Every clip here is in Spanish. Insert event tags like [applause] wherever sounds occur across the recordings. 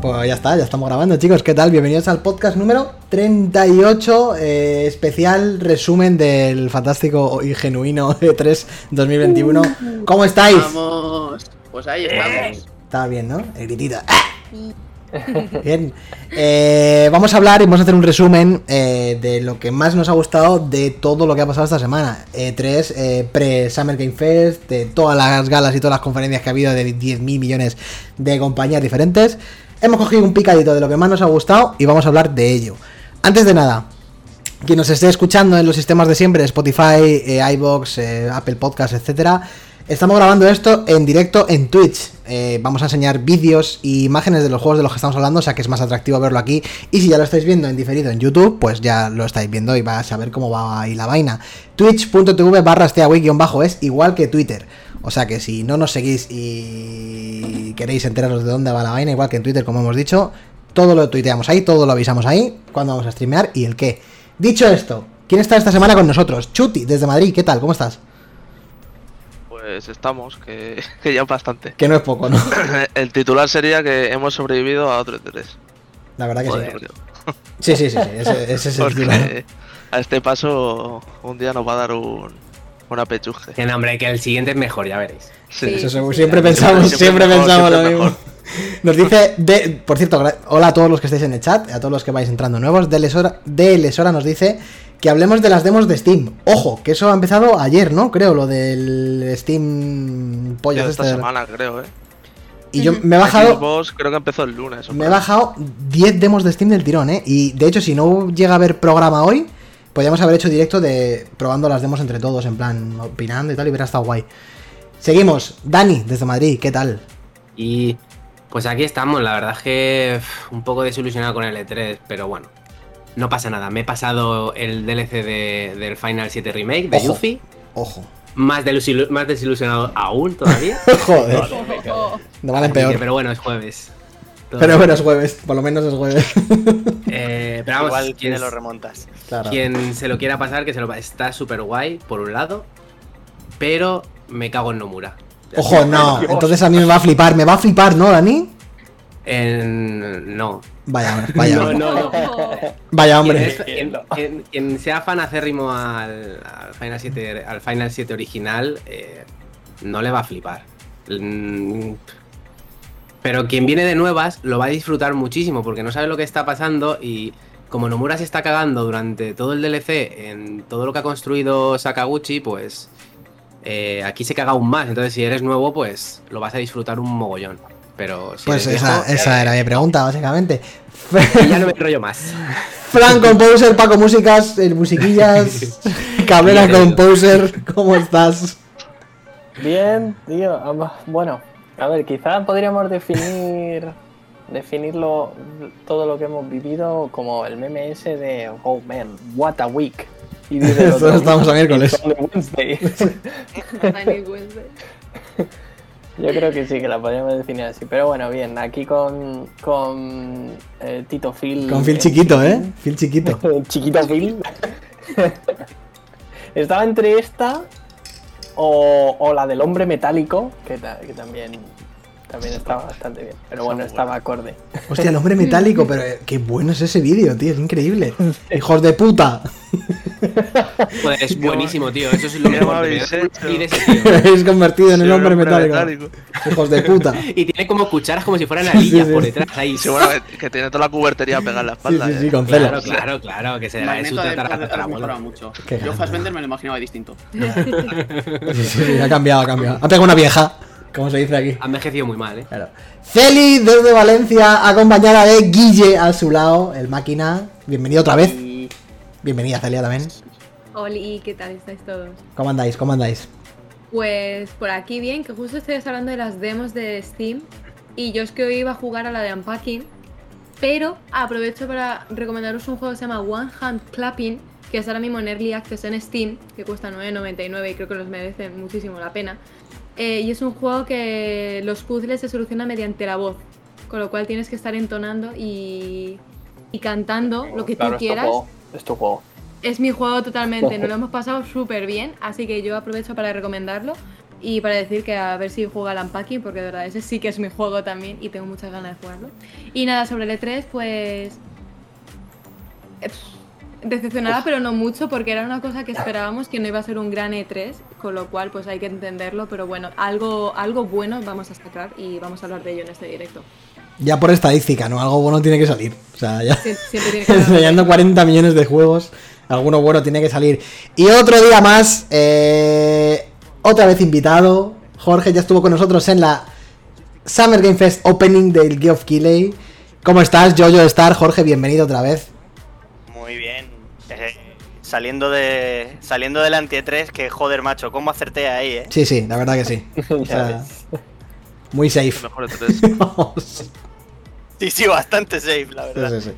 Pues ya está, ya estamos grabando, chicos. ¿Qué tal? Bienvenidos al podcast número 38, eh, especial resumen del fantástico y genuino [laughs] E E3 2021. ¿Cómo estáis? Vamos. Pues Eh. ahí estamos. Está bien, ¿no? El gritito. [laughs] Bien, Eh, vamos a hablar y vamos a hacer un resumen eh, de lo que más nos ha gustado de todo lo que ha pasado esta semana. E3, eh, pre-Summer Game Fest, de todas las galas y todas las conferencias que ha habido de 10.000 millones de compañías diferentes. Hemos cogido un picadito de lo que más nos ha gustado y vamos a hablar de ello. Antes de nada, quien nos esté escuchando en los sistemas de siempre, Spotify, eh, iVoox, eh, Apple Podcast, etcétera, estamos grabando esto en directo en Twitch. Eh, vamos a enseñar vídeos e imágenes de los juegos de los que estamos hablando, o sea que es más atractivo verlo aquí. Y si ya lo estáis viendo en diferido en YouTube, pues ya lo estáis viendo y vas a ver cómo va ahí la vaina. Twitch.tv barra bajo es igual que Twitter. O sea que si no nos seguís y queréis enteraros de dónde va la vaina, igual que en Twitter, como hemos dicho, todo lo tuiteamos ahí, todo lo avisamos ahí, cuándo vamos a streamear y el qué. Dicho esto, ¿quién está esta semana con nosotros? Chuti, desde Madrid, ¿qué tal? ¿Cómo estás? Pues estamos, que, [laughs] que ya bastante. [coughs] Que no es poco, ¿no? El titular sería que hemos sobrevivido a otro E3. La verdad Ah, que Joder, sí. Sí, sí, sí, sí, ese, ese es el [laughs] titular. porque a este paso un día nos va a dar un, un apechuje. Que no, hombre, que el siguiente es mejor, ya veréis. Sí. Eso sí, seguro, sí, siempre claro. pensamos, siempre, Siempre mejor, pensamos lo siempre mismo. mejor. [laughs] Nos dice, de, por cierto, gra- hola a todos los que estáis en el chat, a todos los que vais entrando nuevos, de Lesora, de Lesora nos dice que hablemos de las demos de Steam. Ojo, que eso ha empezado ayer, ¿no? Creo, lo del Steam Yo pollas esta este. semana, creo, ¿eh? Y yo me he bajado... Xbox creo que empezó el lunes. o Me he martes. bajado 10 demos de Steam del tirón, ¿eh? Y de hecho, si no llega a haber programa hoy, podríamos haber hecho directo de probando las demos entre todos, en plan, opinando y tal, y hubiera estado guay. Seguimos, Dani, desde Madrid, ¿qué tal? Y pues aquí estamos, la verdad es que uf, un poco desilusionado con el E3, pero bueno, no pasa nada. Me he pasado el DLC de- del Final 7 Remake de Ojo. Yuffie, Ojo. más, desilu- más desilusionado aún todavía. Joder, no valen Así que, peor. pero bueno, es jueves. Todo Pero bien. bueno, es jueves, por lo menos es jueves. Eh, pero vamos, Igual quien, Ah, tiene lo remontas. Claro. quien se lo quiera pasar, que se lo pa- Está súper guay, por un lado, pero me cago en Nomura. Ojo, no, entonces a mí me va a flipar, me va a flipar, ¿no, Dani? En- No, Vaya, vaya, no, no, no. vaya Quien, hombre. es- quien- quien- quien sea fan acérrimo al, al Final 7, al Final 7 original, eh, no le va a flipar. Mm, Pero quien viene de nuevas lo va a disfrutar muchísimo porque no sabe lo que está pasando y como Nomura se está cagando durante todo el DLC en todo lo que ha construido Sakaguchi, pues eh, aquí se caga aún más. Entonces si eres nuevo, pues lo vas a disfrutar un mogollón. Pero si Pues eres esa, viejo, esa era mi pregunta, [laughs] básicamente. ya no me enrollo más. Fran Composer, Paco Músicas, el [laughs] Musiquillas, Cabrera Bien. Composer, ¿cómo estás? Bien, tío. ama- Bueno, a ver, quizás podríamos definir definirlo todo lo que hemos vivido como el meme ese de Oh man, what a week. Y dice [laughs] el Eso otro, estamos a miércoles. "It's only Wednesday". [laughs] Yo creo que sí, que la podríamos definir así. Pero bueno, bien, aquí con, con eh, Tito Phil. Con Phil en chiquito, ¿eh? Phil chiquito. [laughs] Chiquito Phil. [laughs] Estaba entre esta o, o la del hombre metálico, que, ta- que también, también estaba bastante bien. Pero bueno, estaba acorde. Hostia, el hombre metálico, pero eh, qué bueno es ese vídeo, tío, es increíble. Hijos de [laughs] puta. Joder, es buenísimo, tío. Eso es lo ¿Qué mejor. me que me habéis da hecho? y de ese tío. Me habéis convertido en Sí, el hombre metálico. metálico. Hijos de puta. Y tiene como cucharas como si fueran anillas Sí, sí, por sí. detrás ahí. Sí, bueno, eh, que, que tiene toda la cubertería pegada en la Sí, espalda. sí, ¿eh? sí, con Claro, celos. claro, claro, que será de su Magneto de tatara, Fassbender ha mejorado tatarabuelo. mucho. Qué Yo grande. Fassbender me lo imaginaba distinto. Sí, sí, sí, ha cambiado, ha cambiado. Ha pegado una vieja, como se dice aquí. Ha envejecido muy mal, ¿eh? Claro. Celi desde Valencia, acompañada de Guille a su lado, el máquina. Bienvenido otra vez. Y Bienvenida, Celia también. Oli, ¿qué tal estáis todos? ¿Cómo andáis? ¿Cómo andáis? Pues por aquí bien, que justo estáis hablando de las demos de Steam y yo es que hoy iba a jugar a la de Unpacking, pero aprovecho para recomendaros un juego que se llama One Hand Clapping, que es ahora mismo en Early Access en Steam, que cuesta 9,99 y creo que los merecen muchísimo la pena. Eh, y es un juego que los puzzles se solucionan mediante la voz, con lo cual tienes que estar entonando y, y cantando lo que Claro, tú es tu quieras. juego, Es tu juego. Es mi juego totalmente, nos lo hemos pasado súper bien, así que yo aprovecho para recomendarlo. y para decir que a ver si juega al Unpacking, porque de verdad ese sí que es mi juego también y tengo muchas ganas de jugarlo. Y nada, sobre el E3, pues. eh, Decepcionada, pero no mucho, porque era una cosa que esperábamos que no iba a ser un gran E3, con lo cual, pues hay que entenderlo, pero bueno, algo, algo bueno vamos a sacar y vamos a hablar de ello en este directo. Ya por estadística, ¿no? Algo bueno tiene que salir. O sea, ya. [laughs] Sie- Siempre tiene que haber algo Enseñando 40 millones de juegos. Alguno bueno tiene que salir. Y otro día más. eh, otra vez invitado. Jorge ya estuvo con nosotros en la Summer Game Fest Opening del Geoff Keighley. ¿Cómo estás, Jojo Star? Jorge, bienvenido otra vez. Muy bien. Eh, saliendo de saliendo del anti 3 que joder, macho, cómo acerté ahí, eh. Sí, sí, la verdad que [laughs] sí. O Ya sea, muy safe. El mejor de tres. [laughs] Vamos. Sí, sí, bastante safe, la Sí, verdad. sí, sí.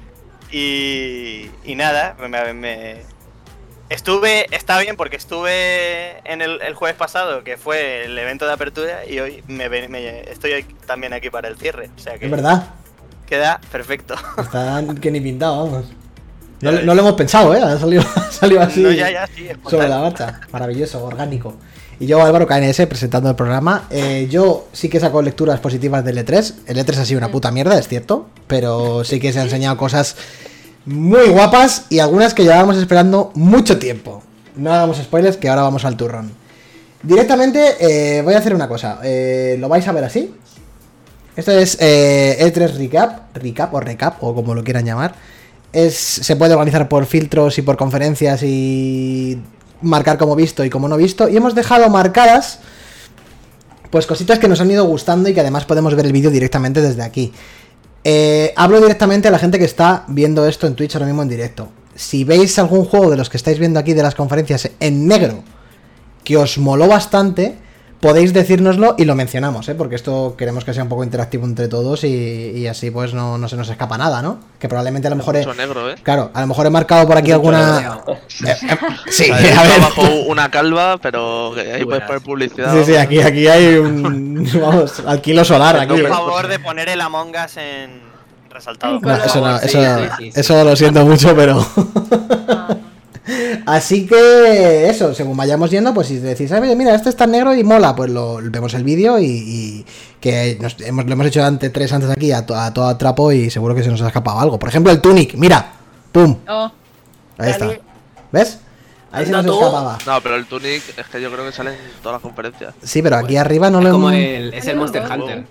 Y, y nada, me, me- estuve, está bien porque estuve en el, el jueves pasado, que fue el evento de apertura, y hoy me, ven- me- estoy aquí- también aquí para el cierre. O sea que Es verdad. queda perfecto. Está que ni pintado, vamos. No, no lo hemos pensado, ¿eh? Ha salido, [laughs] ha salido [laughs] así. No, ya, ya, sí, Sobre la espontáneo. marcha, maravilloso, orgánico. Y yo, Álvaro KNS, presentando el programa. Eh, yo sí que saco lecturas positivas del E3. El E3 ha sido una puta mierda, es cierto. Pero sí que se han enseñado cosas muy guapas y algunas que llevábamos esperando mucho tiempo. No hagamos spoilers, que ahora vamos al turrón. Directamente eh, voy a hacer una cosa. Eh, lo vais a ver así. Esto es eh, E3 Recap, Recap o Recap, o como lo quieran llamar. Es, se puede organizar por filtros y por conferencias y marcar como visto y como no visto. Y hemos dejado marcadas pues cositas que nos han ido gustando y que además podemos ver el vídeo directamente desde aquí. Eh, hablo directamente a la gente que está viendo esto en Twitch ahora mismo en directo. Si veis algún juego de los que estáis viendo aquí de las conferencias en negro que os moló bastante, podéis decírnoslo y lo mencionamos, ¿eh? porque esto queremos que sea un poco interactivo entre todos y, y así pues no, no se nos escapa nada, ¿no? Que probablemente a lo mejor... he- [laughs] Mucho negro, ¿eh? claro, a lo mejor he marcado por aquí [laughs] alguna... Eh, [laughs] Sí, Ahí a ver. Bajo una calva, pero que ahí puedes poner publicidad. Sí, sí, aquí, aquí hay [laughs] un... Vamos, alquilo solar aquí. pues. Por Hombre, favor de poner el Among Us en resaltado. No, eso, no, Sí, eso, sí, sí, sí. eso lo siento mucho, [laughs] pero... Ah, Así que eso, según vayamos yendo, pues si decís, "Ah, mira, este está en negro y mola, pues lo, vemos el vídeo y, y que nos- hemos, lo hemos hecho antes, tres antes aquí a, to- a todo trapo y seguro que se nos ha escapado algo. Por ejemplo, el Tunic, mira, pum, oh, ahí está. ¿Ves? Ahí se nos Anda tú. escapaba. No, pero el Tunic es que yo creo que sale en todas las conferencias. Sí, pero aquí arriba [laughs] no Pues, Es lo como hemos... el, es el Monster Hunter.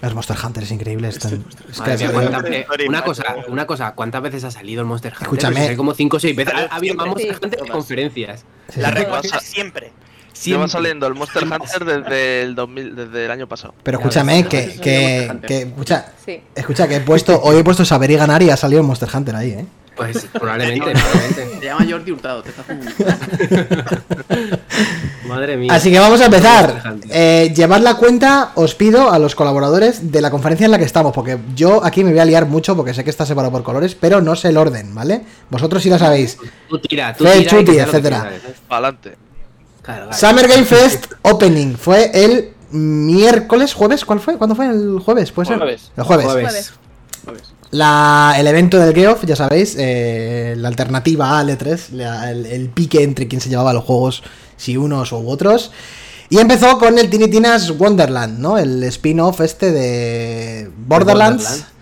Los Monster Hunter es increíble. es tan- es que Este Madre mía, es- cuánta- eh, eh, una cosa, una cosa, ¿cuántas veces ha salido el Monster Hunter? Escúchame. Pues sale como 5 o 6 veces. Ha, ha habido Siempre. Monster Sí. Hunter en conferencias. sí, La sí. respuesta Pasa. es siempre. Lleva Siempre. saliendo el Monster Hunter desde el 2000, desde el año pasado. Pero escúchame, Ya, que, eso es que, Monster que- escucha, sí. escucha, que he [laughs] puesto, hoy he puesto saber y ganar y ha salido el Monster Hunter ahí, ¿eh? Pues sí, probablemente, probablemente. Se llama Jordi Hurtado, te estás confundiendo. Madre mía. Así que vamos a Monster empezar. Hunter. Eh, llevad la cuenta, os pido, a los colaboradores de la conferencia en la que estamos, porque yo aquí me voy a liar mucho porque sé que está separado por colores, pero no sé el orden, ¿vale? Vosotros sí lo sabéis. Tú tira, tú Fue tira. y Chuti, que sea lo que etcétera. quieras. Para adelante. Claro, vale. Summer Game Fest Opening fue el miércoles, jueves, ¿cuál fue? ¿Cuándo fue? ¿El jueves? ¿Puede ser? Jueves. El jueves. Jueves. Jueves. La- el evento del Geoff, ya sabéis, eh, la alternativa al E3, la- el, el pique entre quién se llevaba los juegos, si unos u otros. Y empezó con el Tinitinas Wonderland, ¿no? El spin-off este de Borderlands, Borderlands.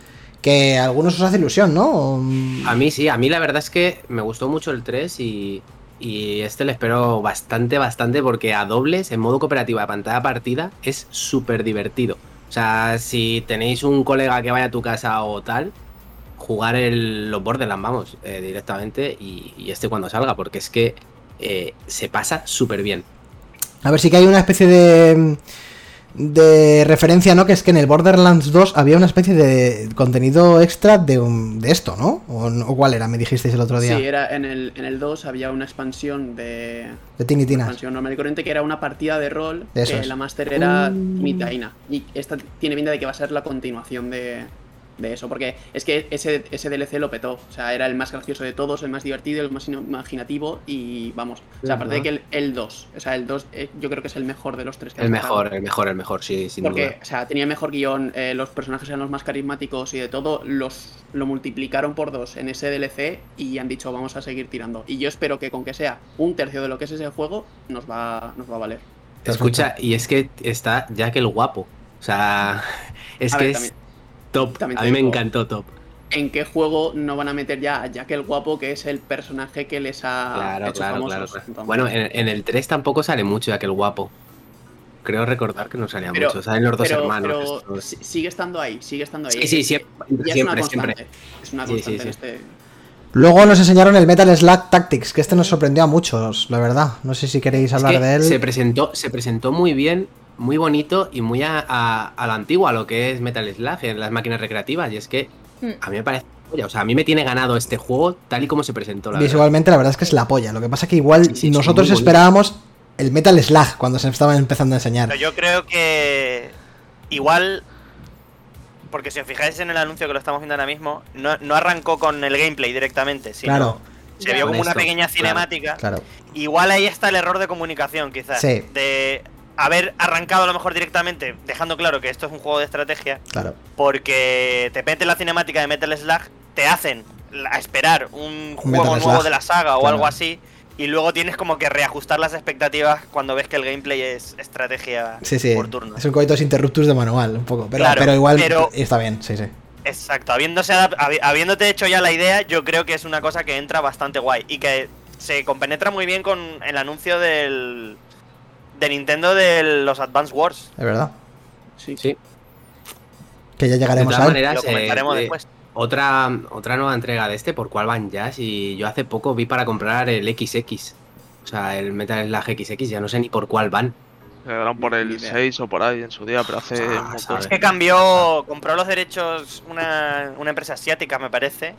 que a algunos os hace ilusión, ¿no? Mm, A mí sí, a mí la verdad es que me gustó mucho el 3 y, y este le espero bastante, bastante porque a dobles, en modo cooperativa, pantalla partida, es súper divertido. O sea, si tenéis un colega que vaya a tu casa o tal, jugar el, los Borderlands, vamos, eh, directamente y, y este cuando salga, porque es que eh, se pasa súper bien. A ver, sí que hay una especie de de referencia, ¿no? Que es que en el Borderlands 2 había una especie de contenido extra de, un- de esto, ¿no? ¿O, no- o cuál era? Me dijisteis el otro Sí, día. era en el, en el 2 había una expansión de. de Tinitinas. Expansión normal y corriente que era una partida de rol. Eso que es. la máster era Mitaina. Y esta tiene pinta de que va a ser la continuación de, de eso. Porque es que ese, ese DLC lo petó. O sea, era el más gracioso de todos, el más divertido, el más ino- imaginativo. Y vamos. O sea, aparte de que el, el 2. O sea, el 2 eh, yo creo que es el mejor de los tres que El han sacado. mejor, el mejor, el mejor, sí, sin Porque, duda. o sea, tenía el mejor guión, eh, los personajes eran los más carismáticos y de todo, los lo multiplicaron por dos en ese DLC y han dicho vamos a seguir tirando. Y yo espero que con que sea un tercio de lo que es ese juego, nos va, nos va a valer. Escucha, y es que está Jack el guapo. O sea, es A que ver, es también- top. también a te mí me digo- encantó top. ¿En qué juego no van a meter ya a Jack el Guapo, que es el personaje que les ha claro, hecho Ah, claro, famosos? claro, Entonces, Bueno, en, en el 3 tampoco sale mucho Jack el guapo. Creo recordar que no salía Pero- mucho. Salen los dos pero, hermanos. pero estos. si- sigue estando ahí, sigue estando ahí. Sí, sí, siempre, Ya es una siempre, constante. siempre. Es una Sí, sí, constante sí. en este. Luego nos enseñaron el Metal Slug Tactics, que este nos sorprendió a muchos, la verdad. No sé si queréis Es hablar que de él. se, presentó, se presentó muy bien, muy bonito y muy a, a- a la antigua, lo que es Metal Slug en las máquinas recreativas. Y es que Mm. a mí me parece. O sea, a mí me tiene ganado este juego tal y como se presentó la verdad. Visualmente, la verdad es que es la polla. Lo que pasa es que igual Sí, sí, es nosotros muy bonito. esperábamos el Metal Slug cuando se estaban empezando a enseñar. Pero yo creo que igual, porque si os fijáis en el anuncio que lo estamos viendo ahora mismo, no, no arrancó con el gameplay directamente, sino Claro, se vio Con como una esto, pequeña claro. cinemática. claro. Igual ahí está el error de comunicación, quizás. Sí. De haber arrancado a lo mejor directamente, dejando claro que esto es un juego de estrategia, Claro. porque te meten la cinemática de Metal Slug, te hacen la- a esperar un juego Metal nuevo Slug, de la saga o claro. algo así, y luego tienes como que reajustar las expectativas cuando ves que el gameplay es estrategia Sí, sí. por turno. Es un coitus interruptus de manual, un poco. Pero, Claro, pero igual pero- está bien, sí, sí. Exacto, habiéndose adap- habi- habiéndote hecho ya la idea, yo creo que es una cosa que entra bastante guay y que se compenetra muy bien con el anuncio del de Nintendo de los Advance Wars. Es verdad. Sí. Sí. Que ya De llegaremos todas al. Lo maneras, eh, comentaremos eh, después. Otra, otra nueva entrega de este, por cual van ya. Y yo hace poco vi para comprar el XX. O sea, el Metal Slug XX, ya no sé ni por cuál van. Se quedaron por Ni el idea. 6 o por ahí en su día, pero hace Ah, un montón. sabes. Eh, Es que cambió, compró los derechos una, una empresa asiática, me parece,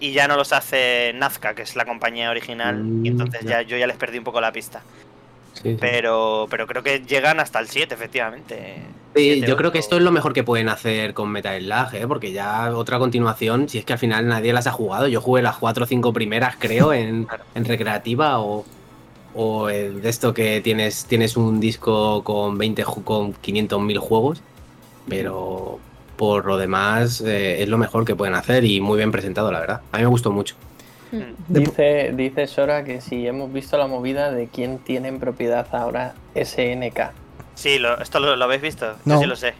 y ya no los hace Nazca, que es la compañía original, Mm, y entonces ya. ya yo ya les perdí un poco la pista. Sí, sí. Pero pero creo que llegan hasta el 7, efectivamente. Sí, Siete, yo creo que ocho. esto es lo mejor que pueden hacer con Metal Slug, ¿eh? porque ya otra continuación, si es que al final nadie las ha jugado, yo jugué las cuatro o cinco primeras, [laughs] creo, en, en recreativa o, o el de esto que tienes, tienes un disco con 20 ju- con 500.000 juegos, pero por lo demás eh, es lo mejor que pueden hacer y muy bien presentado, la verdad. A mí me gustó mucho. Mm. De- Dice, dice Sora que si hemos visto la movida de quién tiene en propiedad ahora SNK. Sí, lo- esto lo, lo habéis visto, Yo No. sí lo sé.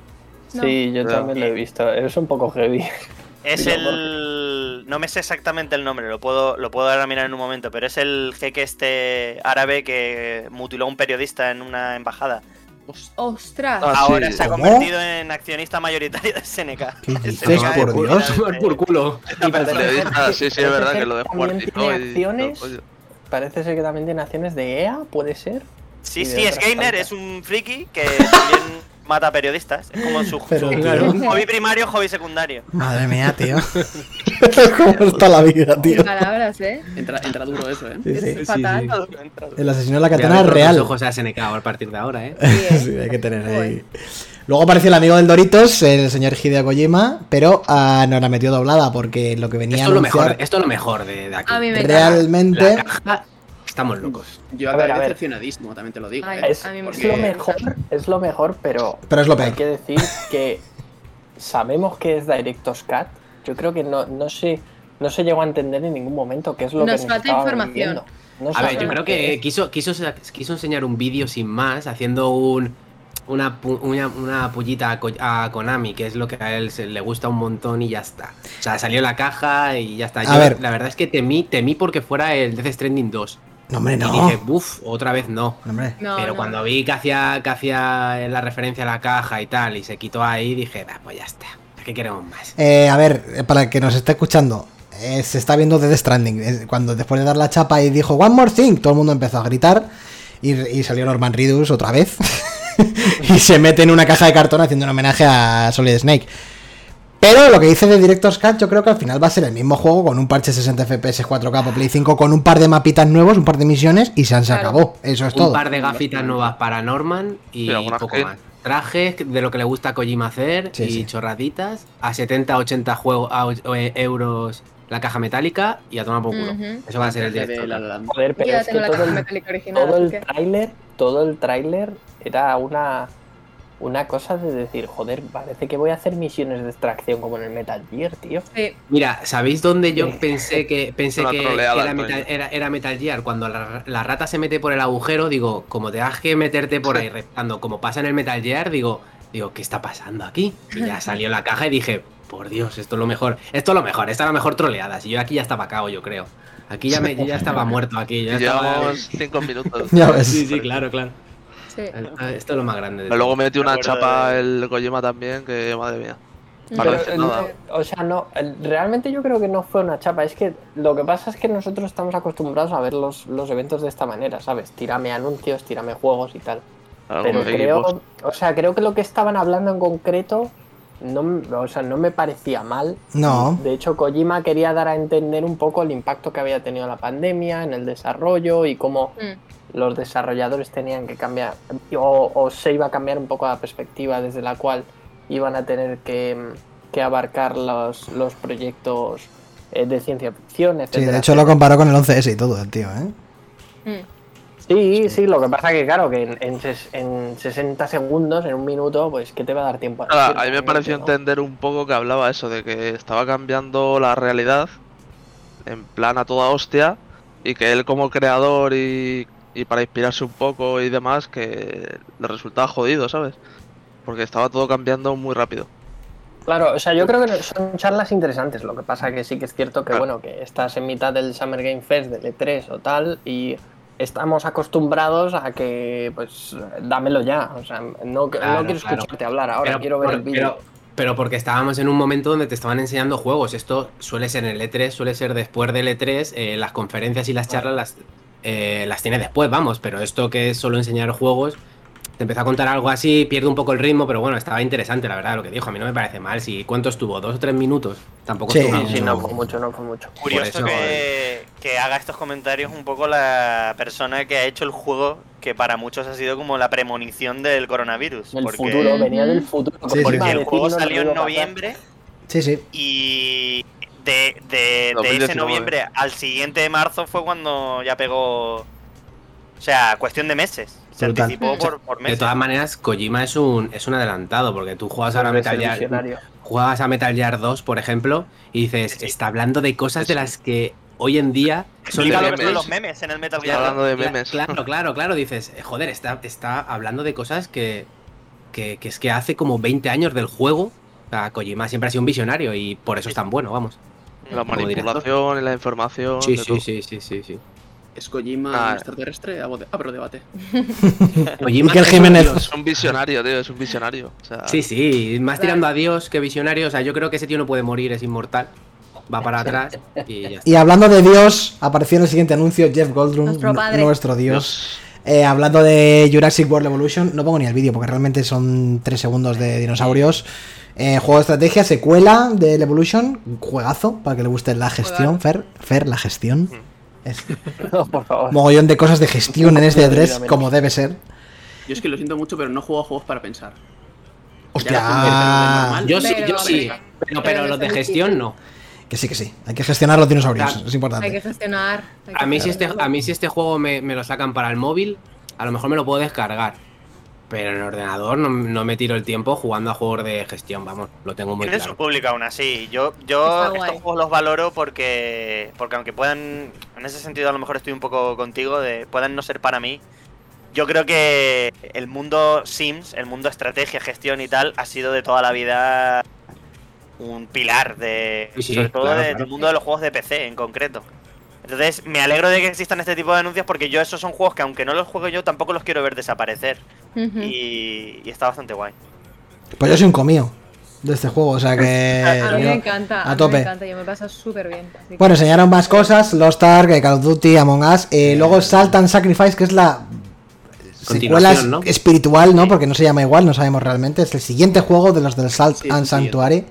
No. Sí, yo Claro. también lo he visto. Es un poco heavy. [laughs] Es Mira, el. No me sé exactamente el nombre, lo puedo, lo puedo ahora mirar en un momento, pero es el jeque este árabe que mutiló a un periodista en una embajada. pues, Ostras. Ah, sí. Ahora se ha ¿Cómo? convertido en accionista mayoritario de Seneca. ¿Qué dices, Tomar por culo, [laughs] Dios? tomar por culo. Esta persona- Periodista, sí, sí, es verdad que lo de También Juárez y tiene todo. y- acciones. todo el rollo. Parece ser que también tiene acciones de EA, puede ser. Sí, y de sí, es otras gamer, tantas. es un friki que también mata periodistas. Es como su, Pero, su- claro. su hobby primario, hobby secundario. Madre mía, [laughs] tío. [laughs] ¿Cómo está la vida, Sin tío? palabras, ¿eh? Entra, entra duro eso, ¿eh? Sí, sí. Es fatal. El asesino de la Voy a katana abrir es los real. ojos a SNK a partir de ahora, ¿eh? Bien. [laughs] Sí, hay que tener ahí. Joder. Luego apareció el amigo del Doritos, el señor Hideo Kojima, pero ah, nos la metió doblada porque lo que venía Esto a es lo anunciar mejor, ¿eh? esto es lo mejor de, de aquí. A mí me realmente... La caja, estamos locos. Yo A ver, acabé a ver. decepcionadísimo, también te lo digo. Ay, ¿eh? Es, a mí me es lo encanta. mejor, es lo mejor, pero Pero es lo hay peor. que decir que sabemos que es Directos Cat. Yo creo que no, no se no se llegó a entender en ningún momento qué es lo que Nos nos falta estaba información. vendiendo. No A ver, yo sabemos creo qué es. Eh, que quiso, quiso, quiso enseñar un vídeo sin más, haciendo un, una, pu- una, una pullita a, Ko- a Konami, que es lo que a él se, le gusta un montón y ya está. O sea, salió la caja y ya está. A Yo, ver. La verdad es que temí, temí porque fuera el Death Stranding 2. No, hombre, Y no. dije, buf, otra vez no. Hombre. No, Pero no. cuando vi que hacía, que hacía la referencia a la caja y tal, y se quitó ahí, dije, "Bah, pues ya está. ¿Qué queremos más? Eh, a ver, eh, para el que nos esté escuchando, eh, se está viendo Death Stranding. Es Cuando después de dar la chapa y dijo One More Thing, todo el mundo empezó a gritar y, y salió Norman Reedus otra vez. [laughs] y se mete en una caja de cartón haciendo un homenaje a Solid Snake. Pero lo que dice de Director's Cut, yo creo que al final va a ser el mismo juego con un parche 60 FPS 4K para Play 5, con un par de mapitas nuevos, un par de misiones y se, han- se Claro. acabó. Eso es un todo. par de gafitas nuevas para Norman y Sí, algunas poco que- más. Trajes de lo que le gusta a Kojima hacer Sí, y sí. chorraditas a 70, 80 juego- a o- eh, euros la caja metálica y a tomar por culo. Ujú. Eso va a ser el De directo. La La Land. Joder, Yo pero ya es que tengo la todo caja el, metálica original, todo así el que. tráiler, todo el tráiler era una una cosa de decir, joder, parece que voy a hacer misiones de extracción como en el Metal Gear, tío. Sí, Mira, ¿sabéis dónde yo Sí. pensé que pensé Una que troleada, era Antonio. metal, era- era Metal Gear? Cuando la, la rata se mete por el agujero, digo, como te das que meterte [laughs] por ahí reptando, como pasa en el Metal Gear, digo, digo, ¿qué está pasando aquí? Y ya salió la caja y dije, por Dios, esto es lo mejor, esto es lo mejor, esta es la mejor troleada. Si yo aquí ya estaba cao, yo creo. Aquí ya me, yo ya estaba muerto, aquí. Y ya estaba- [laughs] llevamos 5 minutos. Ya ves. Sí, sí, claro, claro. sí. Esto es lo más grande. de Pero luego metió Me una acuerdo chapa de- el Kojima también, que madre mía. Mm. Pero, Parece eh, nada. no, o sea, no, eh, realmente yo creo que no fue una chapa. Es que lo que pasa es que nosotros estamos acostumbrados a ver los, los eventos de esta manera, ¿sabes? Tírame anuncios, tírame juegos y tal. Pero Algunos equipos. creo, o sea, creo que lo que estaban hablando en concreto no, m- o sea, no me parecía mal. No. De hecho, Kojima quería dar a entender un poco el impacto que había tenido la pandemia en el desarrollo y cómo Mm. los desarrolladores tenían que cambiar o, o se iba a cambiar un poco la perspectiva desde la cual iban a tener que, que abarcar los, los proyectos eh, de ciencia ficción, etc. Sí, de hecho lo comparó con el 11S y todo, el tío, ¿eh? Mm. Sí, sí, lo que pasa que claro, que en, en ses- en 60 segundos, en un minuto, pues que te va a dar tiempo a Ahora, decir a mí me realmente, pareció ¿no? entender un poco que hablaba eso, de que estaba cambiando la realidad en plan a toda hostia y que él como creador y, y para inspirarse un poco y demás, que le resultaba jodido, ¿sabes? Porque estaba todo cambiando muy rápido. Claro, o sea, yo creo que no- son charlas interesantes, lo que pasa que sí que es cierto que Ah. bueno, que estás en mitad del Summer Game Fest del E3 o tal y estamos acostumbrados a que pues dámelo ya, o sea, no, Claro, no quiero claro. escucharte hablar ahora, quiero ver por- el vídeo. pero- pero porque estábamos en un momento donde te estaban enseñando juegos. Esto suele ser en el E3, suele ser después del E3. eh, las conferencias y las charlas las, eh, las tienes después, vamos. Pero esto que es solo enseñar juegos, te empezó a contar algo así, pierde un poco el ritmo. Pero bueno, estaba interesante, la verdad, lo que dijo. A mí no me parece mal. Si, ¿Cuánto estuvo? ¿Dos o tres minutos? Tampoco Sí, estuvo Sí, sí, no mucho. fue mucho, no fue mucho. Curioso eso, que, que haga estos comentarios un poco la persona que ha hecho el juego, que para muchos ha sido como la premonición del coronavirus. El porque futuro, venía del futuro. Sí, sí, sí. Kojima porque el decidió juego no salió lo en iba a pasar. noviembre Sí, sí. y de, de- de ese 2019. noviembre al siguiente de marzo fue cuando ya pegó... O sea, cuestión de meses. Se Brutal. anticipó por, por De meses. todas maneras, Kojima es un, es un adelantado, porque tú juegas ahora a Es el Metal Gear, visionario. juegas a Metal Gear 2, por ejemplo, y dices, está hablando de cosas de las que hoy en día son Explica lo que memes. son los memes en el Metal Está Gear. hablando de Cla- memes. [laughs] Claro, claro, claro, dices, eh, joder, está, está hablando de cosas que, que, que es que hace como 20 años del juego. O sea, Kojima siempre ha sido un visionario y por eso es tan bueno, vamos. La Como director. manipulación y la información. Sí, de sí, todo. sí, sí, [laughs] sí, sí. ¿Es Kojima Ah. extraterrestre? Ah, bote- ah, pero debate. Kojima Iker es un Jiménez. dios. Es un visionario, tío, es un visionario. O sea, Sí, sí, más Claro. tirando a Dios que visionario. O sea, yo creo que ese tío no puede morir, es inmortal. Va para atrás y [laughs] ya está. Y hablando de Dios, apareció en el siguiente anuncio Jeff Goldblum, Nuestro nu- padre. nuestro Dios. Dios. Eh, hablando de Jurassic World Evolution, no pongo ni el vídeo porque realmente son 3 segundos de dinosaurios. Eh, juego de estrategia, secuela del Evolution, un juegazo para que le guste la gestión, Fer, Fer, la gestión. Es [laughs] No, por favor. mogollón de cosas de gestión en este Un poco de 3, vida como debe ser. Yo es que lo siento mucho, pero no juego a juegos para pensar. Hostia, Yo sí, yo Pero- sí. Pero, pero los de gestión no. que sí, que sí. Hay que gestionar los dinosaurios, Claro. es Hay que importante. gestionar. hay que A mí, si este, gestionarlo. a mí si este juego me, me lo sacan para el móvil, a lo mejor me lo puedo descargar. Pero en el ordenador no, no me tiro el tiempo jugando a juegos de gestión, vamos, lo tengo muy Tienen su claro. público Pues aún así. Yo, yo Está estos guay. juegos los valoro porque, porque aunque puedan, en ese sentido a lo mejor estoy un poco contigo, de puedan no ser para mí. Yo creo que el mundo Sims, el mundo estrategia, gestión y tal, ha sido de toda la vida un pilar de, Sí, sí, sobre todo claro, de- claro. del mundo de los juegos de PC en concreto. Entonces me alegro de que existan este tipo de anuncios porque yo esos son juegos que aunque no los juego yo tampoco los quiero ver desaparecer Ujú. y, y está bastante guay. Pues yo soy un comío de este juego, o sea que. [laughs] A mí Eh, yo- me encanta. a mí tope. me encanta, yo me pasa súper bien. así que- Bueno, enseñaron más cosas, Lost Ark, eh, Call of Duty, Among Us, eh, luego Salt and Sacrifice, que es la secuela Continuación, ¿no? espiritual, ¿no? Porque no se llama igual, no sabemos realmente, es el siguiente juego de los del Salt Sí, and sí, Sanctuary.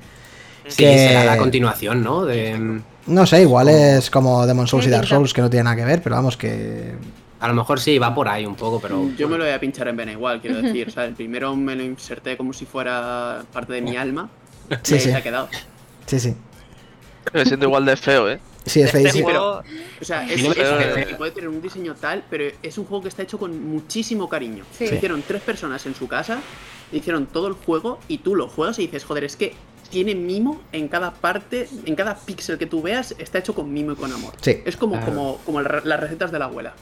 Sí, que- será la continuación, ¿no? De, mm, No sé, igual es como Demon Souls y Tiene Dark pinta. Souls, que no tiene nada que ver, pero vamos que... a lo mejor sí, va por ahí un poco, pero... Yo me lo voy a pinchar en vena igual, quiero decir. O sea, el primero me lo inserté como si fuera parte de mi alma. Sí, y ahí sí. se ha quedado. Sí, sí. Me siento igual de feo, ¿eh? Sí, es Este Face. juego, O sea, Y es, no me- es un eh, juego que puede tener un diseño tal, pero es un juego que está hecho con muchísimo cariño. Sí. Lo hicieron tres personas en su casa, hicieron todo el juego y tú lo juegas y dices, joder, es que tiene mimo en cada parte, en cada píxel que tú veas, está hecho con mimo y con amor. Sí. Es como, Claro. como, como la- las recetas de la abuela.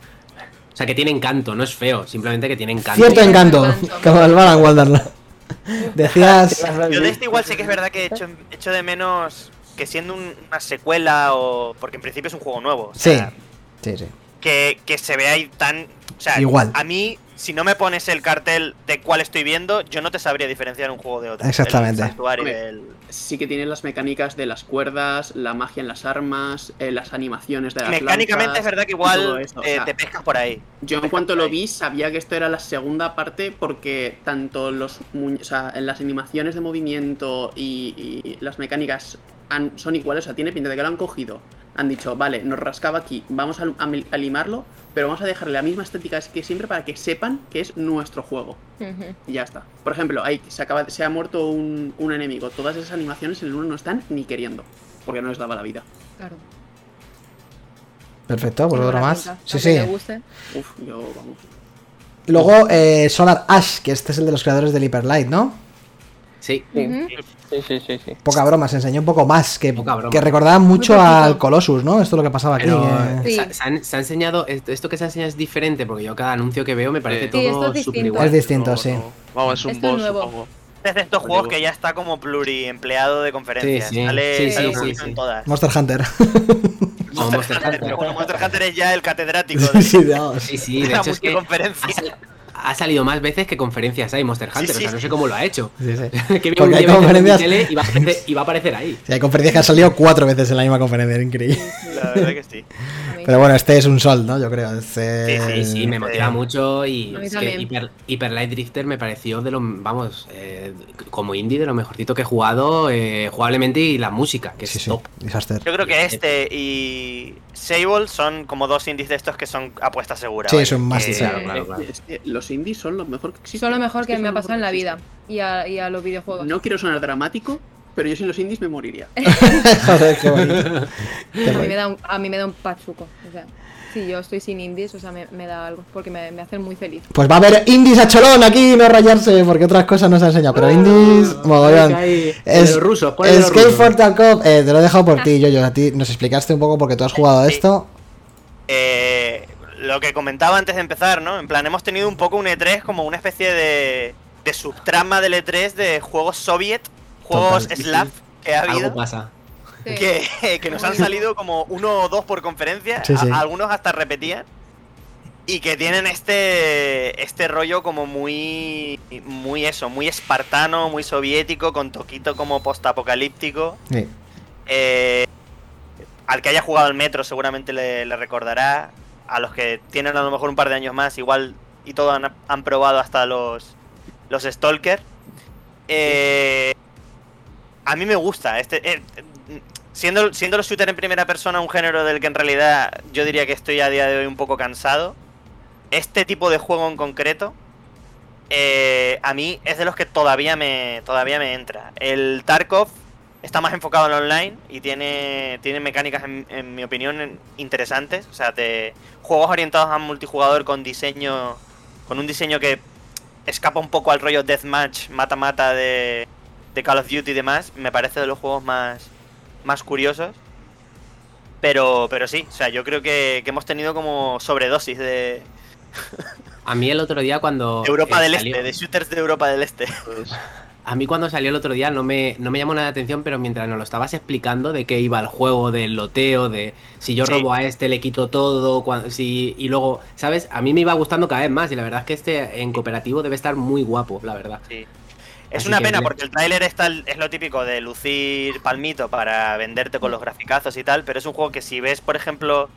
O sea, que tiene encanto, no es feo, simplemente que tiene encanto. Cierto encanto. Encanto. Como el Balan Wonderland. [laughs] Decías. yo de este igual sí que es verdad que echo, echo de menos que siendo un- una secuela o. Porque en principio es un juego nuevo. o Sí. sea, Sí, sí. que, que se vea ahí tan. O sea, Igual. a mí, si no me pones el cartel de cuál estoy viendo, yo no te sabría diferenciar un juego de otro. Exactamente. El santuario Hombre. del- Sí que tiene las mecánicas de las cuerdas, la magia en las armas, eh, las animaciones de las Mecánicamente lanzas es verdad que y todo igual eso, o eh, sea, te pescas por ahí. Yo en cuanto lo vi sabía que esto era la segunda parte porque tanto los mu- o sea, en las animaciones de movimiento y, y las mecánicas han- son iguales, o sea, tiene pinta de que lo han cogido. Han dicho, vale, nos rascaba aquí, vamos a, lu- a mil- a limarlo, pero vamos a dejarle la misma estética que siempre para que sepan que es nuestro juego. Ujú. Y ya está. Por ejemplo, ahí se, acaba, se ha muerto un, un enemigo. Todas esas animaciones en el 1 no están ni queriendo, porque no les daba la vida. Claro. Perfecto, pues Tiene otro buena más. pinta. Sí, Aunque sí. le guste. Uf, yo, vamos. Luego, eh, Solar Ash, que este es el de los creadores del Hyperlight, ¿no? Sí. Sí, Ujú. sí, sí, sí, sí. Poca broma, se enseñó un poco más, que, Poca broma. que recordaba mucho Muy poquito. al Colossus, ¿no? Esto es lo que pasaba aquí. Pero eh. Sí. se, se han, se ha enseñado, esto, esto que se ha enseñado es diferente, porque yo cada anuncio que veo me parece Sí, esto todo es distinto. súper igual. Es distinto, sí. Vamos, es un Esto es boss, nuevo. supongo. Es de estos Porque juegos vos- que ya está como pluriempleado de conferencias. Sí, sí. Sale, Sí, sale sí, un sí, poquito sí. en todas. Monster Hunter. Como Monster Hunter. Pero bueno, Monster Hunter es ya [laughs] el catedrático [laughs] Sí, de, sí, vamos. Sí, sí, de de la hecho es que ha, [laughs] multiconferencia. sal- ha salido más veces que conferencias hay Monster Hunter, Sí, o sea, sí. no sé cómo lo ha hecho. [laughs] Sí, sí. que Porque hay lleva en conferencias- tele [laughs] y va, a aparecer, y va a aparecer ahí. Sí, hay conferencias que han salido cuatro veces en la misma conferencia, era increíble. La verdad que sí. A mí- Pero bueno, este es un sol, ¿no? Yo creo. Este- Sí, Sí, sí, me motiva mucho y A mí es que también. Hyper, Hyper Light Drifter me pareció de lo, vamos, eh, como indie de lo mejorcito que he jugado, eh, jugablemente y la música, que Sí, es sí, top. Disaster. Yo creo que este y Sable son como dos indies de estos que son apuesta segura. Sí, vaya. es un must. [laughs] Eh, sí. claro, claro, Es- claro. es que los indies son lo mejor que existe. Son lo mejor Es que son me ha lo pasado en mejor la que existe. vida y a, y a los videojuegos. No quiero sonar dramático, pero yo sin los indies me moriría. Joder, qué bonito. [laughs] Qué a, mí guay. me da un, a mí me da un pachuco. O sea, si yo estoy sin indies, o sea, me, me da algo porque me, me hacen muy feliz. Pues va a haber indies a cholón aquí, no rayarse, porque otras cosas no se han enseñado. Oh, Pero indies, mogollón. Es- Es, los rusos, ¿cuál es Ah. de los Escape rusos? for Tarkov, eh, te lo he dejado por ti, yo, A ti nos explicaste un poco porque tú has jugado a Sí. esto. Eh, lo que comentaba antes de empezar, ¿no? En plan, hemos tenido un poco un E3 como una especie de, de subtrama del E3 de juegos soviet, juegos Total, sí, slav sí. que ha habido. Algo pasa. Sí. que, que nos han salido como uno o dos por conferencia, Sí, a- sí. algunos hasta repetían, y que tienen este este rollo como muy muy eso, muy espartano, muy soviético, con toquito como postapocalíptico. Sí. Eh, al que haya jugado al metro seguramente le, le recordará, a los que tienen a lo mejor un par de años más igual y todo han, han probado hasta los los stalker. Eh, a mí me gusta. Este, eh, siendo, siendo los shooters en primera persona un género del que en realidad yo diría que estoy a día de hoy un poco cansado, este tipo de juego en concreto eh, a mí es de los que todavía me, todavía me entra. El Tarkov está más enfocado en online y tiene, tiene mecánicas, en, en mi opinión, en- interesantes. O sea, de juegos orientados a multijugador con diseño, con un diseño que escapa un poco al rollo deathmatch, mata-mata de, de Call of Duty y demás, me parece de los juegos más, más curiosos. Pero, pero sí, o sea, yo creo que, que hemos tenido como sobredosis de A mí el otro día cuando... Europa eh, del salió- Este, de shooters de Europa del Este. Pues, A mí cuando salió el otro día no me, no me llamó nada la atención, pero mientras nos lo estabas explicando de qué iba el juego, del loteo, de si yo Sí. robo a este le quito todo, cuan- si, y luego, ¿sabes? A mí me iba gustando cada vez más y la verdad es que este en cooperativo debe estar muy guapo, la verdad. Es Así una que pena le- porque el tráiler está es lo típico de lucir palmito para venderte con los graficazos y tal, pero es un juego que si ves, por ejemplo,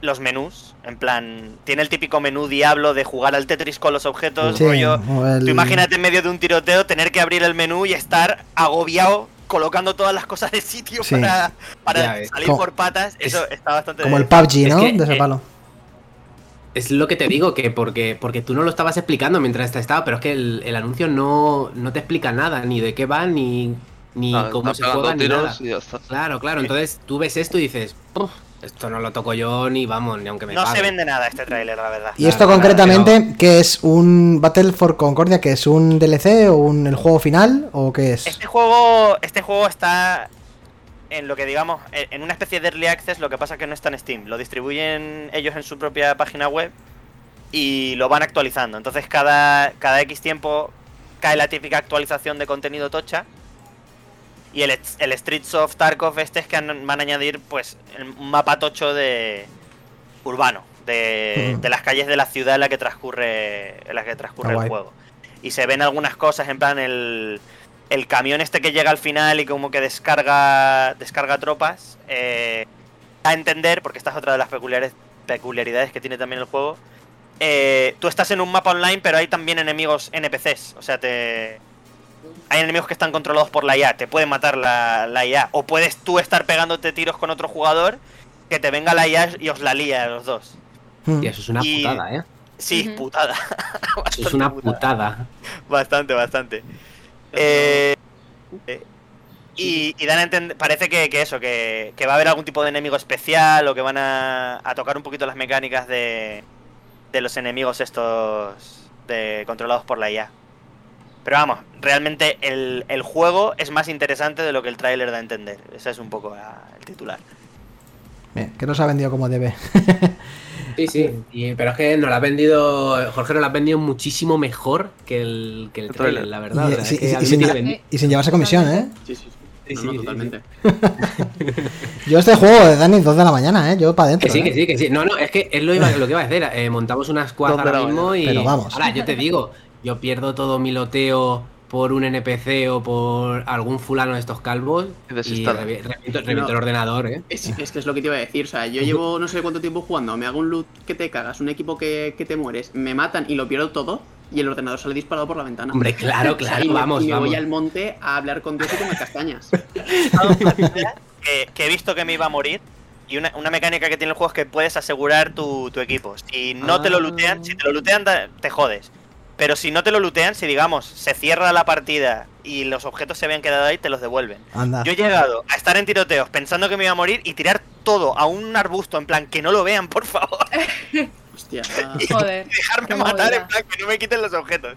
los menús, en plan, tiene el típico menú diablo de jugar al Tetris con los objetos, Sí, rollo, o el- Tú imagínate en medio de un tiroteo tener que abrir el menú y estar agobiado colocando todas las cosas de sitio Sí. para, Ya para ves. salir Como- por patas. Eso está bastante... Como el PUBG, Es ¿no? que, de ese eh, palo. Es lo que te digo, que porque, porque tú no lo estabas explicando mientras te estaba, pero es que el, el anuncio no, no te explica nada, ni de qué va, ni ni Ah, cómo está se pegando juega, ni nada. tiros y ya está. Claro, claro. Entonces tú ves esto y dices, "Puf, esto no lo toco yo ni vamos, ni aunque me No paguen". se vende nada este tráiler, la verdad. Y esto Claro, claro, concretamente, que es un Battle for Concordia, que es un DLC o un, el juego final, o qué es? Este juego, este juego está en lo que digamos, en en una especie de early access, lo que pasa es que no está en Steam, lo distribuyen ellos en su propia página web y lo van actualizando. Entonces cada, cada X tiempo cae la típica actualización de contenido tocha. Y el, est- el Streets of Tarkov este es que han- van a añadir pues el- un mapa tocho de urbano, de, Ujú. de las calles de la ciudad en la que transcurre, en la que transcurre Ah, el guay. juego. Y se ven algunas cosas, en plan el, el camión este que llega al final y como que descarga descarga tropas eh, da a entender porque esta es otra de las peculiares- peculiaridades que tiene también el juego eh, tú estás en un mapa online pero hay también enemigos NPCs o sea te hay enemigos que están controlados por la IA te pueden matar la, la IA o puedes tú estar pegándote tiros con otro jugador que te venga la IA y os la lía a los dos Hmm. Y eso es una Y- putada, ¿eh? sí Ujú. putada [laughs] Eso es una Bastante putada. putada. Bastante, bastante. Eh, eh, y, y dan a entender, parece que, que eso, que, que va a haber algún tipo de enemigo especial o que van a, a tocar un poquito las mecánicas de, de los enemigos estos de, controlados por la IA. Pero vamos, realmente el, el juego es más interesante de lo que el tráiler da a entender. Ese es un poco la- el titular. Bien, que no se ha vendido como debe. Sí, sí. Y- pero es que nos la ha vendido. Jorge nos la ha vendido muchísimo mejor que el, que el El trailer, tráiler. la verdad. Y- O sea, sí, es que y- y a mí sin- me ah, ven- Y sin llevarse comisión, ¿eh? Sí, sí, sí. Sí, No, sí, no, sí. totalmente. Yo este juego de Dani 2 de la mañana, ¿eh? Yo para adentro. Que sí, que sí, que sí. No, no, es que es lo, iba- lo que iba a decir. eh, montamos una squad Dos de ahora la mismo y. Pero vamos. Ahora, yo te digo, yo pierdo todo mi loteo por un NPC o por algún fulano de estos calvos Y y desinstala. revi- reviento, reviento el No. ordenador, ¿eh? Es, es que es lo que te iba a decir, o sea, yo llevo no sé cuánto tiempo jugando, me hago un loot que te cagas, un equipo que, que te mueres, me matan y lo pierdo todo, y el ordenador sale disparado por la ventana. Hombre, claro, O sea, claro, y me- vamos, y me vamos. voy al monte a hablar con Dios y comer castañas. [laughs] que, que he visto que me iba a morir. Y una, una mecánica que tiene el juego es que puedes asegurar tu, tu equipo. Si no te lo Ah. lootean, si te lo lootean, da- te jodes. Pero si no te lo lootean, si digamos, se cierra la partida y los objetos se habían quedado ahí, te los devuelven. Ah. Anda. Yo he llegado a estar en tiroteos pensando que me iba a morir y tirar todo a un arbusto, en plan, que no lo vean, por favor. [laughs] [laughs] Hostia. ah. Joder. Dejarme Qué matar, movida. en plan, que no me quiten los objetos.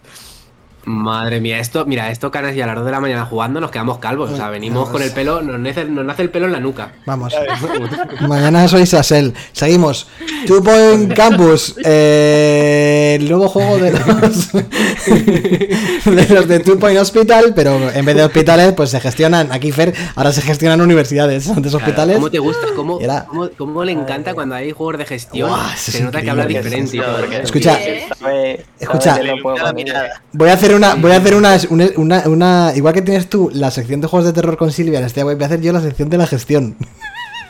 Madre mía, esto, mira, esto canas y a las 2 de la mañana jugando nos quedamos calvos. O sea, Uy, venimos no, con es- el pelo, nos nace, nos nace el pelo en la nuca. Vamos. Mañana soy Sasel. Seguimos. Two Point Campus. eh, el nuevo juego de los, [laughs] de los de Two Point Hospital, pero en vez de hospitales, pues se gestionan. Aquí, Fer, ahora se gestionan universidades. Antes hospitales. ¿Cómo te gusta? ¿Cómo, Era- cómo, cómo le encanta cuando hay juegos de gestión? Guau, eso se es nota que increíble. habla diferente. y todo, ¿eh? Escucha, ¿Qué? Sabe- Escucha. sabe que Le no puedo ilumina la con ella. mirada. Voy a hacer una, voy a hacer una, una, una- una- igual que tienes tú la sección de juegos de terror con Silvia en este web, voy a hacer yo la sección de la gestión. [laughs]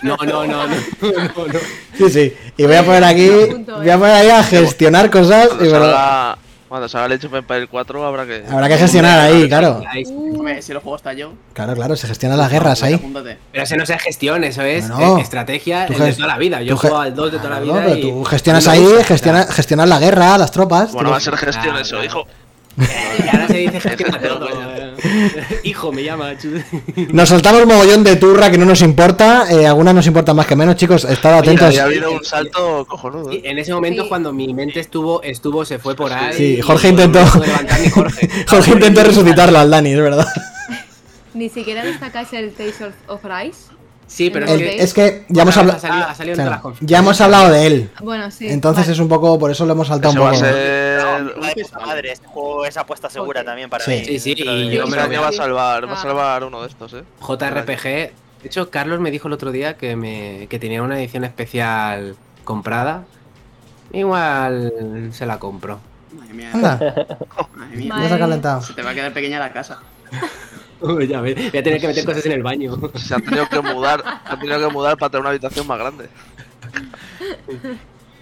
No, no, no, no, no, no. Sí, sí. Y voy a poner aquí, voy a poner ahí a gestionar cosas y Cuando bueno, salga, cuando salga el Age of Empires 4 habrá que... habrá que gestionar ahí, claro. Ahí- Uh, Hombre, si el juego está yo. Claro, claro, se gestionan las guerras ahí. Apúntate. Pero eso no sea gestión, eso es Bueno, eh, estrategia tú de ges- toda la vida. Yo tú ge- juego al 2 de toda la Claro, vida. pero y- tú gestionas y me ahí, gusta, gestionas, gestionas la guerra, las tropas. Bueno, tú- va a ser gestión Claro, eso, claro. hijo. claro. Y ahora se [laughs] dice gestiona Gestión, todo. coño. Hijo, me llama. chu- Nos saltamos mogollón de turra que no nos importa, eh, algunas nos importan más que menos, chicos, estad atentos. [laughs] Había habido un salto cojonudo. Sí, ¿eh? en ese momento Sí. cuando mi mente estuvo, estuvo, se fue por ahí. Sí, y Jorge no me intentó- pudo levantar ni Jorge. [laughs] Jorge intentó resucitarlo al Dani, es verdad. Ni siquiera destacáis el Taste of- of Rice. Sí, pero El- es que, es que ya hemos ha hablado, salido- ha salido en claro, todas las conferencias. ya hemos hablado de él. Bueno, sí. Entonces vale. es un poco, por eso lo hemos saltado Ese un va a poco. ser... Va de puta madre, este juego es apuesta segura Ok. también para Sí. mí. Sí, sí, Dentro y de- yo me Este lo voy año va a a salvar, va a Ah. salvar uno de estos, eh. JRPG. De hecho, Carlos me dijo el otro día que, me, que tenía una edición especial comprada. Igual se la [laughs] compro. Madre mía. Anda, Madre mía. ya se ha calentado. Se te va a quedar pequeña la casa. ya ves, voy a tener que meter [laughs] cosas en el baño. Se han tenido que mudar, se han tenido que mudar para tener una habitación más grande.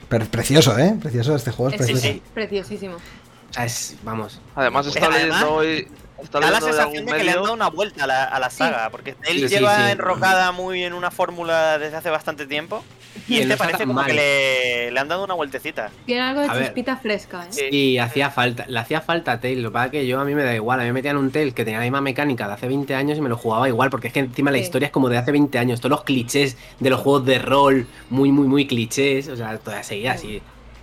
Pero es precioso, ¿eh? Precioso, este juego es Eso precioso. sí. preciosísimo. O sea, es- vamos. Además, he estado Además, leyendo hoy. he estado Da la leyendo hoy sensación algún de que le han medio- dado una vuelta a la, a la saga, porque él Sí, sí, lleva sí. enrocada muy en una fórmula desde hace bastante tiempo Y Que no este está parece tan como mal. que le, le han dado una vueltecita. Tiene algo de A ver. chispita fresca, ¿eh? Sí. Y hacía falta, le hacía falta Tail, lo que pasa es que yo a mí me da igual, a mí me metían un Tail que tenía la misma mecánica de hace 20 años y me lo jugaba igual, porque es que encima la Sí. historia es como de hace 20 años, todos los clichés de los juegos de rol, muy, muy, muy clichés, o sea, todas seguidas y,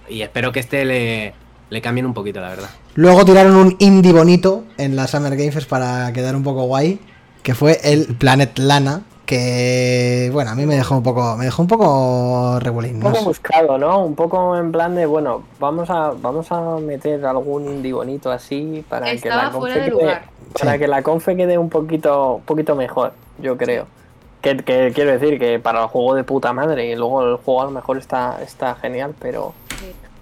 y espero que este le, le cambien un poquito, la verdad. Luego tiraron un indie bonito en la Summer Game Fest para quedar un poco guay, que fue el Planet Lana, que bueno, a mí me dejó un poco, me dejó un poco regulín. Un no poco sé. buscado, ¿no? Un poco en plan de, bueno, vamos a, vamos a meter algún indie bonito así para que la Estaba confe fuera de quede- lugar. para Sí. que la confe quede un poquito, un poquito mejor, yo creo. Que, que quiero decir que para el juego de puta madre y luego el juego a lo mejor está, está genial, pero, o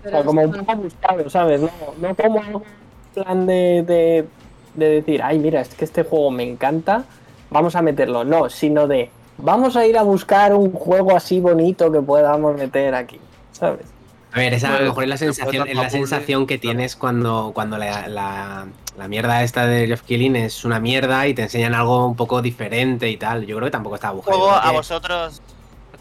pero sea, como un bueno, poco buscado, ¿sabes? No, no como algo en plan de, de, de decir, ay, mira, es que este juego me encanta, vamos a meterlo. No, sino de, vamos a ir a buscar un juego así bonito que podamos meter aquí, ¿sabes? A ver, esa a lo Pues, mejor es la se puede sensación, es la tapar por- sensación que tienes cuando, cuando la, la- la mierda esta de Jeff Killing es una mierda y te enseñan algo un poco diferente y tal. Yo creo que tampoco está buscado. juego yo creo a que- vosotros,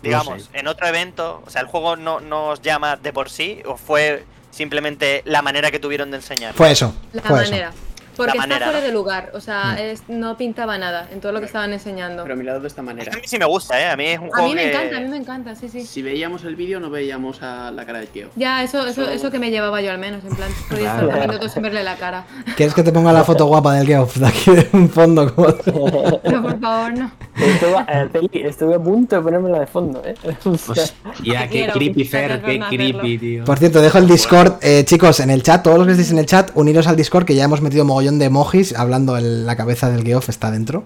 digamos, en otro evento, o sea, el juego no, no os llama de por sí, o fue simplemente la manera que tuvieron de enseñar. Fue eso. La fue eso. manera. Porque está manera, fuera ¿no? de lugar, o sea, Mm. es- no pintaba nada en todo lo que estaban enseñando. Pero mirado de esta manera. a mí sí me gusta, ¿eh? A mí es un A juego mí me que- encanta, a mí me encanta, sí, sí. Si veíamos el vídeo, no veíamos a la cara de Keo. Ya, eso, eso, Solo- eso que me llevaba yo al menos, en plan, podía estar Claro. dos minutos sin verle [laughs] la cara. ¿Quieres que te ponga la foto guapa del Geoff de aquí de un fondo? como- No, por favor, no. Estuve, eh, Feli, estuve a punto de ponérmela de fondo, ¿eh? [laughs] O sea, Hostia, [laughs] Te qué quiero, creepy, te Fer, quiero qué no creepy, hacerlo. tío. Por cierto, dejo el Discord, eh, chicos, en el chat, todos los que estéis en el chat, uniros al Discord que ya hemos metido mogollón de emojis hablando en la cabeza del Geoff, está dentro.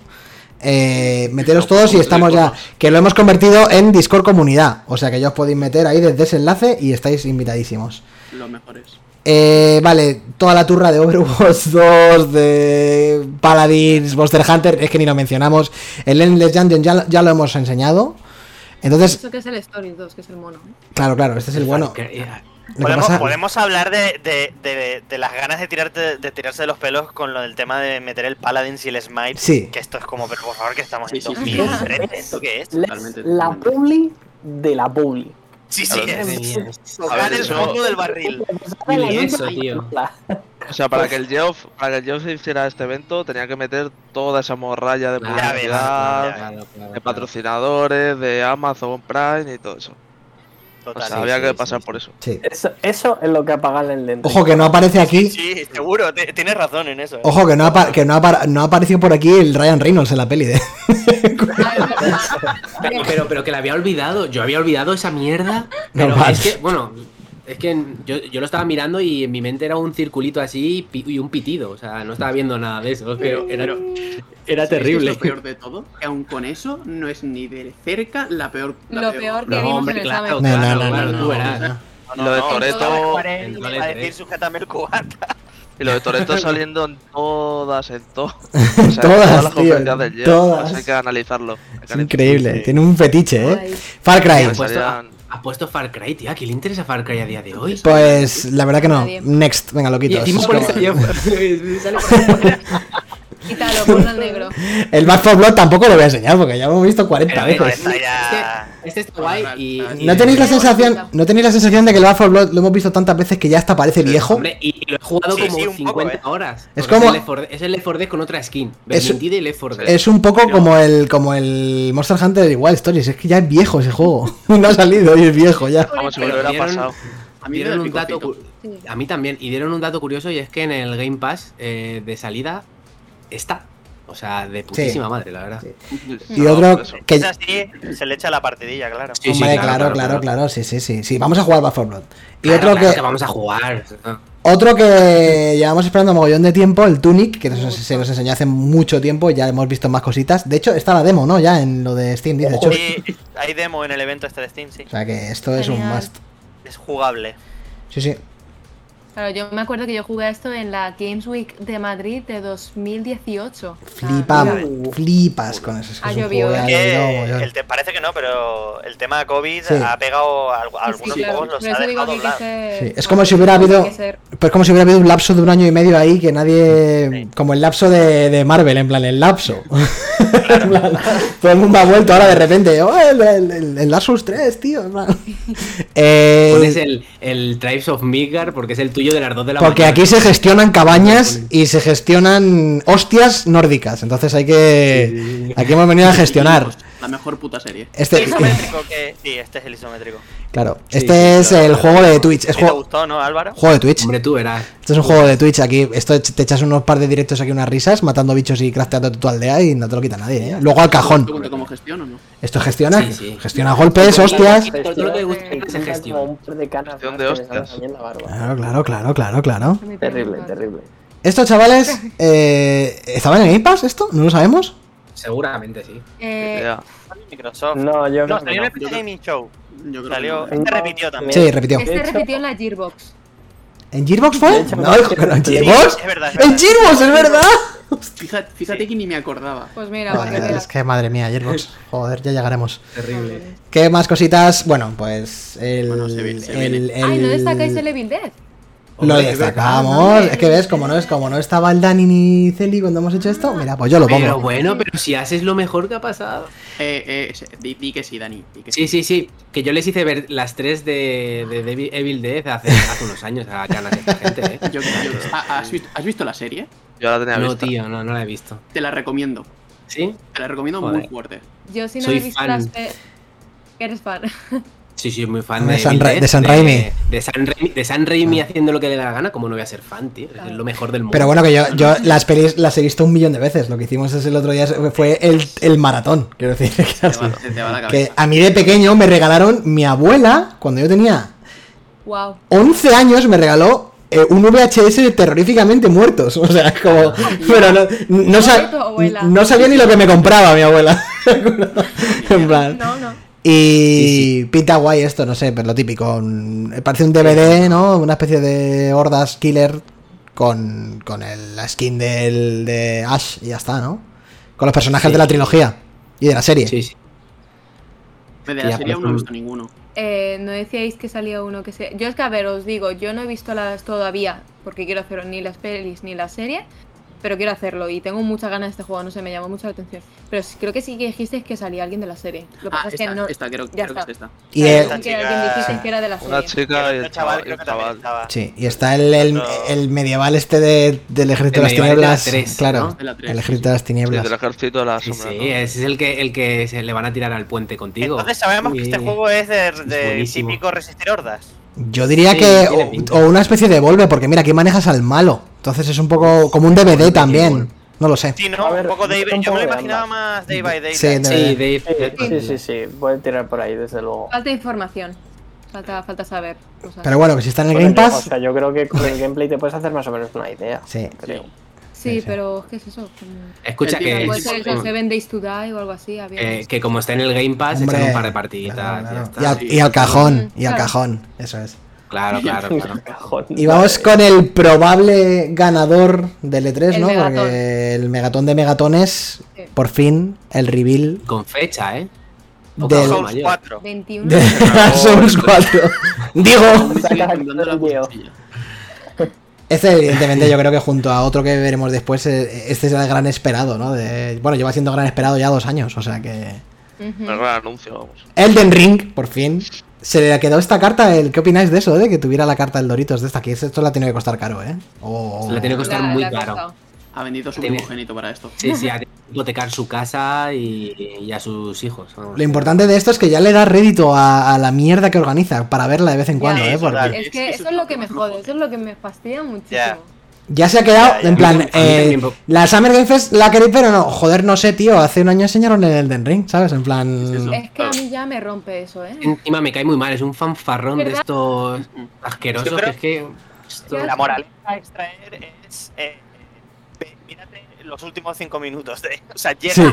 Eh, meteros todos y estamos ya, que lo hemos convertido en Discord comunidad, o sea que ya os podéis meter ahí desde ese enlace y estáis invitadísimos. Los mejores. Eh, vale, toda la turra de Overwatch [laughs] 2, de Paladins, Monster Hunter, es que ni lo mencionamos. El Endless Dungeon ya, ya lo hemos enseñado. Entonces, Eso que es el Stories 2, que es el mono. ¿eh? claro, claro, este es el bueno. Que- eh, Lo que Podemos, pasa- podemos hablar de, de- de- de las ganas de, tirarte, de tirarse de los pelos con lo del tema de meter el Paladins y el Smite. Sí. Que esto es como, pero por favor, que estamos Sí, en sí, 2013, ¿Esto qué es? Totalmente, la totalmente. publi de la publi. Sí, sí, Claro, es madre mía. tocar el eso- fondo del barril. Ni eso, tío. La- O sea, para que el Geoff, para que el Geoff se hiciera este evento, tenía que meter toda esa morralla de Claro, Ya publicidad, ves, claro, ya ves. claro, claro, de claro. patrocinadores, de Amazon Prime y todo eso. O Total. sea, sí, Pues había sí, que sí, pasar sí. por eso. Sí. Eso, eso es lo que apaga el lente. Ojo que no aparece aquí. Sí, seguro, te- tienes razón en eso. ¿eh? Ojo que no ha, pa- que no ha, par- no ha aparecido por aquí el Ryan Reynolds en la peli de. Pero, pero, pero que la había olvidado, yo había olvidado esa mierda. Pero Normal. es que, bueno, es que yo, yo lo estaba mirando y en mi mente era un circulito así y pi- y un pitido. O sea, no estaba viendo nada de eso, pero era, era terrible. ¿Sabéis qué es lo peor de todo, que aún con eso no es ni de cerca la peor. la Lo peor [laughs] que No, vimos hombre, en el claro, examen. No, no, Claro, no, claro, no, tú no, verás. no. Y lo de Toreto, Toreto, en iba a decir Toreto. sujétame el cubata. y lo de Toreto saliendo en todas, en [laughs] todas. Todas, tío, las conferencias del Geoff. todas. Eso Hay que analizarlo. Hay que Es increíble, tiene un fetiche, eh. Ay. Far Cry. analizarlo. Pensarían- Ha puesto Far Cry, tío. ¿A quién le interesa Far Cry a día de hoy? Pues la verdad que no. Nadie. Next, venga, lo Y quito. encima Es por como- eso yo. sale por- Quítalo, ponlo al negro. El Back 4 Blood tampoco lo voy a enseñar porque ya hemos visto 40 Pero, eh, No, veces. esta ya. Este, este está guay y. y- ¿No tenéis, la Qué bonita. sensación, ¿No tenéis la sensación de que el Back 4 Blood lo hemos visto tantas veces que ya hasta parece viejo? Hombre, y, y lo he jugado Sí, como sí, un 50 poco, eh. horas. Es Porque como- el Left 4 Dead- Es el Left 4 Dead con otra skin. Es- Vermintide y Left 4 Dead. Es un poco como el como el Monster Hunter igual Stories, es que ya es viejo ese juego. [laughs] No ha salido y es viejo ya. Vamos, si me lo hubiera Pero pasado. A mí me da dieron el un dato picocito. Sí. cu- a mí también y dieron un dato curioso y es que en el Game Pass eh, de salida está o sea de putísima madre la verdad Sí. Y No, no, otro por eso. que Es así, se le echa la partidilla, claro. Sí, sí, Hombre, claro, claro, claro, claro, claro, claro. sí, sí, sí, sí. Vamos a jugar Back 4 Blood. Y Claro, otro claro que, vamos a jugar Otro que llevamos esperando mogollón de tiempo, el Tunic, que nos- se nos enseñó hace mucho tiempo, ya hemos visto más cositas. De hecho, está la demo, ¿no? Ya en lo de Steam, dice Chus. Sí, hay demo en el evento este de Steam, sí. O sea que esto es un Genial. must. Es jugable. Sí, sí. Claro, yo me acuerdo que yo jugué a esto en la Games Week de Madrid de 2018. O sea, Flipa, Uh. flipas con eso. Es que Ha es un llovido, juego de ¿eh? ha Que llovido mogollón. el te- parece que no, pero el tema COVID Sí. ha pegado a, a sí, algunos claro, juegos, los por ha eso digo dejado que hay que hablar. ser- Sí, es como si hubiera hay Eh, que habido- ser- Pero es como si hubiera habido un lapso de un año y medio ahí que nadie. Sí. Como el lapso de, de Marvel, en plan, el lapso. [laughs] En plan, Todo el mundo ha vuelto ahora de repente. "Oh, el, el, el- el Dark Souls 3, tío. en plan. [laughs] Eh, Pones el, el Tribes of Midgard porque es el tuyo de las 2 de la porque mañana. aquí se gestionan cabañas y se gestionan hostias nórdicas. Entonces hay que. Aquí hemos venido a [laughs] gestionar. Pues, La mejor puta serie. Este, isométrico que. Sí, este es el isométrico. [laughs] claro, Sí, este es claro. el juego de Twitch. ¿A Es ti te juego, gustó, no, Álvaro? juego de Twitch. Hombre, tú verás. Esto es un juego de Twitch aquí. Esto te echas unos par de directos aquí, unas risas, matando bichos y crafteando tu aldea y no te lo quita nadie. ¿eh? Luego al ¿Te cajón. cuento cómo gestiono o no? Esto gestiona. Sí, sí. Gestiona golpes, hostias. Todo lo que gusta es la gestión. Como un par de canas Gestión más de que me salen hostias. aquí en la barba. Claro, claro, claro, claro, claro. A mí Terrible, también. terrible. Estos chavales, eh, ¿estaban en Game Pass esto? No lo sabemos. Seguramente sí. Eh, Ya. Microsoft. No, No, yo creo que salió en el no. PC Gaming Show. Yo creo Salió. que no. Este repitió también. Sí, repitió. este De hecho- eh, repitió en la Gearbox. ¿En Gearbox fue? [laughs] No, hijo, pero en Sí, Gearbox. es verdad, es ¡En verdad. Gearbox, es verdad! Fíjate, fíjate que ni me acordaba. Pues mira, para que Madre, veas. Ah, Es que madre mía, [laughs] Gearbox. Joder, ya llegaremos. Terrible. ¿Qué más cositas? Bueno, pues. El, Bueno, se vi- se el- Ay, ¿no el- destacáis el Evil Dead? Lo Hombre, destacamos. Es que ves, como no es, como no estaba el Dani ni Celi cuando hemos hecho esto, mira, pues yo lo Pero pongo. bueno, pero si haces lo mejor que ha pasado. Eh, eh, se- di, di que sí, Dani. di que sí. Sí, sí, sí. Que yo les hice ver las tres de, de Devi- Evil Dead hace, hace unos años a canas de esta gente, ¿eh? Yo- yo- [laughs] ah, ¿has, visto, has visto la serie? Yo la tenía No, vista. tío, no, no la he visto. Te la recomiendo. ¿Sí? Te la recomiendo muy Joder. fuerte. Yo sí no Soy he visto fan. las pe- que eres fan. [laughs] Sí, sí, muy fan De de, San Evil Ra- Dead, de San de- Raimi. Ah. De San Raimi, de San Raimi haciendo lo que le da la gana, como no voy a ser fan, tío. Es Claro. lo mejor del mundo. Pero bueno, que yo, yo las pelis las he visto un millón de veces. Lo que hicimos es el otro día fue el, el maratón, quiero decir. [laughs] que era Se te va, así. se te va la Que cabeza. a mí de pequeño me regalaron mi abuela, cuando yo tenía wow. 11 años, me regaló eh, un VHS de terroríficamente muertos. O sea, como. Pero no, no, sa- Pobre tu abuela. no sabía ni lo que me compraba mi [laughs] abuela. [laughs] en plan. No, no. Y pinta guay esto, no sé, pero lo típico. un- Parece un DVD, ¿no? Una especie de hordas killer con, con el- la skin del, de Ash y ya está, ¿no? Con los personajes Sí. de la trilogía y de la serie. Sí, sí. De la Ya, serie pero aún no he son- visto ninguno. Eh, no decíais que salía uno que se... Yo es que, a ver, os digo, yo no he visto las todavía, porque quiero hacer ni las pelis ni la serie, pero quiero hacerlo y tengo muchas ganas de este juego, no sé, me llamó mucho la atención. Pero sí- creo que sí que dijisteis que salía alguien de la serie. Lo que Ah, pasa es esta, que no... esta, creo, ya creo que está. es esta. Y, Claro, el- sí Esta que alguien chica- dijisteis que era de la Una serie. chica y El el Este chaval chaval. creo que el también chaval. estaba. sí, y está el, el- Otro- el medieval este de- del ejército de las El medieval de la tinieblas. tres, claro, ¿no? De la tres, el ejército de las Sí, tinieblas. del ejército de la Sí, sombra. sí, eh. ¿no? ese es el que, el que se le van a tirar al puente contigo. Entonces sabemos que este Sí. juego es de, de buenísimo. típico resistir hordas. Yo diría Sí, que. tiene pinta. O, o una especie de volve, porque mira, aquí manejas al malo. Entonces es un poco como un DVD también. No lo sé. Sí, ¿no? A ver, un poco de yo Yo, me tampoco lo de imaginaba ambas. más Day by Day. Sí, de- Sí, Dave. eh, Sí, sí, sí, sí, voy a tirar por ahí, desde luego. Falta información. Falta, falta saber. cosas. Pero bueno, que si está en el Por Game el- Pass. O sea, yo creo que con el gameplay te puedes hacer más o menos una idea. Sí. Creo. sí, sí. pero ¿qué es eso? Como- Escucha El tío que, Eh, Puede sí, ser el sí. Eh, Seven Days to Die o algo así. había que- visto. que como está en el Game Pass, Hombre, echan un par de partiditas. claro, claro. ya Y, está. al, y al cajón, Mm, y al claro. cajón, eso es. [laughs] Claro, [laughs] claro, claro. Cajón. Y vamos Vale. con el probable ganador del E3, El ¿no? megatón. Porque el megatón de megatones, Sí. por fin, el reveal Con fecha, ¿eh? Poca del [laughs] broma. Souls mayor. 4. 21. de Dark Souls 4. [laughs] Digo, Aún me sigue Saca temblando la el video. cuchilla. este evidentemente yo creo que junto a otro que veremos después, eh, este será el gran esperado, ¿no? De, bueno, lleva siendo gran esperado ya dos años, o sea que... Ujú. El gran anuncio, vamos. Elden Ring, por fin. Se le quedó esta carta, el, ¿qué opináis de eso, eh? De que tuviera la carta del Doritos de esta, que esto la tiene que costar caro, ¿eh? O- Se la tiene que costar La- muy la he caro. costado. Ha vendido su Tiene- primogénito para esto. Sí, sí, a hipotecar su casa y, y a sus hijos. vamos. Lo importante de esto es que ya le da rédito a, a la mierda que organiza para verla de vez en cuando, sí, ¿eh? Porque total. Es que Eso eso es es lo lo que me más jode, eso es lo que me fastidia Ya. muchísimo. ya se ha quedado, Ya, ya. en A plan, mí también, eh, bro. la Summer Game Fest la queréis, pero no, joder, no sé, tío, hace un año enseñaron el Elden Ring, ¿sabes? En plan... Es que a mí ya me rompe eso, ¿eh. Encima me cae muy mal, es un fanfarrón de ¿Verdad? estos Ujú. asquerosos Yo creo- que es que. esto- Ya. La moraleja a extraer es. Eh, ve- mírate los últimos 5 minutos. De, o sea, llegas, Sí.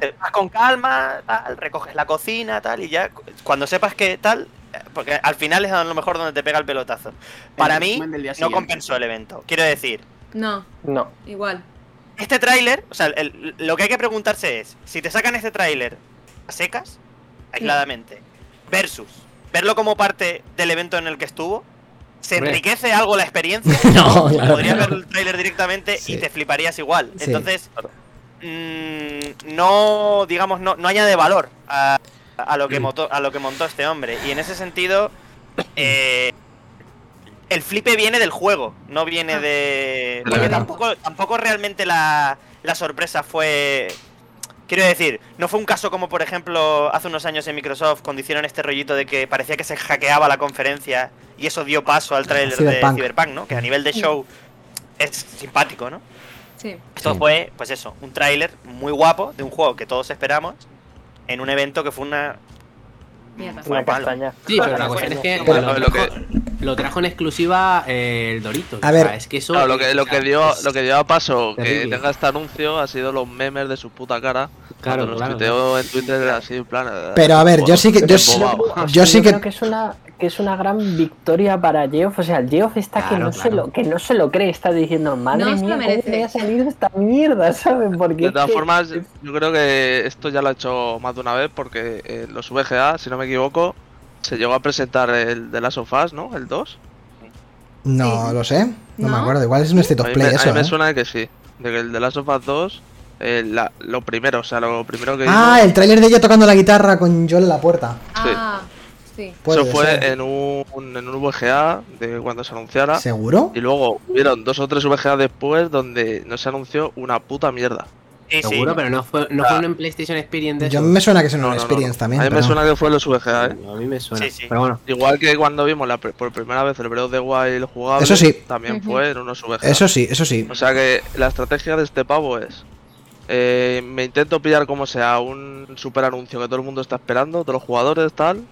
te vas con calma, tal, recoges la cocina, tal, y ya cu- cuando sepas que tal. eh, Porque al final es a lo mejor donde te pega el pelotazo. Para El mí, resumen del día no siguiente. compensó el evento. Quiero decir, No, No. igual. este tráiler, o sea, el- lo que hay que preguntarse es, si te sacan este tráiler a secas, aisladamente, versus verlo como parte del evento en el que estuvo, ¿se Hombre. enriquece algo la experiencia? [laughs] No, claro. Podrías ver el tráiler directamente Sí. y te fliparías igual. Sí. Entonces, mm, no, digamos, no, no añade valor a, a Mm. lo que montó, a lo que montó este hombre. Y en ese sentido, eh, el flipe viene del juego, no viene Ah. de... la Porque verdad. tampoco, tampoco realmente la, la sorpresa fue... Quiero decir, no fue un caso como por ejemplo hace unos años en Microsoft cuando hicieron este rollito de que parecía que se hackeaba la conferencia y eso dio paso al trailer Cyberpunk. de Cyberpunk, ¿no? Que a nivel de show es simpático, ¿no? Sí. Esto Sí. fue, pues eso, un tráiler muy guapo de un juego que todos esperamos en un evento que fue una... Mierda. fue Una malo. castaña. Sí, pero la cuestión es que Pero- lo, lo trajo, lo trajo en exclusiva eh, el Dorito. A ver. es que eso. Claro, lo que, lo que dio, lo que dio a paso que Terrible. tenga este anuncio ha sido los memes de su puta cara. Claro, Cuando los claro. tuiteó en Twitter así en plan. eh, Pero a ver, yo sí que. Yo, qué sí- [laughs] embobado. yo sí que. creo que es una que es una gran victoria para Geoff. O sea, el Geoff está que Claro, no se claro. lo que no se lo cree, está diciendo madre No se mía, lo ¿cómo merece". me ha salido esta mierda, [laughs] ¿sabes? Porque De es todas que- formas, yo creo que esto ya lo ha hecho más de una vez porque eh, los VGA, si no me equivoco, se llegó a presentar el de las sofás, ¿no? El 2. No, Sí. lo sé. No, me ¿No? acuerdo. Igual es un state a of mí, play me, a eso. mí me ¿eh? suena que sí. De que el de las sofás 2, eh, la- lo primero, o sea, lo primero que Ah, hizo- el tráiler de ella tocando la guitarra con Joel en la puerta. Ah, sí. Puede eso fue ser. en un, en un VGA de cuando se anunciara. ¿Seguro? Y luego hubieron dos o tres VGA después donde no se anunció una puta mierda. Sí, sí. Seguro, pero no fue, no Ah. fue un PlayStation Experience. de Yo esos. me suena que es en No, un no, no, Experience no. también. A mí me pero- suena que fue los VGA, ¿eh? A mí me suena. Sí, sí. Pero bueno, Igual que cuando vimos la, pre- por primera vez el Breath of the Wild jugable, Eso sí. también Ujú. fue en unos VGA. Eso sí, eso sí. O sea que la estrategia de este pavo es. eh, me intento pillar como sea un super anuncio que todo el mundo está esperando, de los jugadores, tal.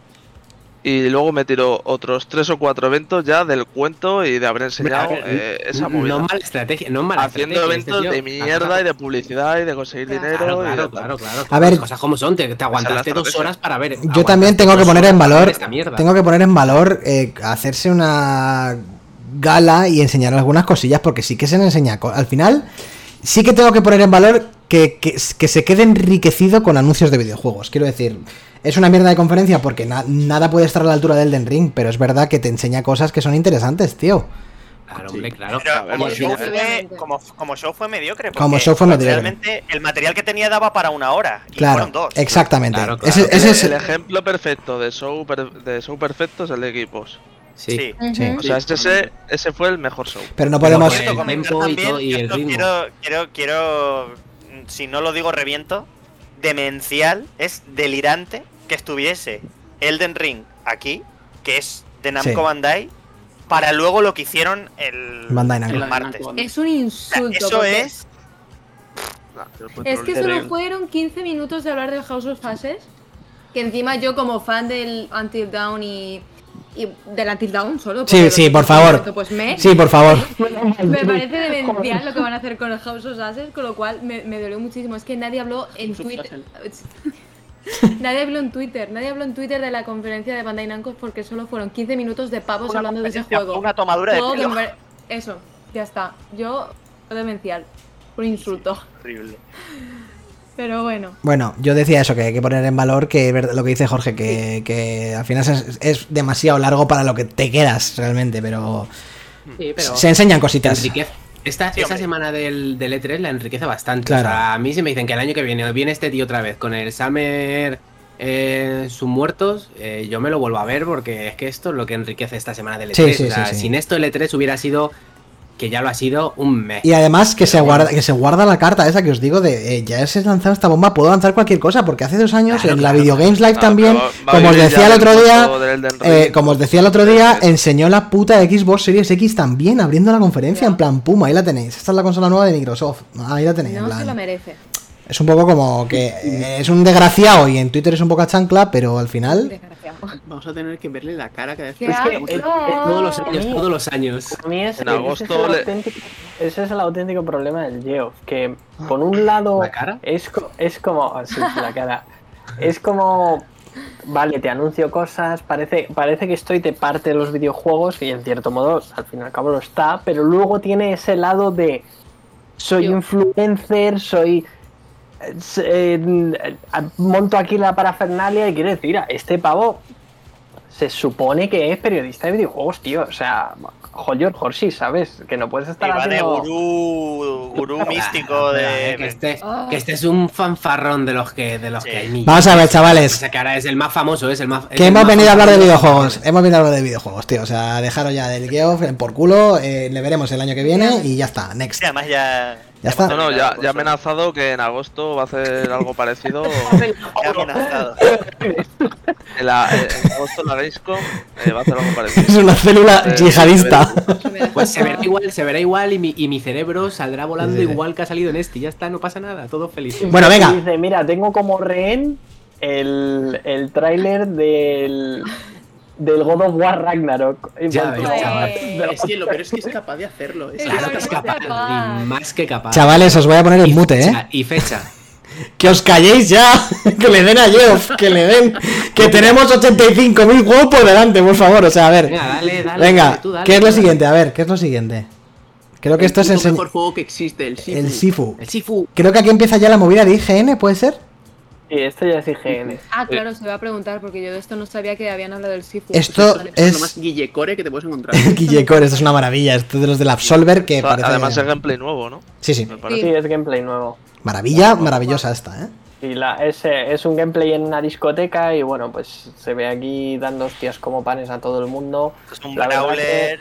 Y luego me tiro otros tres o cuatro eventos ya del cuento y de haber enseñado Hombre, a ver, eh, esa no movida. es mala estrategia. No es mala Haciendo estrategia, eventos este de tío. mierda y de publicidad y de conseguir Claro, dinero. Claro, y de claro, tal. claro, claro. A ver, Las cosas como son, te, te aguantaste dos estrategia. horas para ver. Yo también aguantaste tengo que dos poner horas en para ver valor. Esta mierda. Tengo que poner en valor eh, hacerse una gala y enseñar algunas cosillas porque sí que se le enseña. co- Al final, sí que tengo que poner en valor que, que- que se quede enriquecido con anuncios de videojuegos. Quiero decir, es una mierda de conferencia porque na- nada puede estar a la altura del Den Ring, pero es verdad que te enseña cosas que son interesantes, tío. Claro, hombre, claro. Pero ver, como al show, final- fue, como, como show fue mediocre. Como porque show fue mediocre. Realmente el material que tenía daba para una hora. Y Claro, fueron dos. exactamente. Claro, claro. Ese, ese es- El ejemplo perfecto de show, per- de show perfecto es el de equipos. Sí. Sí. Sí. Ujú. O sea, ese, ese fue el mejor show. pero no Pero podemos. por el Quiero comentar tempo y todo- y yo el esto ritmo. Quiero, quiero, quiero, mm, si no lo digo reviento, demencial, es delirante que estuviese Elden Ring aquí, que es de Namco Sí. Bandai, para luego lo que hicieron el, Bandai Namco. el El martes. Namco. Es un insulto. Eso porque es Ah, Es que solo fueron 15 minutos de hablar de House of Fases. Que encima yo, como fan del Until Dawn y. y del Until Dawn solo. Sí, porque sí, los por otros favor. tanto, Pues me. Sí, por favor. Me parece demencial lo que van a hacer con el House of Fases, con lo cual me, me dolió muchísimo. Es que nadie habló en House of Twitter. [laughs] Nadie habló en Twitter, nadie habló en Twitter de la conferencia de Bandai Namco porque solo fueron 15 minutos de pavos una hablando de ese conferencia, juego. Una tomadura de Todo que pelo. me pare- Eso, ya está. Yo, demencial. Un insulto. Horrible. Pero bueno. Bueno, yo decía eso, que hay que poner en valor que ver- lo que dice Jorge, que, que al final es, es demasiado largo para lo que te quedas realmente, pero Sí, pero- se enseñan cositas. enriquece. Esta, Sí, esta hombre. semana del, del E3 la enriquece bastante. Claro. O sea, a mí si me dicen que el año que viene viene este tío otra vez con el Summer eh, sus muertos, eh, yo me lo vuelvo a ver porque es que esto es lo que enriquece esta semana del E3. Sí, sí, O sea, sí, sí. Sin esto el E3 hubiera sido, que ya lo ha sido, un mes. Y además que se guarda, que se guarda la carta esa que os digo de eh, ya se ha lanzado esta bomba, puedo lanzar cualquier cosa, porque hace dos años Claro, en la claro. Video Games Live Ah, también, pero va- va a como os vivir decía ya el otro del día, punto del Elden eh, Ring. como os decía el otro día, Entonces, enseñó la puta Xbox Series X también abriendo la conferencia en plan puma, ahí la tenéis, esta es la consola nueva de Microsoft, ahí la tenéis, en No se plan. lo merece. Es un poco como que eh, es un desgraciado y en Twitter es un poco a chancla, pero al final. Desgraciado. Vamos a tener que verle la cara cada vez Qué asco. hablamos. eh, Todos [laughs] los años, Sí. todos los años. A mí es- Pues, En ese, agosto es el le- auténtico, ese es el auténtico problema del Geoff, que por un lado Ah, ¿La cara? es, co- es como... ah, sí, la cara. Es como... Vale, te anuncio cosas, parece, parece que estoy de parte de los videojuegos y en cierto modo al fin y al cabo lo está, pero luego tiene ese lado de soy Yo. influencer, soy... eh, s- eh, n- eh, monto aquí la parafernalia y quiero decir, a este pavo se supone que es periodista de videojuegos, tío. O sea, hold your horses, ¿sabes? Que no puedes estar Y va de haciendo- gurú, Ah, gurú místico Joder, que, de... este, Oh. que este es un fanfarrón de los que, de los Sí. que hay millones. Vamos a ver, O chavales. sea, que ahora es el más famoso, es el más. es Que el hemos más venido a hablar de famoso. videojuegos. Hemos venido a hablar de videojuegos, tío. O sea, dejaros ya del Geoff en por culo. eh, le veremos el año que viene y ya está. Next. [laughs] Sí, además ya... Ya está. No, no, ya, ya ha ya hemos terminado amenazado que en agosto va [laughs] a hacer algo parecido. con- ya amenazado. En, la- eh, en agosto en la Gamescom eh, va a hacer algo Es parecido. una célula Eh, yihadista. Pues se verá igual, se verá igual y mi, y mi cerebro saldrá volando Sí. igual que ha salido en este. Ya está, no pasa nada, todo feliz. Bueno, Ah, venga. Y dice, mira, tengo como rehén el, el tráiler del, del God of War Ragnarok. Y Ya pues, ves, eh, no, chaval. pero- Es que lo peor es que es capaz de hacerlo. ¿eh? Es Claro que capaz. es capaz, y más que capaz. Chavales, os voy a poner y en mute, fecha, ¿eh? Y fecha. Que os calléis ya. [laughs] Que le den a Geoff. Que le den. Que tenemos 85.000 juegos por delante, por favor. O sea, a ver. Venga, dale, dale. Venga, dale, tú dale, ¿qué es tú lo dale. siguiente? A ver, ¿qué es lo siguiente? Creo que esto es el, puto se- mejor juego que existe, el Sifu. el Sifu. El Sifu. Creo que aquí empieza ya la movida de IGN, ¿puede ser? [laughs] Sí, esto ya es IGN. Ah, claro, se va a preguntar porque yo de esto no sabía que habían hablado del Sifu. Pues, Esto lo más es. guillecore que te puedes [laughs] encontrar. Guillecore, esto es una maravilla. Esto es de los del Absolver [laughs] que O sea, parece. además es gameplay nuevo, ¿no? Sí, sí. Me Sí, parece. es gameplay nuevo. Maravilla, maravillosa esta, ¿eh? Y la, es, eh, es un gameplay en una discoteca y bueno, pues se ve aquí dando hostias como panes a todo el mundo. Es un La verdad brawler...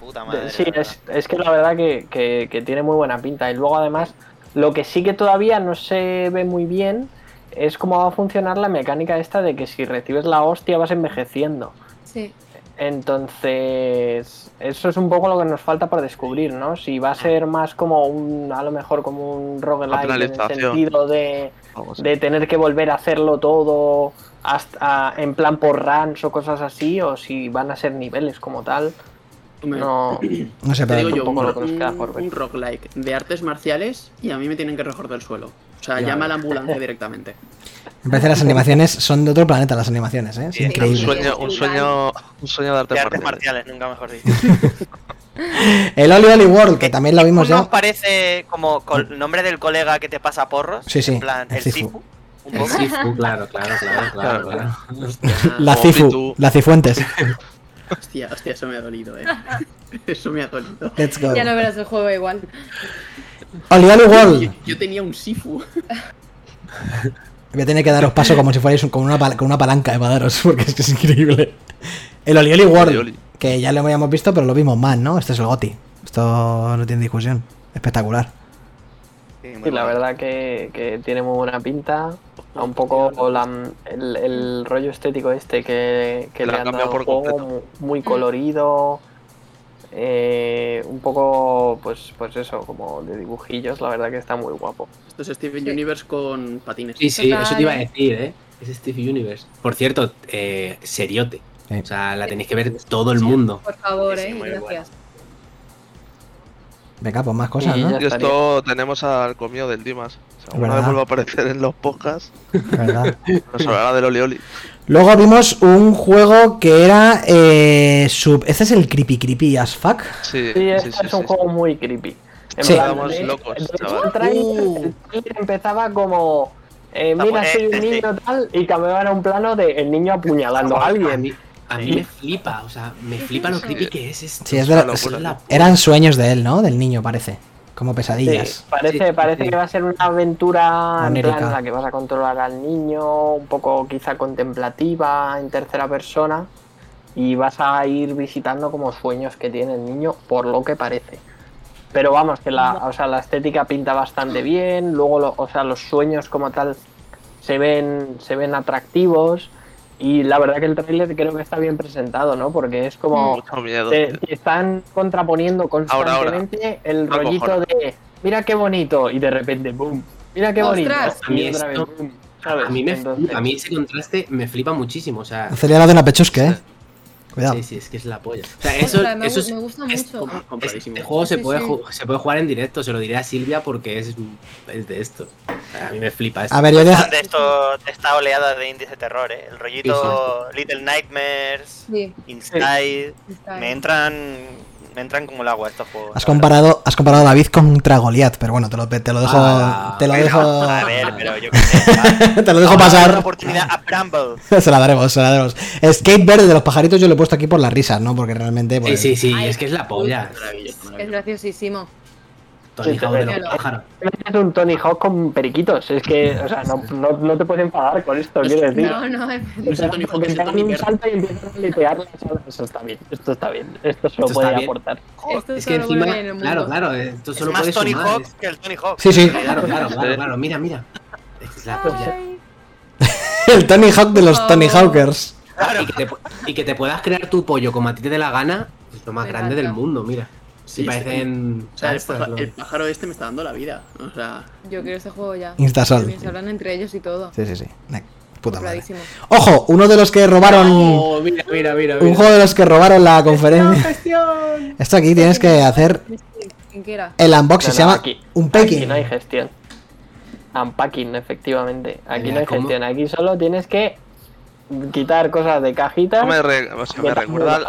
Puta madre. sí, la verdad. es, es que la verdad que, que- que tiene muy buena pinta. Y luego además, lo que sí que todavía no se ve muy bien es cómo va a funcionar la mecánica esta de que si recibes la hostia vas envejeciendo. Sí. Entonces, eso es un poco lo que nos falta por descubrir, ¿no? Si va a ser más como un, a lo mejor como un roguelike en el Penalización. sentido de, Algo así. de tener que volver a hacerlo todo hasta en plan por runs o cosas así, o si van a ser niveles como tal. Hombre, No, No sé, Te digo pero. yo, un, Tampoco lo conozco, por un, ver. un roguelike de artes marciales y a mí me tienen que recortar del suelo. O sea, Ya. llama a la ambulancia directamente. Me parece que las animaciones son de otro planeta, las animaciones, ¿eh? Es Sí, Un increíble. sueño, un sueño, un sueño de De artes artes marciales. marciales, nunca mejor dicho. El Oli Oli World, Eh, que también lo [laughs] vimos ¿eh? ¿No os ya. parece como el nombre del colega que te pasa porros? Sí, sí, En plan, el el Sifu. Sifu. Un El [laughs] poco. Sifu, claro, claro, claro, claro. claro. La Oh, Cifu, Pitu. la [laughs] Cifuentes. Hostia, hostia, eso me ha dolido, eh. Eso me ha dolido. Let's go. Ya no verás el juego igual. Oli Oli Yo, World. yo tenía un Sifu. Voy a tener que daros paso como si fuerais un- con una, pal- con una palanca, eh, para daros, [laughs] porque es que es increíble. El Oli Oli Oli World, Oli. que ya lo habíamos visto, pero lo vimos más, ¿no? Este es el Goti. Esto no tiene discusión. Espectacular. Sí, muy sí, la bueno. verdad que, que tiene muy buena pinta. Un poco la- el, el rollo estético este que, que La le han cambia dado al por juego, completo. mu- muy colorido. eh, un poco, pues, pues eso, como de dibujillos, la verdad que está muy guapo. Esto es Steven Sí. Universe con patines. Sí, sí, Total. eso te iba a decir, ¿eh? Es Steve Universe. Por cierto, eh, seriote. Sí. O sea, la tenéis que ver todo el mundo. Por favor, Sí, sí, eh. muy Gracias. Venga, pues más cosas, Y ¿no? ya Y esto tenemos al comido del Dimas. O sea, una ¿Verdad? vez vuelva a aparecer en los podcasts, [laughs] Verdad. nos hablará del Oli Oli. Luego vimos un juego que era eh, sub. Este es el creepy creepy as fuck. Sí, Sí, este sí, sí. es un sí. juego muy creepy. En Sí. plan, Estábamos de- locos, de hecho, chaval. el tráiler el tráiler empezaba como. eh, mira, soy un Está bueno, niño tal, y cambiaban a un plano de el niño apuñalando a A alguien. mí, a mí me flipa, o sea, me flipa lo creepy que es esto. Sí, es Una de la- locura. la- Eran sueños de él, ¿no? Del niño, parece. Como Sí, pesadillas. parece, Sí, parece sí. que va a ser una aventura en Onírica. plan, en la que vas a controlar al niño, un poco quizá contemplativa, en tercera persona, y vas a ir visitando como sueños que tiene el niño, por lo que parece. Pero vamos, que la, o sea, la estética pinta bastante bien, luego lo- o sea, los sueños como tal se ven, se ven atractivos, y la verdad que el tráiler creo que está bien presentado, ¿no? Porque es como Mucho miedo. te, te están contraponiendo Ahora, ahora. constantemente el No rollito cojones. de mira qué bonito y de repente boom mira qué bonito ¡Ostras! A y mí otra esto- vez, boom, ¿sabes? A mí, me Entonces, flipa, a mí ese contraste me flipa muchísimo, o sea, Acelerado de una pechusca, ¿eh? Cuidado. sí, sí, es que es la polla. O sea, eso, Ostras, me, eso gu- es- me gusta es- mucho. Com- compradísimo. este juego se, Sí, puede sí. ju- se puede jugar en directo, se lo diré a Silvia porque es, es de esto. O sea, a mí me flipa esto. A ver, yo de- de esto, de esta oleada de indies de terror, ¿eh? El rollito Little Nightmares, Sí, Inside, está me bien. entran me entran como el agua estos juegos. Has la verdad. comparado, has comparado a David contra Goliath, pero bueno, te lo, te lo dejo. Ah, te lo Pero, dejo. A ver, pero yo qué sé. va. [laughs] te lo dejo Vamos a dar una pasar. oportunidad a Bramble. [laughs] Se la daremos, se la daremos. Skate verde de los pajaritos yo lo he puesto aquí por las risas, ¿no? Porque realmente. Sí, pues, sí, sí, es que es la polla. Maravilloso, Es maravilloso. graciosísimo. Tony Hawk de los Pero- pájaros. Es un Tony Hawk con periquitos. Es que, o sea, no, no, no te puedes enfadar con esto, quiero decir. No, no, es- No es el Tony Hawk, Porque es el te dan Tony un Verde. salto y empiezan a letear las alas. Eso está bien, esto está bien. Esto se Esto lo está puede bien. aportar. esto es es que solo bueno encima, en el mundo. claro, claro, esto Es solo más puede Tony sumar, Hawk es- que el Tony Hawk. Sí, [laughs] sí. Claro, claro, claro, claro, mira, mira. Es Ah, la polla. Ay, El Tony Hawk de los Tony Hawkers. Y que, te, pu- y que te puedas crear tu pollo como a ti te dé la gana, es lo más Me grande encanta. del mundo, mira. Sí, Sí, parecen. O sea, el, estas, paja- ¿no? el pájaro este me está dando la vida. O sea, Yo quiero este juego ya. Instasol. También se hablan entre ellos y todo. Sí, sí, sí. Ne- Puta madre. Compradísimo. Ojo, uno de los que robaron. oh, mira, mira, mira. Un mira. juego de los que robaron la conferencia. [laughs] Esto aquí tienes que hacer ¿Quién que era? el unboxing. No, se no, llama aquí. un Aquí packing. no hay gestión. Unpacking, efectivamente. Aquí Mira, no hay ¿cómo? gestión. Aquí solo tienes que quitar cosas de cajitas. No me, re- o sea, me recuerda al,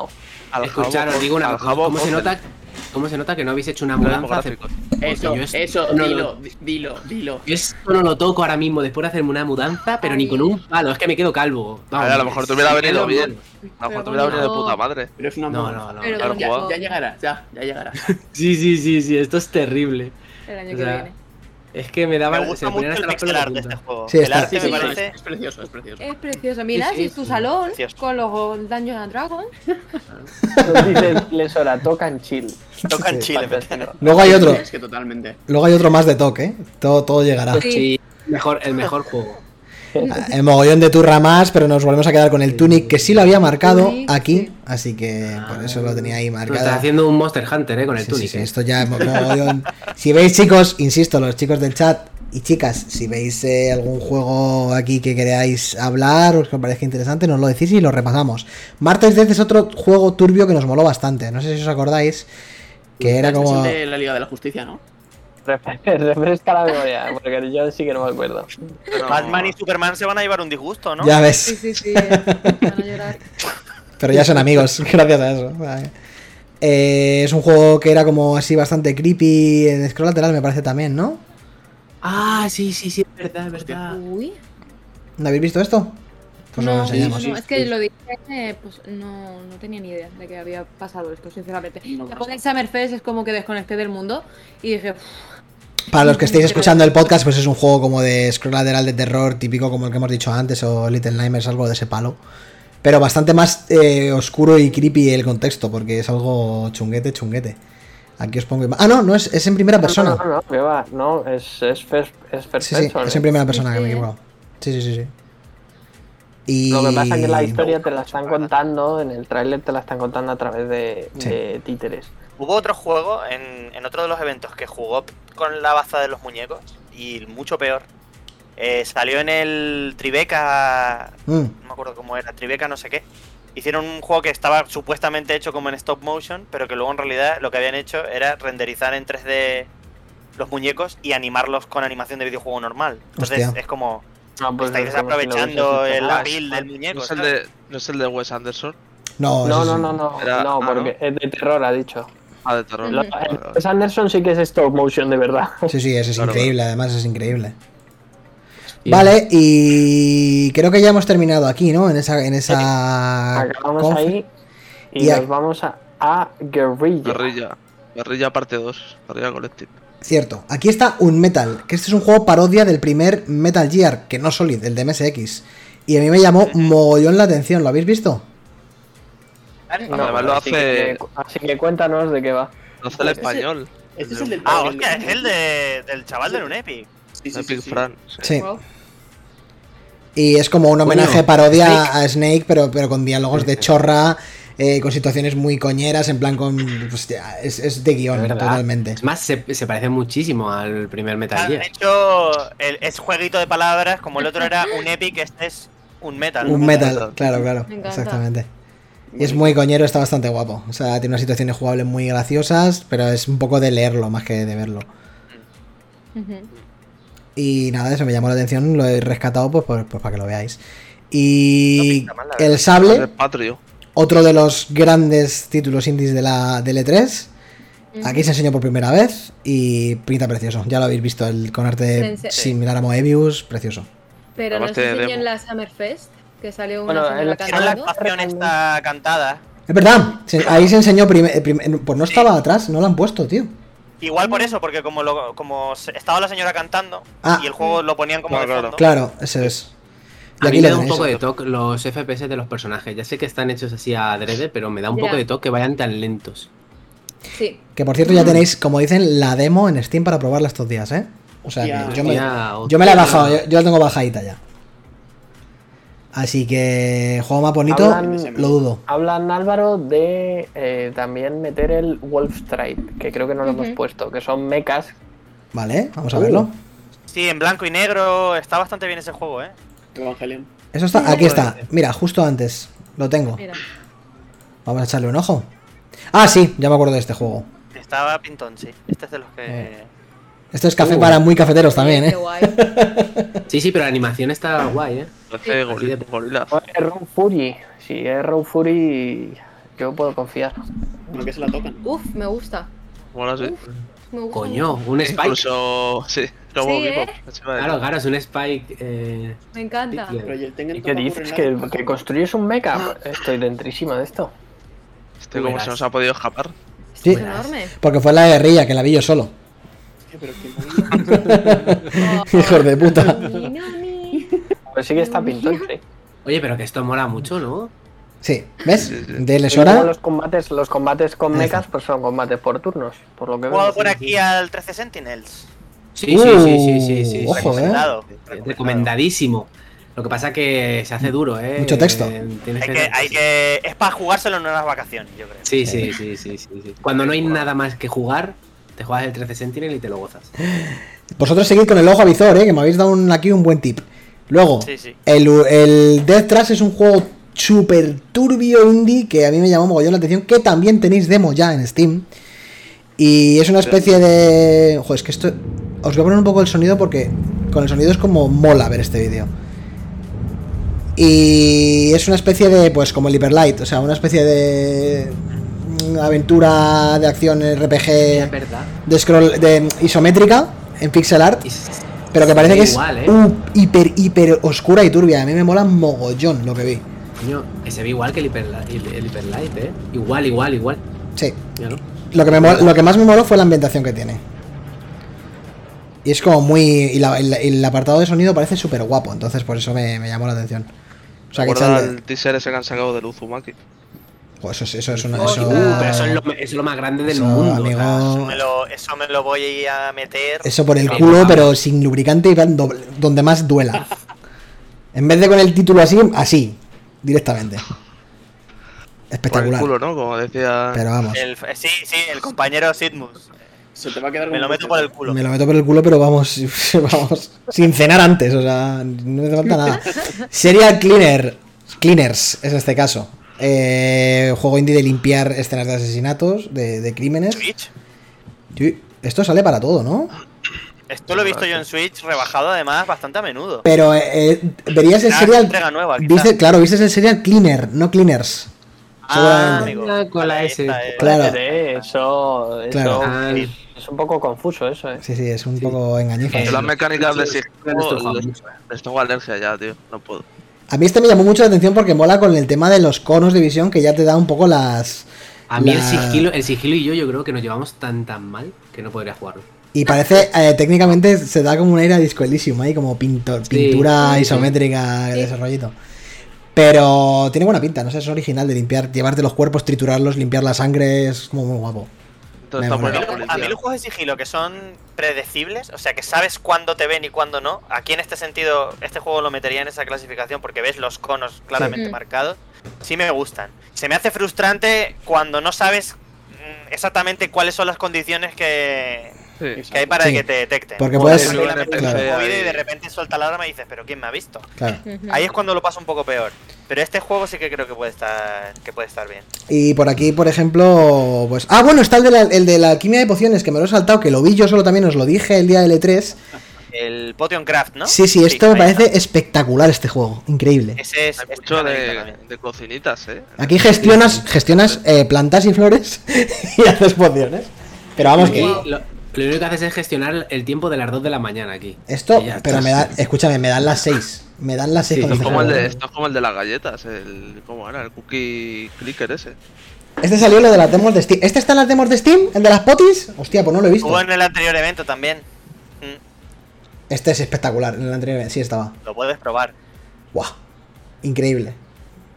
al Escucharos, jabo- digo una al cosa, jabo ¿cómo se, Gothel. nota, ¿cómo se nota que no habéis hecho una Problemas mudanza hace gráficos. Eso, yo es- eso, no, no, dilo, di- dilo, dilo. Yo esto no lo toco ahora mismo después de hacerme una mudanza, pero ni con un palo, es que me quedo calvo. A ver, a lo mejor te hubiera me quedo venido bien. mono. A lo mejor Pero te hubiera venido de bueno. puta madre. Pero es una No, moda. no, no. Pero claro, con- jugado. Ya llegarás, ya, ya llegarás. Sí, sí, sí, sí, esto es terrible. el año O que sea, viene. Es que me daba Me gusta mucho el pixel art de este juego. Sí, el está- arte Sí, sí, me sí, parece. es, es precioso, es precioso. Es precioso. Mira, Sí, sí, si es tu sí. salón Precioso. con los Dungeons and Dragons. Dices, les hora, tocan chill. Toca en Sí. Chile, Fantástico. Luego hay otro. Es que totalmente. Luego hay otro más de toque, ¿eh? Todo, todo llegará. Sí. Sí, mejor, el [laughs] mejor juego. El mogollón de turra más, pero nos volvemos a quedar con el Tunic, que sí lo había marcado Tunic, aquí, sí. así que Eh, por eso lo tenía ahí Tú estás marcado. haciendo un Monster Hunter, ¿eh? Con el Sí, sí, Tunic. sí, ¿eh? esto ya es mogollón. Si veis, chicos, insisto, los chicos del chat y chicas, si veis eh, algún juego aquí que queráis hablar o que os parezca interesante, nos lo decís y lo repasamos. Martes 10 es otro juego turbio que nos moló bastante. No sé si os acordáis, que era Este es el como. de la Liga de la Justicia, ¿no? Refres- [laughs] Refresca la memoria, porque yo sí que no me acuerdo. No. Batman y Superman se van a llevar un disgusto, ¿no? Ya Sí, ves, sí, sí. Van a llorar. pero ya son amigos, [laughs] gracias a eso. Vale. Eh, es un juego que era como así bastante creepy, en scroll lateral me parece también, ¿no? Ah, sí, sí, sí, es verdad, es Ah. verdad. Uy. ¿No habéis visto esto? Pues no, lo no, enseñamos. no, es que lo dije, eh, pues no, no tenía ni idea de que había pasado esto, sinceramente. No, Después del Summerfest es como que desconecté del mundo y dije, "Uf, Para los que estéis escuchando el podcast, pues es un juego como de scroll lateral de terror, típico como el que hemos dicho antes, o Little Nightmares, algo de ese palo. Pero bastante más eh, oscuro y creepy el contexto, porque es algo chunguete, chunguete. Aquí os pongo... ima- Ah, no, no, es, es en primera persona. No, no, no, que va, no, es, es, first- es first Sí, sí, person, es ¿eh? en primera persona que me he Sí, sí. equivocado. Sí, sí, sí, sí. Y... Mm, Lo que pasa es que la historia te la están contando, en el tráiler te la están contando a través de, Sí. de títeres. Hubo otro juego en, en otro de los eventos que jugó con la baza de los muñecos y mucho peor. Eh, salió en el Tribeca, Mm, no me acuerdo cómo era, Tribeca no sé qué. Hicieron un juego que estaba supuestamente hecho como en stop motion, pero que luego en realidad lo que habían hecho era renderizar en 3D los muñecos y animarlos con animación de videojuego normal. Entonces Hostia. es como, Ah, pues estáis es como si no desaprovechando hubieses el hecho nada. build del muñeco. ¿No es el ¿sabes? de, no es el de Wes Anderson? No, No, ese no, es- no, no, Era- no, ah, porque es de terror, ha dicho. Ah, de terror. Mm. Lo- Vale, vale, vale. Wes Anderson sí que es stop motion de verdad. Sí, sí, ese es Claro, increíble, además es increíble. Sí. Vale, y creo que ya hemos terminado aquí, ¿no? En esa, en esa [laughs] Acabamos conf. ahí y Ah, Y a- nos vamos a, a Guerrilla. Guerrilla. Guerrilla parte 2. Guerrilla Collective. Cierto, aquí está un Metal, que este es un juego parodia del primer Metal Gear, que no Solid, el de MSX. Y a mí me llamó mogollón la atención, ¿lo habéis visto? No, Además lo así, hace- que, así que cuéntanos de qué va. No hace el español. Este es el del Ah, móvil, hostia, ¿no? es el de- del chaval del Unepic. Sí, sí, sí, Epic sí. Fran. Sí. wow". Y es como un homenaje Coño, parodia a Snake, pero, pero con diálogos de chorra, eh, con situaciones muy coñeras, en plan con... hostia, es, es de Es guión, verdad. totalmente. Es más, se, se parece muchísimo al primer Metal Han Gear. hecho el, es jueguito de palabras, como el otro era un epic, este es un metal. Un Metal, claro, claro, Me encanta. exactamente. Y es muy coñero, está bastante guapo. O sea, tiene unas situaciones jugables muy graciosas, pero es un poco de leerlo más que de verlo. Ujú. Y nada, eso me llamó la atención, lo he rescatado pues, por- pues para que lo veáis. Y No pinta mal, la el Es sable, el Patrio. Otro de los grandes títulos indies de la del E3. Aquí se enseñó por primera vez y pinta precioso. Ya lo habéis visto el, con arte Sí. similar a Moebius, precioso. Pero no Además se tiene enseñó demo. en la Summerfest, que salió Bueno, una en la- señora Era la cantando. actuación esta cantada. Es verdad, se- ahí se enseñó prim- eh, prim- eh, pues no estaba atrás, no lo han puesto, tío. Igual Mm. por eso, porque como lo, como se- estaba la señora cantando Ah. y el juego lo ponían como Claro, de claro. fondo. Claro, ese es. Y A aquí mí me lo da un tenéis. poco de toque los FPS de los personajes. Ya sé que están hechos así a adrede, pero me da un Ya. poco de toque que vayan tan lentos. Sí. Que por cierto ya tenéis, como dicen, la demo en Steam para probarla estos días, ¿eh? O sea, Ya. que yo me, Ya, yo me la he hostia. bajado, yo, yo la tengo bajadita ya. Así que juego más bonito, Hablan- lo dudo. Hablan Álvaro de eh, también meter el Wolf Strike, que creo que no lo hemos Ujú. puesto, que son mechas. Vale, vamos a Uh. verlo. Sí, en blanco y negro. Está bastante bien ese juego, eh. Evangelion. Eso está, aquí está. Mira, justo antes. Lo tengo. Mira. Vamos a echarle un ojo. Ah, sí, ya me acuerdo de este juego. Estaba pintón, sí. Este es de los que. Eh. Esto es café para muy cafeteros también, Qué ¿eh? guay. [laughs] Sí, sí, pero la animación está guay, ¿eh? Parece Así de- goril- gorilas. O es Road Fury. Si es Road Fury, yo puedo confiar. Bueno, que se la tocan. Uf, me gusta. Mola, sí. Me gusta Coño, un Spike. Incluso. Sí, como Sí, ¿eh? Bebop, encima de- Claro, claro, es un Spike. eh, mucho. Me encanta. Sí, Pero y el Tengen ¿Y qué Toppa dices? por ¿Que, el lado. que construyes un Ah. mecha? Estoy dentrísima de esto. Este, como se nos ha podido escapar. Esto es Sí. [laughs] enorme. Porque fue la guerrilla que la vi yo solo. Hostia, pero qué movida. Hijos de puta. Ni, no, ni. Pues sí que está pintón, sí. Oye, pero que esto mola mucho, ¿no? Sí, ¿ves? Sí, sí. De Y luego lesora. los combates, los combates con Ahí está. mechas pues son combates por turnos, por lo que He veo. jugado por aquí al 13 Sentinels. Sí, sí, sí, sí, sí, sí, sí. Ojo, eh. Recomendado. Recomendadísimo. Lo que pasa que se hace duro, ¿eh? Mucho texto. Eh, tienes Hay que, hay que. Es para jugárselo en unas vacaciones, yo creo. Eh. Sí, sí, sí, sí, sí, sí. Cuando no hay nada más que jugar, te juegas el 13 Sentinel y te lo gozas. Eh. Vosotros seguid con el ojo avizor, ¿eh? Que me habéis dado un- aquí un buen tip. Luego, Sí, sí. el, el Death Trash es un juego super turbio indie que a mí me llamó mogollón la atención. Que también tenéis demo ya en Steam. Y es una especie de. Joder, es que esto. Os voy a poner un poco el sonido porque con el sonido es como mola ver este vídeo. Y es una especie de, pues como el Hyperlight, o sea, una especie de mm, aventura de acción Es RPG verdad. de scroll de isométrica en pixel art, Y s- pero que parece que es igual, ¿eh? uh, hiper hiper oscura y turbia. A mí me mola mogollón lo que vi. Coño, que se ve igual que el Hyperlight, el, el Hyper Light, ¿eh? Igual, igual, igual. Sí. Ya no. Lo que, me mol- lo que más me moló fue la ambientación que tiene. Y es como muy. Y, la- y la- y el apartado de sonido parece súper guapo, entonces por eso me, me llamó la atención. O sea, que Recuerda echarle. el teaser ese que han sacado de Uzumaki. Pues eso, es- eso es una. Oh, Eso, claro. Pero eso es, lo, me- eso es lo más grande del Ah. eso, mundo. amigo, o sea, Me lo- eso me lo voy a meter. Eso por el Venga, culo, vamos. pero sin lubricante y van doble- donde más duela. En vez de con el título así, así, directamente. Por el Espectacular. culo, ¿no? Como decía. Pero vamos, El- sí, sí, el compañero Sidmus. Se te va a quedar Me como lo un boceto. meto por el culo. me lo meto por el culo, pero vamos, [laughs] vamos, sin cenar antes, o sea, no me hace falta nada. Serial Cleaner, Cleaners es este caso. Eh, juego indie de limpiar escenas de asesinatos, de, de crímenes. Switch. Sí, Esto sale para todo, ¿no? Esto lo he visto yo en Switch rebajado además bastante a menudo. Pero eh, eh, verías el Ah, serial. entrega nueva, quizá. viste- claro, viste el serial Cleaner, no Cleaners. Ah, seguramente. amigo. Ah, con la Ahí S. está, eh. Claro. Eh, Eso, eso Claro. Ah, Sí. es un poco confuso eso, eh. Sí, sí, es un poco engañífero. Eh, Yo las mecánicas de sí, Six sí, esto es les, les tengo alergia ya, tío. No puedo. A mí este me llamó mucho la atención porque mola con el tema de los conos de visión que ya te da un poco las. a mí el, la- sigilo, el sigilo y yo, yo creo que nos llevamos tan tan mal que no podría jugarlo. Y parece, eh, técnicamente se da como un aire a Disco Elysium ahí, como pinto- pintura sí, sí. isométrica Sí. de ese rollito. Pero tiene buena pinta, no sé, es original de limpiar, llevarte los cuerpos, triturarlos, limpiar la sangre, es como muy guapo. Entonces Me está por mola. la A mí policía. los juegos de sigilo que son predecibles, o sea que sabes cuándo te ven y cuándo no, aquí en este sentido este juego lo metería en esa clasificación porque ves los conos claramente Mm. marcados, sí me gustan. Se me hace frustrante cuando no sabes mm, exactamente cuáles son las condiciones que, Sí. que hay para Sí. que te detecten. Porque Juegas puedes- tranquilamente Claro. con tu movida y de repente suelta la alarma y dices, pero ¿quién me ha visto? Claro. Mm. Ujú. Ahí es cuando lo pasa un poco peor. Pero este juego sí que creo que puede estar que puede estar bien. Y por aquí, por ejemplo, pues. Ah, bueno, está el de la, el de la alquimia de pociones, que me lo he saltado, que lo vi yo solo también, os lo dije el día del E3. el Potion Craft, ¿no? Sí, sí, esto me ahí parece está. espectacular este juego. Increíble. Ese es. Hay ese mucho también está de, bien. de cocinitas, ¿eh? Aquí gestionas, gestionas eh, plantas y flores [laughs] y haces pociones. Pero vamos Aquí que. Wow. lo, lo único que haces es gestionar el tiempo de las 2 de la mañana aquí. Esto, Y ya pero está. me da. Escúchame, me dan las 6. Me dan las 6 Sí, cuando empezó Esto es, como el el de, juego. esto es como el de las galletas, el. ¿Cómo era? El cookie clicker ese. Este salió lo de las demos de Steam. ¿Este está en las demos de Steam? ¿El de las potis? Hostia, pues no lo he visto. Hubo en el anterior evento también. Mm, Este es espectacular. En el anterior sí estaba. Lo puedes probar. ¡Guau! Increíble.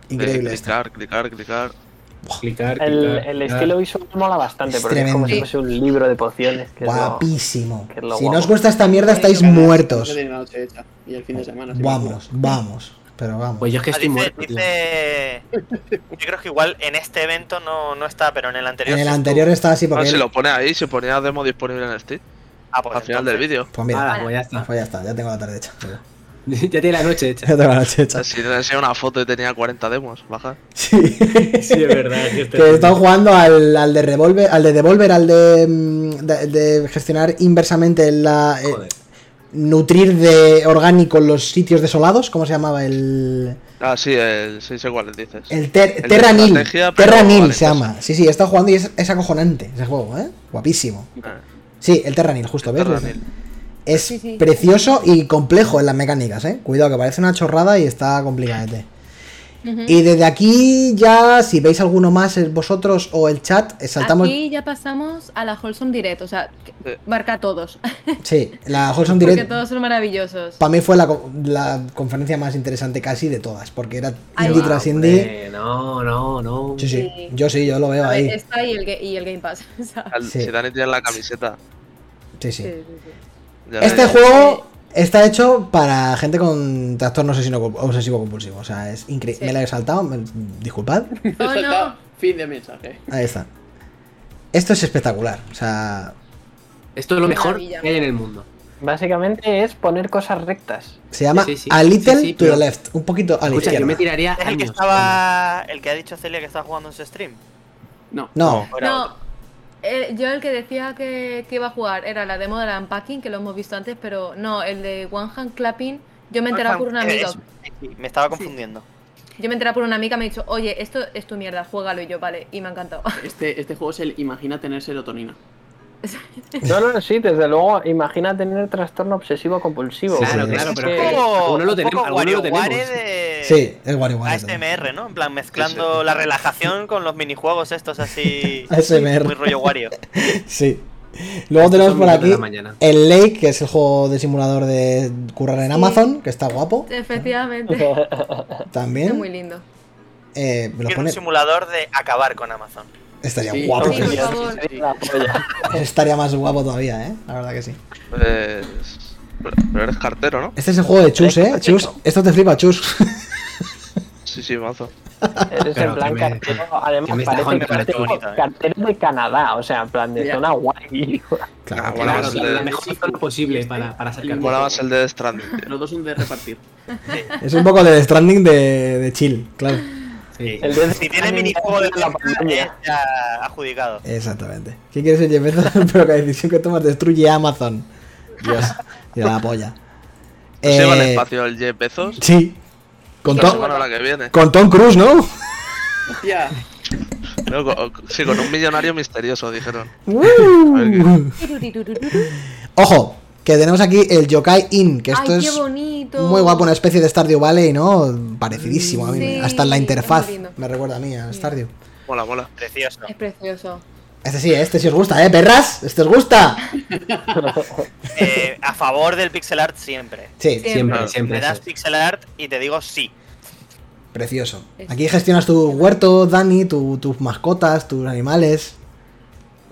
De Increíble. este. clicar, clicar, clicar. Clicar, El, clicar, el clicar. estilo visual mola bastante, Es porque es como si tremendo. fuese un libro de pociones. Que es lo- Guapísimo. que es lo Si guapo. no os gusta esta mierda, estáis Yo creo que muertos. yo tenía la noche hecha, y el fin de semana. sin [laughs] Vamos, vamos. Pero vamos. Pues yo es que Ah, estoy dice, muerto, tío. dice- Yo creo que igual en este evento no, no está, pero en el anterior. En el sí estuvo. anterior estaba así Ah, porque. si él- lo pone ahí, si ponía demo disponible en Steam. Ah, pues al final del entonces. vídeo. Pues mira, Hala, pues ya está. pues ya está, ya tengo la tarde hecha. [laughs] Ya ya tiene la noche hecha. tengo la noche hecha. Si le enseñé una foto y tenía 40 demos, baja. Sí. [laughs] Sí, es verdad. este es [laughs] Que terrible. están jugando al, al de revolver, al de devolver, al de, mm, de, de gestionar inversamente la. eh, Joder. nutrir de orgánico los sitios desolados, ¿cómo se llamaba? El. Ah, sí, el, sí sé cuál dices. El, ter, El de Terranil. estrategia, pero Terranil vale, se pues- llama. Sí, sí, está jugando y es, es acojonante ese juego, ¿eh? Guapísimo. Ah, Sí, el Terranil, justo, ¿ves? Terranil. Es Sí, sí. precioso y complejo en las mecánicas, ¿eh? Cuidado, que parece una chorrada y está complicadete. Ujú. Y desde aquí ya, si veis alguno más eh, vosotros o el chat, eh, saltamos... Aquí ya pasamos a la Wholesome Direct, o sea, que Sí. marca a todos, [laughs] Sí, la Wholesome porque Direct todos son maravillosos. para mí fue la, co- la conferencia más interesante casi de todas, porque era Ahí indie va, tras Ah, indie. hombre, No, no, no. Sí, sí, Sí. yo sí, yo lo veo A ahí. ver, esta y el, ga- y el Game Pass, [laughs] ¿sabes? Al- Sí. Si Dani tiene la camiseta. Sí, sí. Sí, sí, sí. ya Este veréis. juego está hecho para gente con trastorno obsesivo compulsivo. O sea, es increíble. Sí. Me la he saltado, me- disculpad. más. Oh, no. Fin de mensaje. Ahí está. Esto es espectacular. O sea, Esto es lo mejor Maravilla. que hay en el mundo. Básicamente es poner cosas rectas. se llama Sí, sí, sí. A Little Sí, sí, to pero- the Left. Un poquito a la Escucha, yo izquierda. me tiraría Es el años. que estaba. El que ha dicho Celia que estaba jugando en su stream. No. No, ¿O era otro? No, eh, yo el que decía que, que iba a jugar era la demo de la Unpacking, que lo hemos visto antes, pero no, el de One Hand Clapping, yo me he enterado por una Eh, amiga. eso, sí, Me estaba confundiendo. Yo me he enterado por una amiga, me ha dicho, oye, esto es tu mierda, juégalo, y yo, vale, y me ha encantado. [laughs] Este, este juego es el Imagina tener serotonina. No, no, sí, desde luego, imagina tener trastorno obsesivo compulsivo. Sí, Claro, sí, claro, sí. pero Un Eh, que poco- alguno lo un tenemos. poco alguno lo tenemos. WarioWare de. sí, es WarioWare. también. ASMR, ¿no? En plan, mezclando Sí, sí. la relajación con los minijuegos estos así. ASMR. Muy rollo Wario. [laughs] Sí. Luego tenemos Estos son por minutos este de aquí la mañana. el Lake, que es el juego de simulador de currar en Sí. Amazon, que está guapo ¿Eh? Efectivamente, [laughs] [laughs] es muy también. [laughs] lindo. Eh, me lo Quiero un pone... simulador de acabar con Amazon. Estaría Sí, guapo. Sí, por sí, favor. sí, sí. La polla. Estaría más guapo todavía, ¿eh? La verdad que sí. Pues- pero, pero eres cartero, ¿no? Este es el juego de Chus, ¿eh? Chus, esto te flipa, Chus. [laughs] Sí, sí, mazo. Eres Pero en plan que me- cartero, que me además está jodiendo, parece me parece cartero, bonito, eh. cartero de Canadá, o sea, en plan de Ya. zona guay. Claro, bueno, claro. Claro, pues, claro, la eh, mejor zona posible para, para sacar. Mola más el de Stranding. tío. Los dos son de repartir. Es un poco de Stranding de, de chill, claro. Sí. El de- Si tiene minijuego de la la pandemia. ya adjudicado. Exactamente. ¿Qué quieres decir, Jeff? [laughs] Pero que la decisión que tomas destruye a Amazon. Dios, tira la polla. ¿No Pues se lleva al Eh, espacio el Jeff Bezos? Sí. Con, La Tom- semana la que viene. con Tom Cruise, ¿no? Hostia. No, con- con- sí, con un millonario misterioso, dijeron. Ojo, que tenemos aquí el Yokai Inn, que esto Ay, qué es bonito. muy guapo, una especie de Stardew Valley, ¿no? Parecidísimo a mí, Sí, hasta en la es muy interfaz. lindo. Me recuerda a mí, a Stardew. Mola, mola. Precioso. Es precioso. Este sí, este sí os gusta, ¿eh, perras? Este os gusta. Eh, a favor del pixel art siempre. Sí, Sí. Siempre, Siempre. Me siempre. das eso. pixel art y te digo sí. precioso. Es- Aquí gestionas tu huerto, Dani, tu- tus mascotas, tus animales.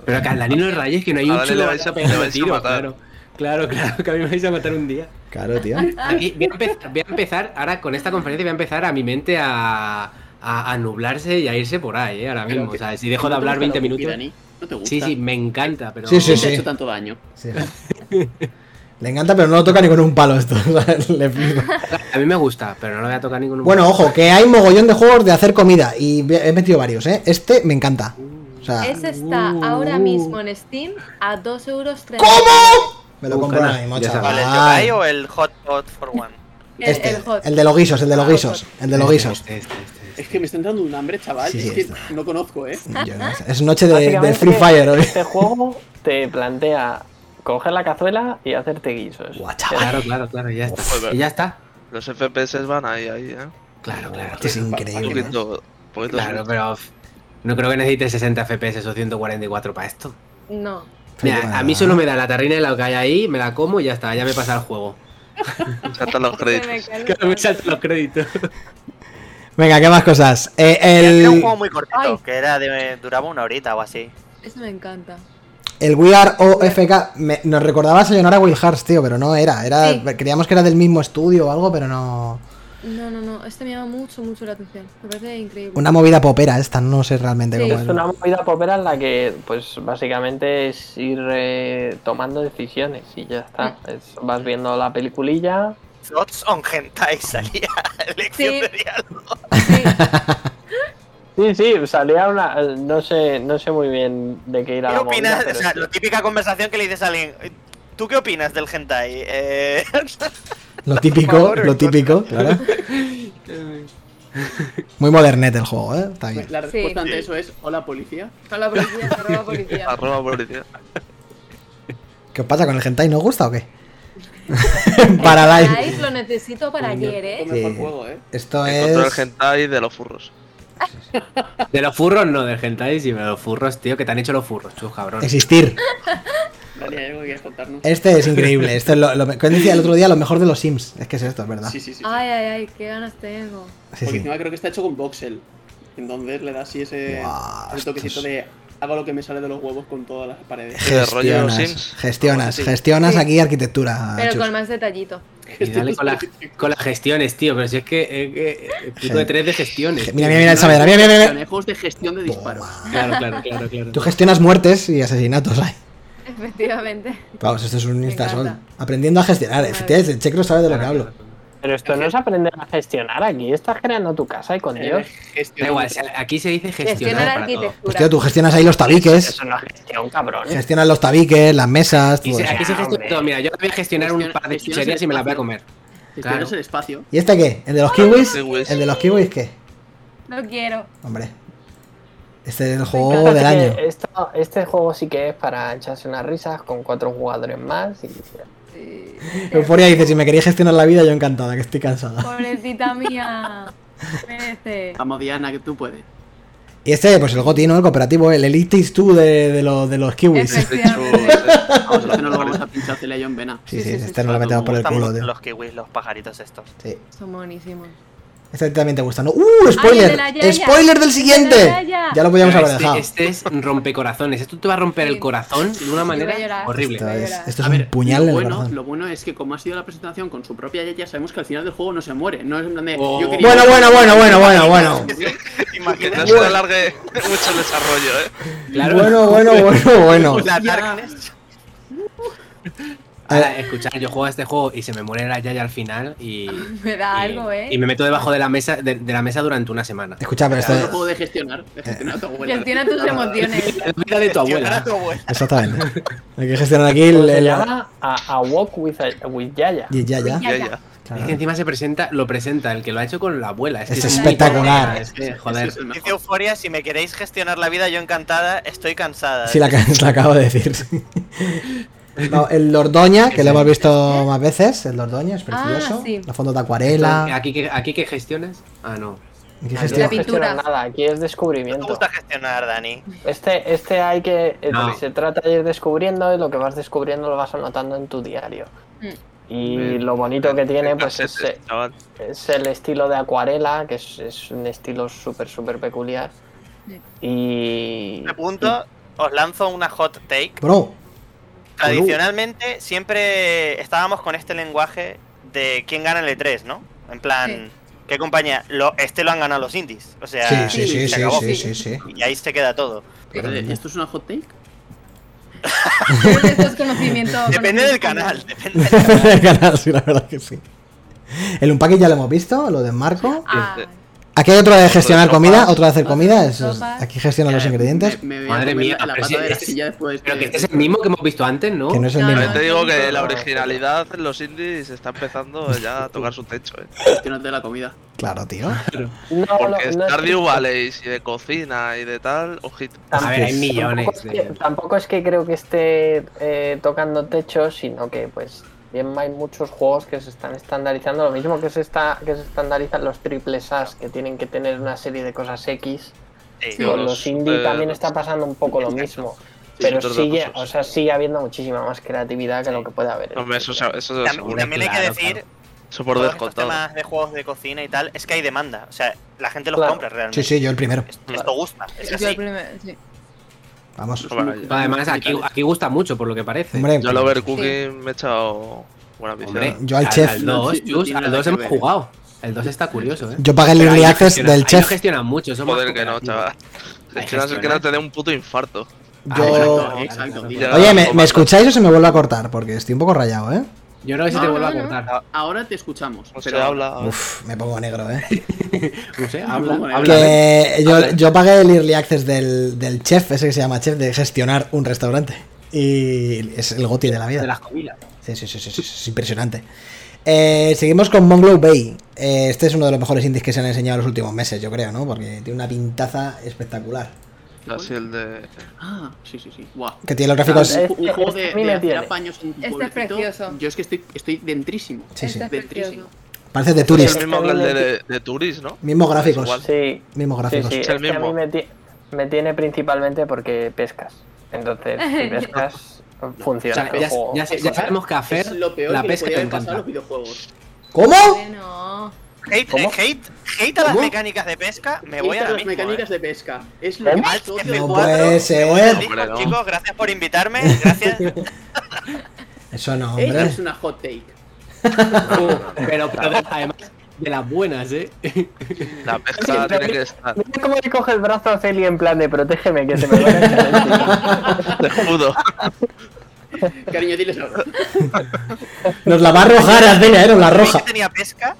Pero que al Danilo de Reyes, que no hay un Ahora le chulo, vais a- vaya pegar le vais a tiro, matar. Claro, claro, claro, que a mí me vais a matar un día. Claro, tío. Aquí voy a empezar, voy a empezar ahora con esta conferencia voy a empezar a mi mente a, a, a nublarse y a irse por ahí, eh, ahora mismo. Pero que- O sea, si dejo de hablar 20 minutos. Pirani, ¿No te gusta? Sí, sí, me encanta, pero. Sí, sí, ¿Te ha sí. hecho tanto daño? Sí. Le encanta, pero no lo toca ni con un palo esto. [laughs] o sea, Le flipa. A mí me gusta, pero no lo voy a tocar ningún. Bueno, ojo, que hay mogollón de juegos de hacer comida. Y he metido varios, ¿eh? Este me Este encanta. O sea, Ese está ahora Uh. mismo en Steam a 2 euros. ¿Cómo? Me lo compro ahora mismo, ya chaval. Vale, ¿el Yokai o el Hot Hot for [laughs] One? El, Este, el hot. Ah, el de los guisos, el de los guisos, el de los guisos. Este, este, este, este. Es que me está entrando un hambre, chaval. Sí, es sí, que está. no conozco, ¿eh? Yo no sé, Es noche de, de Básicamente, Free Fire hoy. Este juego te plantea coger la cazuela y hacerte guisos. Buah, chaval, este. Claro, claro, claro, ya está. Joder. Y ya está. Los FPS van ahí, ahí, ¿eh? Claro, claro. esto es Un increíble. poquito, un poquito Claro, pero pff, no creo que necesites 60 FPS o 144 para esto. No. Mira, a mí solo me da la tarrina y la que hay ahí, me la como y ya está, ya me pasa el juego. sí, saltan [laughs] [laughs] los créditos. Se me cae el [laughs] Me pan. salto los créditos. Venga, ¿qué más cosas? Eh, el- Era un juego muy cortito, Ay. que era de, duraba una horita o así. Eso me encanta. El We Are OFK me- nos recordaba a Sayonara Wild Hearts, tío, pero no era. era Sí. Creíamos que era del mismo estudio o algo, pero no. No, no, no. Este me llama mucho, mucho la atención. Me parece increíble. Una movida popera esta, no sé realmente Sí. cómo Es es. una movida popera en la que, pues, básicamente es ir eh, tomando decisiones y ya está. Es- vas viendo la peliculilla. Thoughts on Hentai [laughs] salía. Elección Sí. de diálogo. Sí. Sí, sí, salía una. eh, No sé, no sé muy bien de qué ir a ¿Qué la movida, opinas? pero O sea, sí. la típica conversación que le dices a alguien. ¿Tú qué opinas del Hentai? Eh, [laughs] Lo típico, lo típico, claro. Muy modernet el juego, ¿eh? Está bien. La respuesta Sí. ante eso es: Hola, policía. Hola policía, arroba policía. Arroba policía. ¿Qué os pasa con el hentai? ¿No os gusta o qué? [laughs] Paradise. Live lo necesito para ayer, Tu eh. mejor Sí. juego, ¿eh? Pues- Esto Encontró el es. hentai de los furros. De los furros no, del hentai, sino de los furros, tío, que te han hecho los furros, tú, cabrón. Existir. Dani, ¿hay algo que quieras contarnos? Este es increíble. Esto es lo, lo, que decía el otro día, lo mejor de los Sims. Es que es esto, es verdad. Sí, sí, sí. sí. Ay, ay, ay, qué ganas tengo. Sí, Porque sí. encima creo que está hecho con voxel. Entonces le da así ese, Buah, ese toquecito estos- de hago lo que me sale de los huevos con todas las paredes. De rollo de los Gestionas, Sims. gestionas, Sí. gestionas aquí arquitectura. Pero Ah, chus. con más detallito. [laughs] Y dale con, la- con las gestiones, tío, pero si es que eh, eh, el puto de tres de gestiones. Mira, mira, mira el Saavedra, [laughs] mira, mira, mira. Conejos de gestión de disparos. Toma. Claro, claro, claro, claro. Tú gestionas muertes y asesinatos ahí. Efectivamente. Vamos, esto es un Me instasol. encanta. Aprendiendo a gestionar. Efectivamente, el Checro sabe de lo que hablo. Pero esto no es aprender a gestionar aquí. Estás creando tu casa y con Eh, Dios. Da igual, si aquí se dice gestionar Gestionar para todo. Pues arquitectura. tío, tú gestionas ahí los tabiques. Eso no es gestión, cabrón. Gestionas los tabiques, las mesas, Y todo se- eso. aquí se gestiona Hombre. todo. Mira, yo voy a gestionar un Gestiona- par de gestiona chucherías y me las voy a espacio. comer. Gestionas claro. el espacio. ¿Y este qué? ¿El de los kiwis? Kiwis. ¿El de los kiwis qué? No quiero. Hombre. Este es el Me juego encanta del que año. esto- este juego sí que es para echarse unas risas con cuatro jugadores más. Y, Sí. Euforia dice, si me queréis gestionar la vida, yo encantada, que estoy cansada. Pobrecita mía. Merece. Vamos, Diana, que tú puedes. Y este, pues el goti, ¿no? El cooperativo, el Elite Takes Two de, de los- de los kiwis. Sí, De hecho, Efectivamente. Vamos, este no lo vamos a pinchar Celia yo en vena. sí, sí, sí, este nos lo metemos por el Gustan culo, mucho tío. los kiwis, los [laughs] pajaritos estos. Sí. Son buenísimos. Este también te gusta, ¿no? ¡Uh! ¡Spoiler! Ay, el de la Yaya. ¡Spoiler del siguiente! El de la Yaya. Ya lo podíamos Pero haber dejado. este, este es rompecorazones. Esto te va a romper Sí. el corazón de una Voy a manera llorar. horrible. Esto Voy a es, llorar. esto es A un ver, puñal en lo, el bueno, corazón. lo bueno es que como ha sido la presentación con su propia Yaya, sabemos que al final del juego no se muere. No es en plan de, Oh. yo quería- Bueno, bueno, bueno, bueno, bueno, [laughs] bueno. Que Imagínate. no se alargue [laughs] mucho el desarrollo, ¿eh? Claro. Bueno, [laughs] bueno, bueno, bueno. La Darkness. Ahora, escuchar, yo juego a este juego y se me muere la yaya al final y. Me da y- algo, eh. Y me meto debajo de la mesa, de, de la mesa durante una semana. Escucha, pero este Es un esto. juego de gestionar. De Eh. gestionar a tu abuela. [laughs] Gestiona tus [laughs] emociones. La vida de tu Gestionar a abuela. tu abuela. Exactamente. Hay que gestionar aquí ¿Cómo el. se el- llama? A, a Walk with, with Yaya. Y ya, ya. Ya, ya. Ya, ya. Es que Claro. encima se presenta, lo presenta el que lo ha hecho con la abuela. que Es un espectacular. colega, es que, Ese joder. es el Dice mejor. Euforia, si me queréis gestionar la vida, yo encantada, estoy cansada. Sí, la, ca- [laughs] la acabo de decir. sí. No, el Dordoña, que lo hemos visto más veces. El Dordoña es precioso. Ah, sí. La fondo de acuarela. este? Aquí que, aquí que gestiones. Ah, no. Aquí Aquí gestiona- no La pintura. gestionas nada, aquí es No te descubrimiento. gusta gestionar, Dani. Este, este hay que. eh, No. Se trata de ir descubriendo y lo que vas descubriendo lo vas anotando en tu diario. Y lo bonito que [laughs] tiene, pues es, eh, Este Chaval. es el estilo de acuarela, que es, es un estilo súper, súper peculiar. Y. Este punto, os lanzo una hot take. Bro, Tradicionalmente siempre estábamos con este lenguaje de quién gana el E3, ¿no? En plan, Sí. ¿qué compañía? Lo, este lo han ganado los indies. O sea, sí, sí, sí, se sí, acabó. sí, sí, sí. [laughs] Y ahí se queda todo. Espérate, ¿Esto es una hot take? Esto es conocimiento. conocimiento. Depende del canal, depende del canal. Ganas, sí, la verdad que sí. El Unpackage ya lo hemos visto, lo de Marco. Ah, Aquí hay otro de gestionar Otro de comida, sopas. otro de hacer comida. eso es- sopas. aquí gestionan los Eh, ingredientes. me- me voy a Madre comer mía, la, la pero pata si de la es- silla después. Pero de- que este es el mismo que hemos visto antes, ¿no? Que no es el No, mismo. También te digo que la No. originalidad en los indies está empezando ya a tocar su techo, eh. gestionarte la comida. Claro, tío. No, Porque no, Ah, no es Stardew que- Valley y de cocina y de tal, ojito. A ver, hay Tampoco millones. Tampoco es que, de- tampoco es que creo que esté eh, tocando techo, sino que pues bien hay muchos juegos que se están estandarizando, lo mismo que se está que se estandarizan los triples As que tienen que tener una serie de cosas X, Sí, Sí. con los los indie super- también está pasando [laughs] un poco lo mismo, pero super sigue, datos. o sea, sigue habiendo muchísima más creatividad que lo que puede haber. en Hombre, eso, triples se- eso Tam- se También, este asegura. hay que claro, decir, claro. Eso por todos estos descontado. temas de juegos de cocina y tal, es que hay demanda. O sea, la gente los Claro. compra realmente. Sí, sí, yo el primero. Es- Esto gusta. Es Yo el así. primer- sí. Vamos. Bueno, yo- Pues Además, aquí, aquí gusta mucho, por lo que parece. Hombre, yo al Overcooking me he echado buena Hombre, visión. Yo al chef. Al 2, No tiene nada al 2 que hemos ver. jugado. El 2 está curioso, ¿eh? yo pagué el Pero ahí early no access gestiona- del ahí no chef. gestiona mucho, eso es más Joder, que no, cooperativo. chaval. Ahí Es que no sé que gestiona. no te dé un puto infarto. Ah, Yo. exacto, exacto. Ya. Oye, ¿me, Comando. me escucháis o se me vuelve a cortar? Porque estoy un poco rayado, ¿eh? Yo creo que se No, te vuelve no, a no. cortar. Ahora te escuchamos. No se pero habla. Uf, me pongo negro, ¿eh? No sé, ¿eh? habla, Bueno, habla. Que yo, yo pagué el early access del, del chef, ese que se llama chef, de gestionar un restaurante. Y es el goti de la De vida. las comidas. Sí, sí, sí, sí, sí, es impresionante. Eh, seguimos con Monglow Bay. Eh, este es uno de los mejores indies que se han enseñado en los últimos meses, yo creo, ¿no? Porque tiene una pintaza espectacular. Así el de. Ah, sí, sí, sí. Guau. Que tiene los Ah, gráficos. Este- un, un juego este de, a mí de me hacer tiene. apaños en tu Este es pueblecito. precioso. Yo es que estoy, estoy dentrísimo. Sí, sí. Este es precioso. Parece de Es Tourist. el mismo que el de, de, de Turis, ¿no? Pues Mismos gráficos. Igual. Sí, Mismos sí, gráficos. sí, Es el es que a mismo. mí me, ti- me tiene principalmente porque pescas. Entonces, [laughs] si pescas, O funciona. sea, el ya, juego. ya- ya sabemos que a Fer Es lo peor la que le pesca podía le haber pasado a encanta. los videojuegos. ¿Cómo? Bueno. Hate, ¿Cómo? hate, hate a las ¿Cómo? mecánicas de pesca, me voy Quita a las la mismo. mecánicas ¿eh? de pesca. Es lo que ¿Eh? más Alt odio. No F4, puede me ser. voy al disco, Hombre, no. Chicos, gracias [laughs] por invitarme, gracias. Eso no, Esta hombre. es una hot take. Pero, pero además, de las buenas, ¿eh? La pesca tiene que estar. Mira cómo le coge el brazo a Celia en plan de protégeme que se me va a echar encima". Te escudo. Cariño, diles ahora. [laughs] Nos la va a arrojar, Ardelia, eh, nos la Vi [laughs] arroja. que tenía pesca.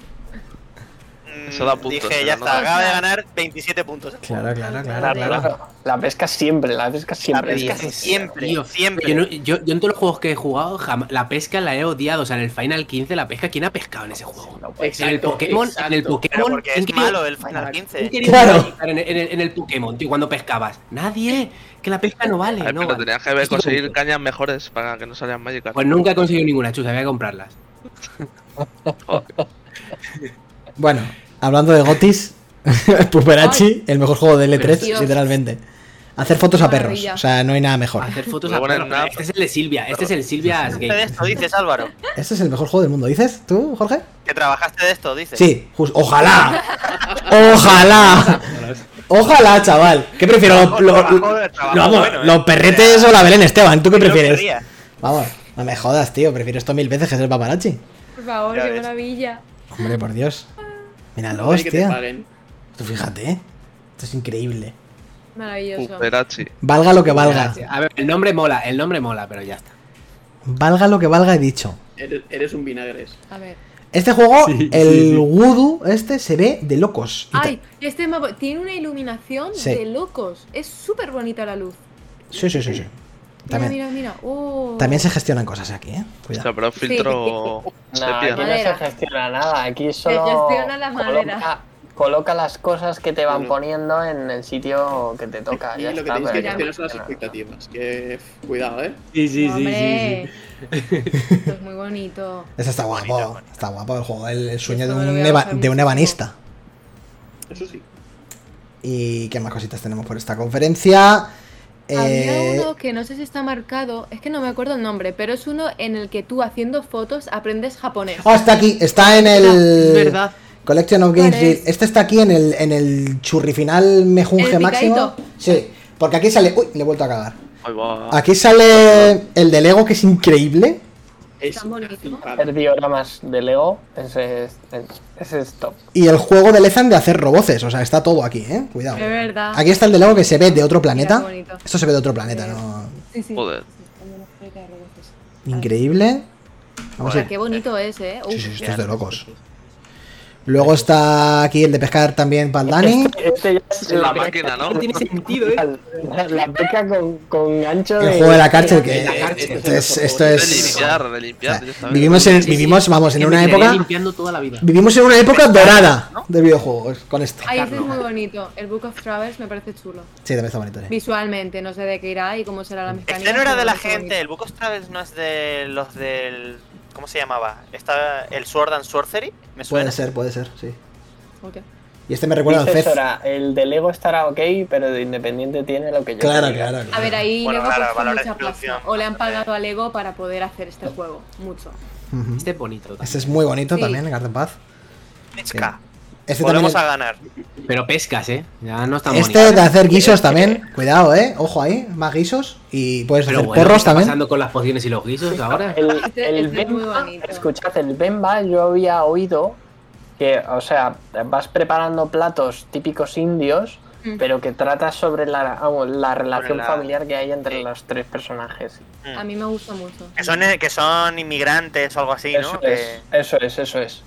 mm, Eso da puntos, Dije, pero ya no está, da- acaba de ganar 27 puntos. Claro, claro, Ah, claro, Claro, claro. claro. La pesca siempre, la pesca La siempre. pesca es que- siempre, Tío, siempre. Yo, no- yo, yo en todos los juegos que he jugado, jam- la pesca la he odiado. O sea, en el Final 15, la pesca, ¿quién ha pescado en ese juego? en el Exacto, Pokémon, en el exacto. Pero Pokémon. porque ¿quién es quería- malo el Final ¿quién 15. quería Claro. pescar En, el- en el- en el Pokémon, tío, cuando pescabas. Nadie. Que la pesca no vale. Ay, no pero vale. tenías que haber Esto es conseguir tonto. cañas mejores para que no salieran mágicas. Pues nunca he conseguido ninguna chusa, había que comprarlas. Bueno, hablando de Gotis, [laughs] Puperachi, el mejor juego de L3, Dios. literalmente. Hacer fotos a perros, Maravilla. o sea, no hay nada mejor. Hacer fotos Luego a en el perros. nap- Este es el de Silvia, este es el Silvia's ¿Qué de Game. esto dices, Álvaro? Este es el mejor juego del mundo, ¿dices tú, Jorge? ¿Que trabajaste de esto? Dices. Sí, jus- ojalá. Ojalá. Ojalá, chaval. ¿Qué prefiero? Lo- lo- Trabajo- lo- trabajo vamos, bueno, ¿eh? ¿Los perretes o la Belén Esteban? ¿Tú qué Yo no prefieres? querría. Vamos, no me jodas, tío. Prefiero esto mil veces que ser paparazzi. Por favor, Ya qué ves. maravilla. Hombre, por Dios. Míralo, Hay que te hostia. paguen. Tú fíjate, ¿eh? Esto es increíble. Maravilloso. Puperachi. Valga lo que valga. A ver, el nombre mola, el nombre mola, pero ya está. Valga lo que valga, he dicho. Eres, eres un vinagres. A ver. Este juego, Sí, el sí, sí. Voodoo, este se ve de locos. Y ta- Ay, este mapa tiene una iluminación Sí. de locos. Es súper bonita la luz. Sí, sí, sí, sí. También, Mira, mira, mira. Oh. también se gestionan cosas aquí, ¿eh? O Cuidado. sea, pero filtro. No, sepia. aquí no se Madera. gestiona nada, aquí solo. gestiona la madera. Coloca, coloca las cosas que te van Bueno. poniendo en el sitio que te toca. Y ya lo que está, tenéis que pero gestionar son las no. expectativas. Que cuidado, eh. Sí, sí, Hombre. Esto es [laughs] muy bonito. Este está guapo, está guapo el juego, el, el sueño de Esto me lo un, voy a eva- bajar de un muchísimo. ebanista. Eso sí. ¿Y qué más cositas tenemos por esta conferencia? Eh, Había uno que no sé si está marcado, es que no me acuerdo el nombre, pero es uno en el que tú haciendo fotos aprendes japonés. Oh, está aquí, está en el verdad. Collection of ¿Cuál Games. Reel. es? Este está aquí en el, en el churri final mejunje ¿El máximo. picadito? Sí, porque aquí sale. Uy, le he vuelto a cagar. Ahí va. Aquí sale el de Lego, que es increíble. Es Tan bonito. Hacer flipada. dioramas de Lego, ese es, ese es top. Y el juego de Lezan de hacer roboces, o sea, está todo aquí, ¿eh? Cuidado. Es verdad. Aquí está el de Lego que se ve de otro planeta. Mira, qué bonito. Esto se ve de otro planeta, ¿no? Sí, sí. Joder. Increíble. O Vamos a sea, ver. qué bonito es, eh. Uf, Sí, sí, esto es de locos. Luego está aquí el de pescar también para el Dani. [laughs] Este ya es La pesca- máquina, ¿no? No tiene sentido, ¿eh? La, la pesca con, con ancho El de. juego de la cárcel, que La cárcel. esto es, esto es- De limpiar, de o sea, limpiar. directamente. vivimos en, Sí, sí. vivimos, vamos, en Que me una tiraré época, limpiando toda la vida. vivimos en una época dorada de videojuegos con esto. Ahí este es muy bonito. El Book of Travers me parece chulo. Sí, Mm. también está bonito. eh. sí. Visualmente, no sé de qué irá y cómo será la mecánica. Este no era pero de la parece gente, el Book of Travels no es de los del. ¿Cómo se llamaba? Estaba el Sword and Sorcery, me suena. Puede ser, puede ser, sí. bonito. Ok. Y este me recuerda al Dice Fez. Sora, el de Lego estará ok, pero de Independiente tiene lo que yo. Claro, quería". claro. A ver, ahí Bueno, Lego claro, costó valores mucha de producción. pasta. O le han pagado a Lego para poder hacer este juego. Mucho. Ujú. Este es bonito también. Este es muy bonito Sí. también, Garden Path. Pesca. Este también. Volvemos a ganar. Pero pescas, ¿eh? Ya no estamos. Este de hacer guisos también. Cuidado, eh. Ojo ahí, más guisos. Y puedes hacer ¿qué porros está también. pasando con las pociones y los guisos [laughs] ahora? El, Este- el este es muy Bemba, bonito. escuchad, el Bemba yo había oído que, o sea, vas preparando platos típicos indios, Mm. pero que trata sobre la, vamos, la relación la- familiar que hay entre Sí. los tres personajes. Mm. A mí me [laughs] gusta mucho. Que son, que son inmigrantes o algo así, eso, ¿no? es, Que- eso es, eso es.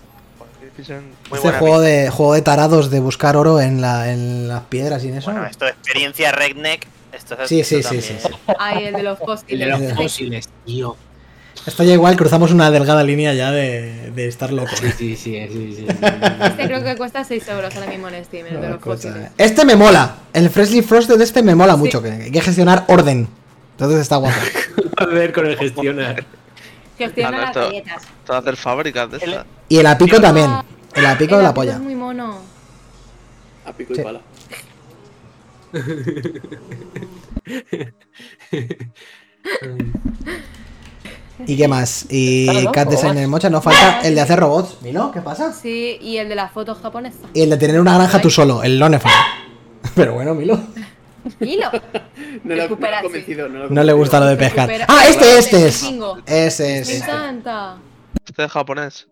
Muy este buena juego de, juego de tarados de buscar oro en, la, en las piedras y en eso. Bueno, esto es experiencia redneck. Esto es Sí, sí, esto sí, también. sí, sí. Ay, el de los El de fósiles. los fósiles, tío. Esto ya igual cruzamos una delgada línea ya de, de estar loco. Sí, sí, sí, sí, sí. Este creo que cuesta 6 euros ahora mismo en Steam, el de los fósiles. Este me mola. El Freshly Frosted este me mola mucho. Que hay que gestionar orden. Entonces está guapo. A ver con el gestionar. Gestiona Ah, no, las esto- galletas. Esto de hacer fábricas de estas. Y el apico también. El apico de El la Apico polla. Es muy mono. A pico y Sí. pala. ¿Y qué más? Y Claro, Cat ¿no? Designer Mocha. No falta el de hacer robots. Milo, ¿qué pasa? Sí, y el de las fotos japonesas. Y el de tener una granja tú solo, el Lonefan. [laughs] Pero bueno, Milo. [laughs] Hilo. No lo, no lo Recupera, he sí. convencido. No, lo he No le gusta lo de pescar. Recupera- ¡Ah, este, este es! Vikingo. Ese Me es. encanta. Este es japonés.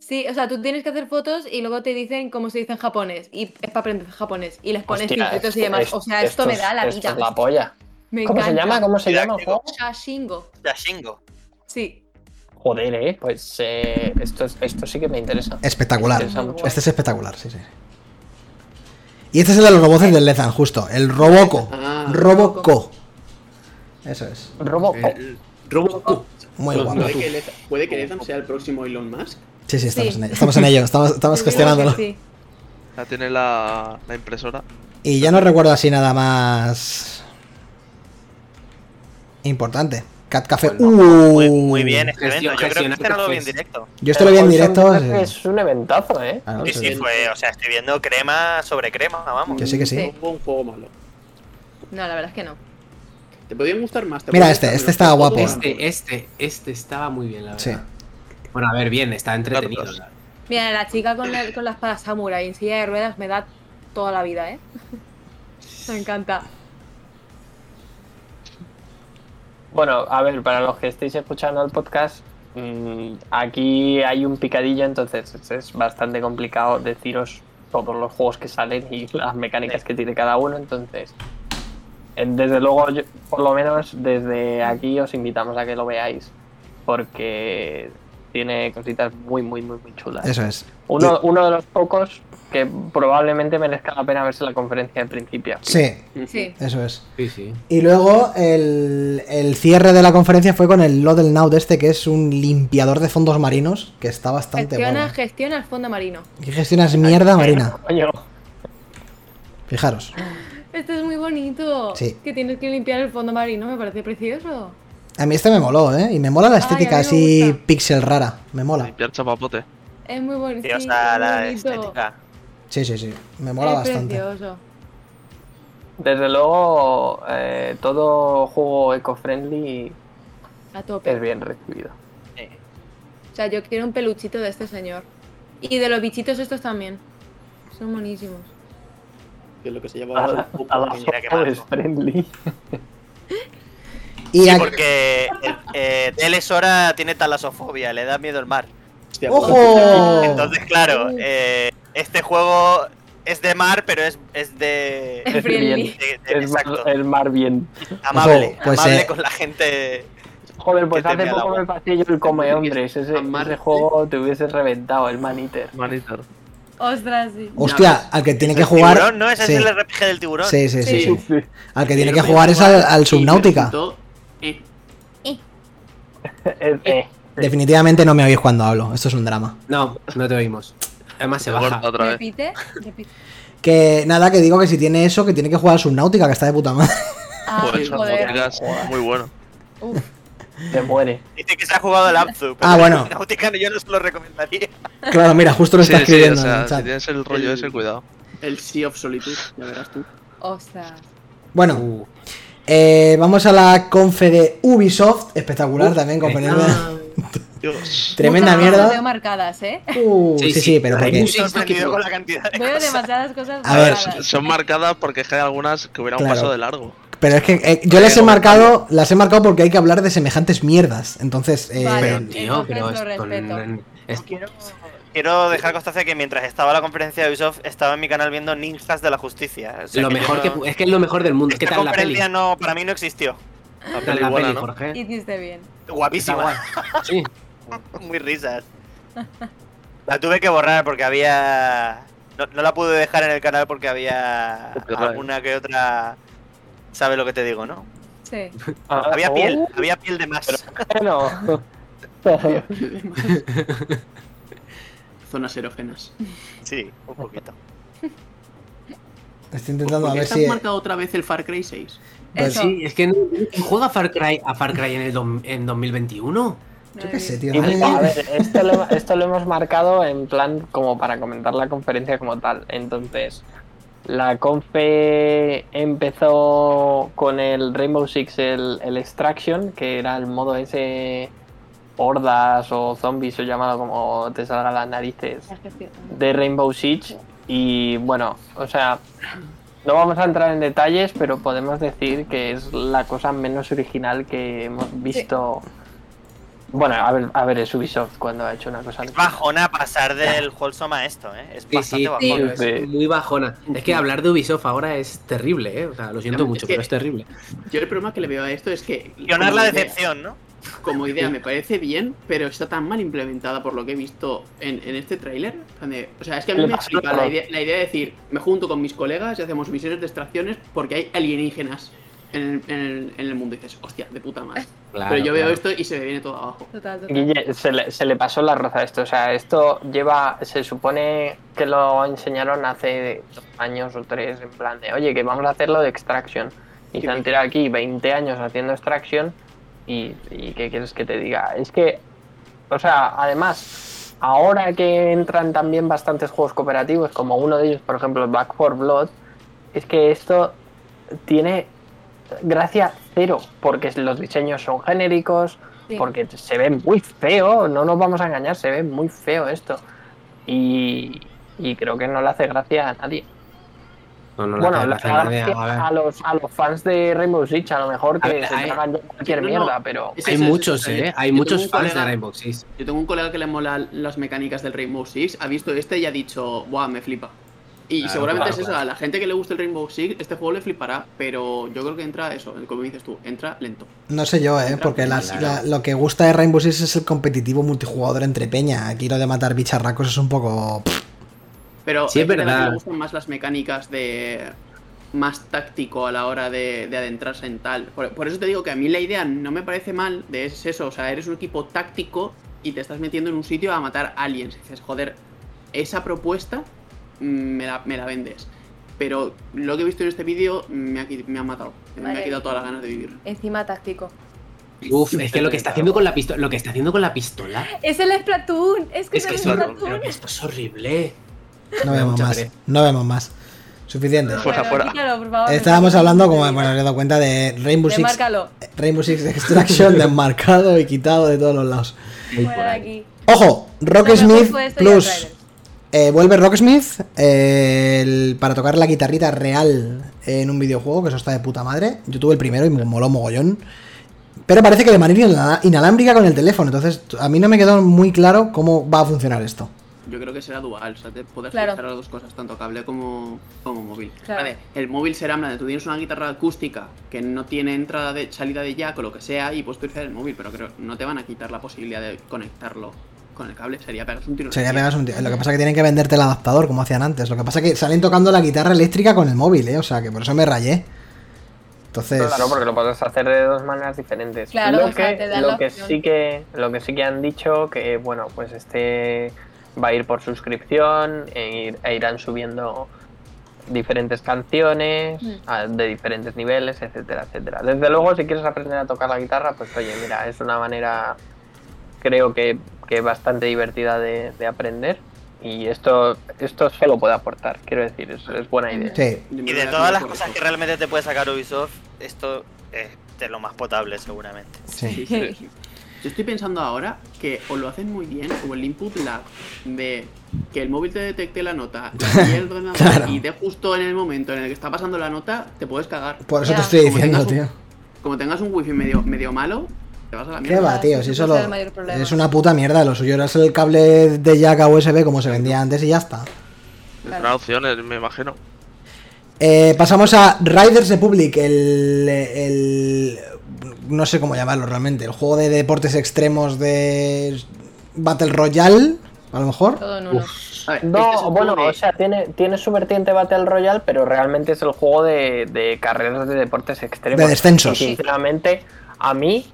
Sí, o sea, tú tienes que hacer fotos y luego te dicen cómo se dice en japonés. Y es para aprender japonés. Y les pones Hostia, circuitos y esto- demás. O sea, esto, me es- da la esto vida. es la polla. Me ¿Cómo se encanta. llama? ¿Cómo se llama el Didáctico. juego? Shashingo. Yashingo. Sí. Joder, eh. Pues eh, esto, es- esto sí que me interesa. Espectacular. Interesa mucho. Este es espectacular, sí, sí. Y este es el de los robots del Lezan, justo. El Roboco. Ah, Roboco. Eso es. Robo. oh, El Robocop. Muy Pues guapo. puede que Leza- puede que Lezam sea el próximo Elon Musk. Sí, sí, estamos, Sí. En, ello, estamos en ello. Estamos, estamos [laughs] Te digo que gestionándolo. sí. Ya tiene la, la impresora. Y ya no recuerdo así nada más. Importante. Cat Café. Uh, Muy, muy bien este evento. Gestión- Yo creo que este no lo vi en gestión- pues. directo. Yo esto lo vi en directo. sí. Es un eventazo, eh. Ah, no, Sí, sí, sí, sí. fue. O sea, estoy viendo crema sobre crema, vamos. Que sí, que sí. Sí. Fue un juego malo. No, la verdad es que no. Te podrían gustar más. te Mira podrían este, gustar este menos, estaba pero guapo. todos eran Este, este, este estaba muy bien, la Sí. verdad. Bueno, a ver, bien, está entretenido. Cartas. la- Mira, la chica con la, con la espada samurai en silla de ruedas me da toda la vida, ¿eh? [laughs] me encanta. Bueno, a ver, para los que estéis escuchando el podcast, mm, aquí hay un picadillo, entonces es, es bastante complicado deciros todos los juegos que salen y las mecánicas que tiene cada uno, entonces... eh, Desde luego, yo- por lo menos desde aquí os invitamos a que lo veáis, porque tiene cositas muy, muy, muy, muy chulas. Eso es. Uno, uno de los pocos que probablemente merezca la pena verse la conferencia de principio. Sí, buenos. Sí. eso es. Sí, sí. Y luego el, el cierre de la conferencia fue con el Lodel Now de este, que es un limpiador de fondos marinos, que está bastante Gestiona, bueno. gestiona el fondo marino. Y gestionas mierda marina. Coño. Fijaros. Esto Este es muy bonito. Sí. Que tienes que limpiar el fondo marino, me parece precioso. A mí este me moló, ¿eh? Y me mola la estética a mí me así gusta. pixel rara. Me mola. Limpiar chapapote. Es muy bonito. Sí, o sea, es la bonito. estética. Sí, sí, sí. Me mola es bastante. precioso. Desde luego, eh, todo juego eco-friendly A tope. es bien recibido. O sea, yo quiero un peluchito de este señor. Y de los bichitos estos también. Son buenísimos. Que es lo que se llama A la, a la Mira qué Eh, sopa malo. es friendly. Y aquí- Porque el- eh, Telesora tiene talasofobia, le da miedo el mar. Hostia, ¡Ojo! Entonces, claro, eh, este juego es de mar, pero es, es de. Es friendly. de- de- Es eh, mar, exacto. es mar bien. Amable. Ojo, pues, amable eh, con la gente. Joder, pues que te hace vea la poco boca. me pasé yo el Come Hombres. Ese, Amarte. ese juego te hubiese reventado, el Man Eater. [laughs] Manitar. Ostras, sí. Hostia, al que tiene que ¿El jugar. tiburón? No, ese sí. es el RPG del tiburón. Sí, sí, sí, Sí. sí. Sí. Al que Yo tiene lo que voy a jugar es al, al y me Subnautica. resultó, eh, Eh, eh. Definitivamente no me oís cuando hablo. Esto es un drama. No, no te oímos. Además se Se corta baja. otra vez. Repite, [laughs] repite. Que nada, que digo que si tiene eso, que tiene que jugar al Subnautica, que está de puta madre. Ah, Pues esa joder. música es muy bueno. Uf, Te muere. Dice que se ha jugado el Abzu. Ah, bueno. [laughs] Nautica yo no se lo recomendaría. Claro, mira, justo lo Sí, está sí, o escribiendo en sea, el si chat. tienes el rollo ese, cuidado. el Sea of Solitude, ya verás tú. ostras. Bueno, Uh, eh, vamos a la confe de Ubisoft. Espectacular también, Ah, conferencia. Eh, Dios. [laughs] Tremenda Muchas cosas mierda. Veo marcadas, ¿eh? Uh, sí, Sí, sí, sí, pero hay porque. Estoy sorprendido con la cantidad de Veo cosas. demasiadas cosas A ver, marcadas. Son marcadas porque es que hay algunas que hubieran Claro. pasado de largo. Pero es que eh, yo las he marcado, las he marcado porque hay que hablar de semejantes mierdas. Entonces, eh, Vale. Pero, Entonces tío, pero lo es con. respeto. es- Quiero, quiero dejar constancia que mientras estaba la conferencia de Ubisoft, estaba en mi canal viendo Ninjas de la Justicia. O sea, lo que mejor yo que. no- pu- Es que es lo mejor del mundo. ¿Qué Esta tal la peli? conferencia no, para mí no existió. La ¿Qué tal peli la buena, peli, ¿no? Jorge? Hiciste bien. Está Guapísima. [laughs] guay. Sí. Muy risas. La tuve que borrar porque había. No, no la pude dejar en el canal porque había Pues Copyright. alguna que otra. ¿Sabes lo que te digo, no? Sí. Ah, Había oh, piel, había piel de más. Bueno. [laughs] [laughs] [laughs] Zonas erógenas. Sí, un poquito. estoy intentando a ¿Por qué ver te si. eh, has marcado otra vez el Far Cry 6? Pues Eso. Sí, es que no, ¿quién juega a Far Cry, a Far Cry en, el dom- en 2021? [laughs] Yo qué sé, tío. Y, dale. a ver, esto lo, esto lo hemos marcado en plan como para comentar la conferencia como tal. Entonces, la confe empezó con el Rainbow Six, el, el Extraction, que era el modo ese hordas o zombies o llamado como te salga las narices de Rainbow Siege y bueno, o sea, no vamos a entrar en detalles, pero podemos decir que es la cosa menos original que hemos visto. Bueno, a ver, a ver, es Ubisoft cuando ha hecho una cosa. Es bajona pasar del Wholesome a esto, ¿eh? Es Sí, bastante sí, bajona. tío, Sí. es muy bajona. Es que hablar de Ubisoft ahora es terrible, ¿eh? O sea, lo siento Es mucho, que- pero es terrible. Yo el problema que le veo a esto es que. Guionar como la idea- decepción, ¿no? Como idea me parece bien, pero está tan mal implementada por lo que he visto en, en este tráiler. tan de- O sea, es que a mí Le me pasó explica todo. la idea, la idea de decir, me junto con mis colegas y hacemos misiones de extracciones porque hay alienígenas en el, en el- en el mundo. Y dices, hostia, de puta madre. Claro, pero yo veo claro. esto y se me viene todo abajo. Total, total. Guille, se le, se le pasó la roza a esto. O sea, esto lleva. Se supone que lo enseñaron hace dos años o tres, en plan de, oye, que vamos a hacerlo de extraction. Y se han tirado aquí 20 años haciendo extraction. Y, y qué quieres que te diga? Es que. O sea, además, ahora que entran también bastantes juegos cooperativos, como uno de ellos, por ejemplo, Back for Blood, es que esto tiene gracia cero, porque los diseños son genéricos, Sí. porque se ve muy feo, no nos vamos a engañar, se ve muy feo esto. Y, y creo que no le hace gracia a nadie. No, no, la bueno, peli le hace hace nada de- gracia a ver. a los, a los fans de Rainbow Six, a lo mejor que ver, se hay- tragan ya no, cualquier no. mierda, pero... Es- Hay sí, sí, muchos, sí, sí. ¿eh? Hay Yo tengo muchos un fans de colega- [laughs] Rainbow Six. Yo tengo un colega que le mola las mecánicas del Rainbow Six, ha visto este y ha dicho, ¡buah, me flipa! Y Claro, seguramente claro, es eso, claro. a la gente que le gusta el Rainbow Six, este juego le flipará, pero yo creo que entra eso, como dices tú, entra lento. No sé yo, eh, porque las- la- lo que gusta de Rainbow Six es el competitivo multijugador entre peña. Aquí lo de matar bicharracos es un poco. pff, Pero Sí, hay es gente a la que verdad. le gustan más las mecánicas de más táctico a la hora de, de adentrarse en tal. Por, por eso te digo que a mí la idea no me parece mal, de es eso, o sea, eres un equipo táctico y te estás metiendo en un sitio a matar aliens. Y dices, joder, esa propuesta mm, me la, me la vendes. Pero lo que he visto en este vídeo me ha, qui- me ha matado. Me Vale. ha quitado todas las ganas de vivir. Encima táctico. Uf, es que lo que está haciendo con la pistola, lo que está haciendo con la pistola, Es el Splatoon. Es que es, es que el es Splatoon. horrible. Esto es horrible. No Me da vemos mucha más. pereza. No vemos más. Suficiente. Pues Pero afuera. quítalo, por favor. Estábamos hablando, como bueno, me he dado cuenta, de Rainbow Six, Remárcalo. Rainbow Six Extraction desmarcado y quitado de todos los lados. Fuera de aquí. Ojo, Lo mejor Rocksmith fue esto y el Plus. trailer. Eh, vuelve Rocksmith eh, el- para tocar la guitarrita real en un videojuego, que eso está de puta madre. Yo tuve el primero y me moló mogollón. Pero parece que de manera inala- inalámbrica con el teléfono, entonces t- a mí no me quedó muy claro cómo va a funcionar esto. Yo creo que será dual, o sea, te podrás Claro. utilizar las dos cosas, tanto cable como, como móvil. Claro. Vale, el móvil será, en plan de, tú tienes una guitarra acústica que no tiene entrada de salida de jack o lo que sea y puedes utilizar el móvil, pero creo no te van a quitar la posibilidad de conectarlo con el cable, sería pegarse un tiro. en el Sería pie. pegarse un tío. Lo que pasa es que tienen que venderte el adaptador, como hacían antes. Lo que pasa es que salen tocando la guitarra eléctrica con el móvil, ¿eh? O sea, que por eso me rayé. Entonces. Claro, porque lo puedes hacer de dos maneras diferentes. Claro, lo o sea, que, te dan lo la que opción. sí que lo que sí que han dicho que bueno, pues este va a ir por suscripción e, ir- e irán subiendo diferentes canciones Mm. a- de diferentes niveles, etcétera, etcétera. Desde luego, si quieres aprender a tocar la guitarra, pues oye, mira, es una manera creo que, que bastante divertida de, de aprender y esto esto solo puede aportar, quiero decir, es, es buena idea. Sí. Yo me voy Y de a todas poner las por cosas eso. que realmente te puede sacar Ubisoft, esto es de lo más potable seguramente. Sí. Sí, [laughs] sí, sí. Yo estoy pensando ahora que o lo hacen muy bien, como el input lag de que el móvil te detecte la nota [laughs] y, el ordenador, Claro. y de justo en el momento en el que está pasando la nota, te puedes cagar. Por eso Ya. te estoy Como diciendo, tío. tengas Como tengas un wifi medio, medio malo, te vas a la ¿Qué mierda. va, tío? Si Ese eso puede lo- ser el mayor problema. es una puta mierda. Lo suyo era el cable de jack a USB como se vendía antes y ya está. Claro. Tendrá opciones, me imagino. Eh, pasamos a Riders Republic, el, el- No sé cómo llamarlo realmente. El juego de deportes extremos de. Battle Royale, a lo mejor. Todo en uno. A ver, No, este es un bueno, juego de- o sea, tiene, tiene su vertiente Battle Royale, pero realmente es el juego de, de carreras de deportes extremos. De descensos. Y sinceramente, a mí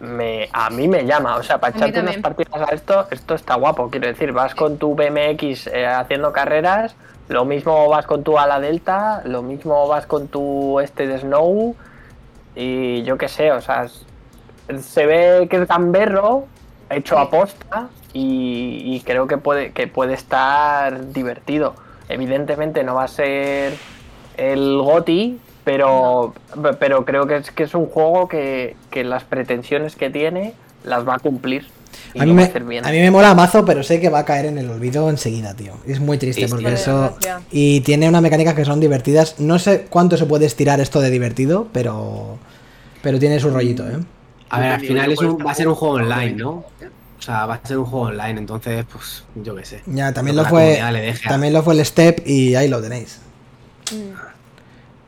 me, a mí me llama. O sea, para A mí echarte unas también. partidas a esto, esto está guapo. Quiero decir, vas con tu BMX eh, haciendo carreras, lo mismo vas con tu ala delta, lo mismo vas con tu este de snow, y yo qué sé, o sea, es- se ve que es gamberro, hecho a posta, y, y creo que puede, que puede estar divertido. Evidentemente no va a ser el GOTI, pero, pero creo que es, que es un juego que, que las pretensiones que tiene las va a cumplir. Y A mí, lo va me, a hacer bien. a mí me mola mazo, pero sé que va a caer en el olvido enseguida, tío. Es muy triste Sí, porque por eso. desgracia. Y tiene unas mecánicas que son divertidas. No sé cuánto se puede estirar esto de divertido, pero. Pero tiene su rollito, ¿eh? A ver, al Entendido, final yo es por un- este va a ser un juego juego- online, ¿no? O sea, va a ser un juego online, entonces, pues, yo qué sé. Ya, también Lo lo que la fue. comunidad le deje a- También lo fue el step y ahí lo tenéis. Mm.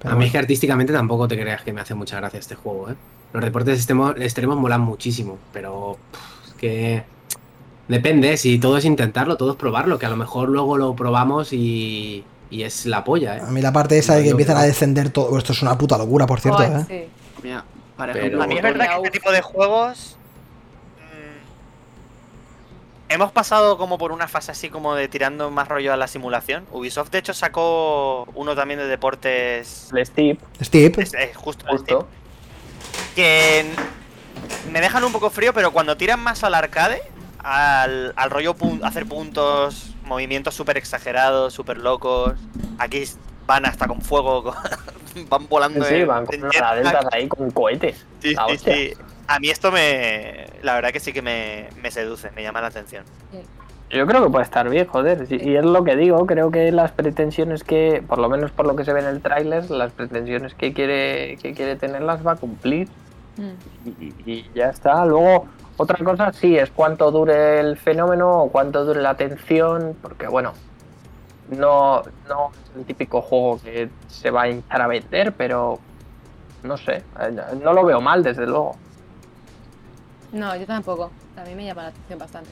Pero a mí es bueno. que artísticamente tampoco te creas que me hace mucha gracia este juego, ¿eh? Los deportes extremo- extremos molan muchísimo, pero pff, es que depende, si todo es intentarlo, todo es probarlo, que a lo mejor luego lo probamos y, y es la polla, ¿eh? A mí la parte esa de que Yo empiezan creo. a descender todo. Esto es una puta locura, por cierto, Ay, ¿eh? sí. Mira, para Pero- ejemplo, A mí es Como verdad que Tony este tipo de juegos. mm, Hemos pasado como por una fase así como de tirando más rollo a la simulación. Ubisoft de hecho sacó uno también de deportes. El Steve, Steve. es- es justo, el justo. tipo, Que n- me dejan un poco frío, pero cuando tiran más al arcade, al, al rollo pun- hacer puntos, movimientos súper exagerados, súper locos. Aquí s- van hasta con fuego, [laughs] con- van volando. Sí, en- van con en la jetpack. delta ahí con cohetes. Sí, La sí, hostia. sí. A mí esto me. La verdad que sí que me, me seduce, me llama la atención. Yo creo que puede estar bien, joder. Y- Y es lo que digo, creo que las pretensiones que, por lo menos por lo que se ve en el tráiler, las pretensiones que quiere, que quiere tener las va a cumplir. Mm. y, y ya está. Luego, otra cosa sí es cuánto dure el fenómeno o cuánto dure la atención, porque bueno, no, no es el típico juego que se va a hinchar a vender, pero no sé, eh, no lo veo mal, desde [laughs] luego. No, yo tampoco. A mí me llama la atención bastante.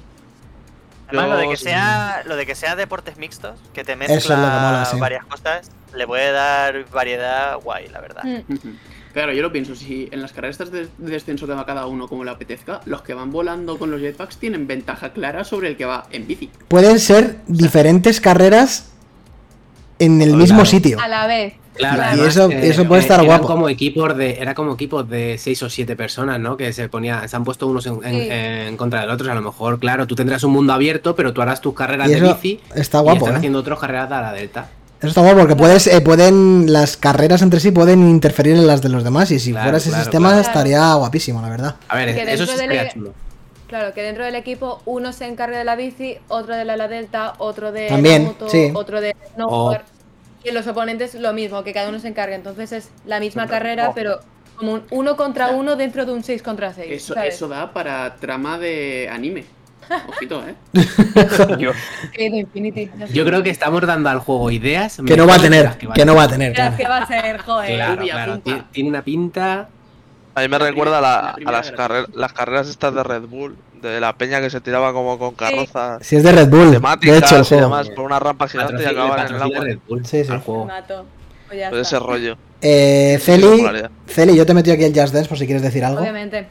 Además, lo, de Yo- que sea, lo de que sea deportes mixtos, que te Eso mezcla es lo que mola, sí. varias cosas, le puede dar variedad guay, la verdad. Mm. Ujú. Claro, yo lo pienso, si en las carreras estas de de descenso que va cada uno como le apetezca, los que van volando con los jetpacks tienen ventaja clara sobre el que va en bici. Pueden ser diferentes carreras en el Claro. mismo sitio. A la vez. Claro, Y además, eso- eh, eso puede eh, estar eran guapo. Como equipos de, era como equipos de seis o siete personas, ¿no? Que se ponía, se han puesto unos en, en- Sí. en contra del otro. A lo mejor, claro, tú tendrás un mundo abierto, pero tú harás tus carreras Y de eso bici está y guapo, están ¿eh? haciendo otras carreras de la delta. Eso está guapo porque puedes, eh, pueden las carreras entre sí pueden interferir en las de los demás y si Claro, fuera ese claro, sistema claro. estaría guapísimo, la verdad. A ver, Que eso dentro e- sí de la- estaría chulo. Claro, que dentro del equipo uno se encargue de la bici, otro de la ala delta, otro de También, la moto, sí. otro de snowboard. Y los oponentes lo mismo, que cada uno se encargue. Entonces es la misma carrera, Oh. pero como un uno contra uno dentro de un 6 contra 6. Eso, eso da para trama de anime. Ojito, ¿eh? Yo, Halo Infinity. ya Yo está. creo que estamos dando al juego ideas. Que no va a mejores de las tener, va que no va a tener. Pero es claro. que va a ser, joder. Claro, Rubia, claro. pinta. Ti- Tiene una pinta. A mí me La recuerda a, primera- la la- a primera las, de carrer- las carreras estas de Red Bull, de la peña que se tiraba como con carrozas Si es de Red Bull, de temáticas hecho, el y juego. demás, por una rampa gigante y Patrocina, acababan en el patrocina agua. Red Bull Sí, sí. al Me juego. mato. Pues ya Pues está. ese rollo. Eh, Sí, Celi, me molaría. Celi, yo te he metido aquí el Just Dance por si quieres decir algo. Obviamente.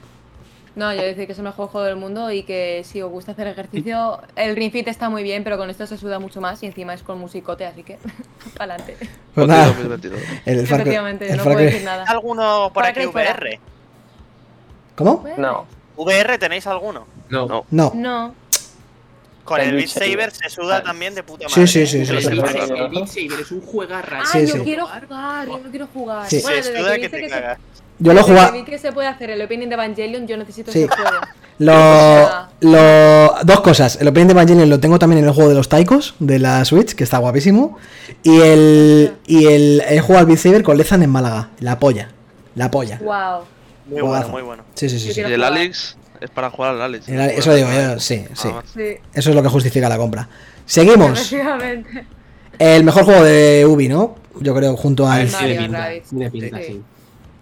No, yo decir que es el mejor juego del mundo y que si os gusta hacer ejercicio, el Ring Fit está muy bien, pero con esto se suda mucho más y encima es con musicote, así que [laughs] pa'lante. Pues Hot nada, 2022. el Far Cry- Efectivamente, el no Far puedo Cry- decir nada. ¿Alguno por Para aquí que fuera. VR? ¿Cómo? no. ¿VR tenéis alguno? No, No. No. No, Con El el Beat Beat Saber. Saber se suda Vale. también de puta Sí, madre. sí, ¿eh? sí, sí, El sí, Beat sí. Saber- el Beat Saber es un juegarra. ah, Sí, yo sí. quiero jugar, yo no quiero jugar. Sí. Bueno, Se desde suda que que viste te que se, cagas. Yo lo desde jugaba. que vi que se puede hacer el Opening de Evangelion, yo necesito Sí. ese juego. Lo, lo, dos cosas. El Opening de Evangelion lo tengo también en el juego de los Taikos de la Switch, que está guapísimo. Y el. Y el. He jugado al Beat Saber con Lezan en Málaga. La polla. La polla. Wow. Muy Juegazo. bueno, muy bueno. Sí, sí, sí. Yo sí. Y quiero el jugar. Alex es para jugar al Alex. Ah, El- eso digo yo, sí, sí. Nada más. Sí, Eso es lo que justifica la compra. Seguimos. efectivamente. El mejor juego de Ubi, ¿no? Yo creo, junto A ver, al. sí. tiene Mario pinta. Rabbids. Tiene pinta, Sí. sí.